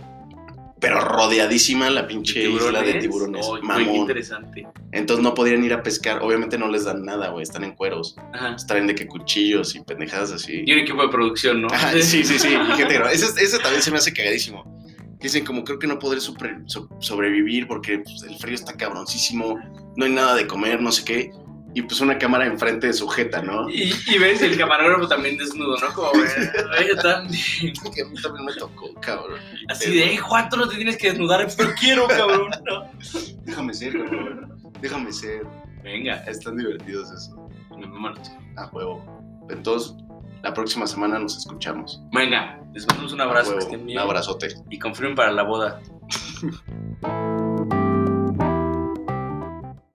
[SPEAKER 2] Pero rodeadísima la pinche isla de tiburones.
[SPEAKER 1] Oh, güey, qué
[SPEAKER 2] mamón.
[SPEAKER 1] interesante.
[SPEAKER 2] Entonces no podían ir a pescar. Obviamente no les dan nada, güey. Están en cueros.
[SPEAKER 1] Ajá.
[SPEAKER 2] traen de que cuchillos y pendejadas así.
[SPEAKER 1] Y un equipo de producción, ¿no?
[SPEAKER 2] Ajá, sí, sí, sí. y [laughs] gente que no- Eso, eso también se me hace cagadísimo. Que Dicen como creo que no podré supre- so- sobrevivir porque pues, el frío está cabroncísimo, no hay nada de comer, no sé qué. Y pues una cámara enfrente de sujeta, ¿no?
[SPEAKER 1] Y, y ves el camarógrafo también desnudo, ¿no? Como, "Eh, güey, yo también.
[SPEAKER 2] Que a mí también me tocó, cabrón.
[SPEAKER 1] Así de, eh, Juan, tú no te tienes que desnudar, pero quiero, cabrón. No.
[SPEAKER 2] Déjame ser, cabrón. Déjame ser.
[SPEAKER 1] Venga,
[SPEAKER 2] Están divertidos eso.
[SPEAKER 1] me maman los chicos.
[SPEAKER 2] A huevo. Entonces, la próxima semana nos escuchamos.
[SPEAKER 1] Venga, les mandamos un
[SPEAKER 2] A
[SPEAKER 1] abrazo, que
[SPEAKER 2] huevo.
[SPEAKER 1] estén
[SPEAKER 2] Un
[SPEAKER 1] bien.
[SPEAKER 2] abrazote.
[SPEAKER 1] Y confirmen para la boda.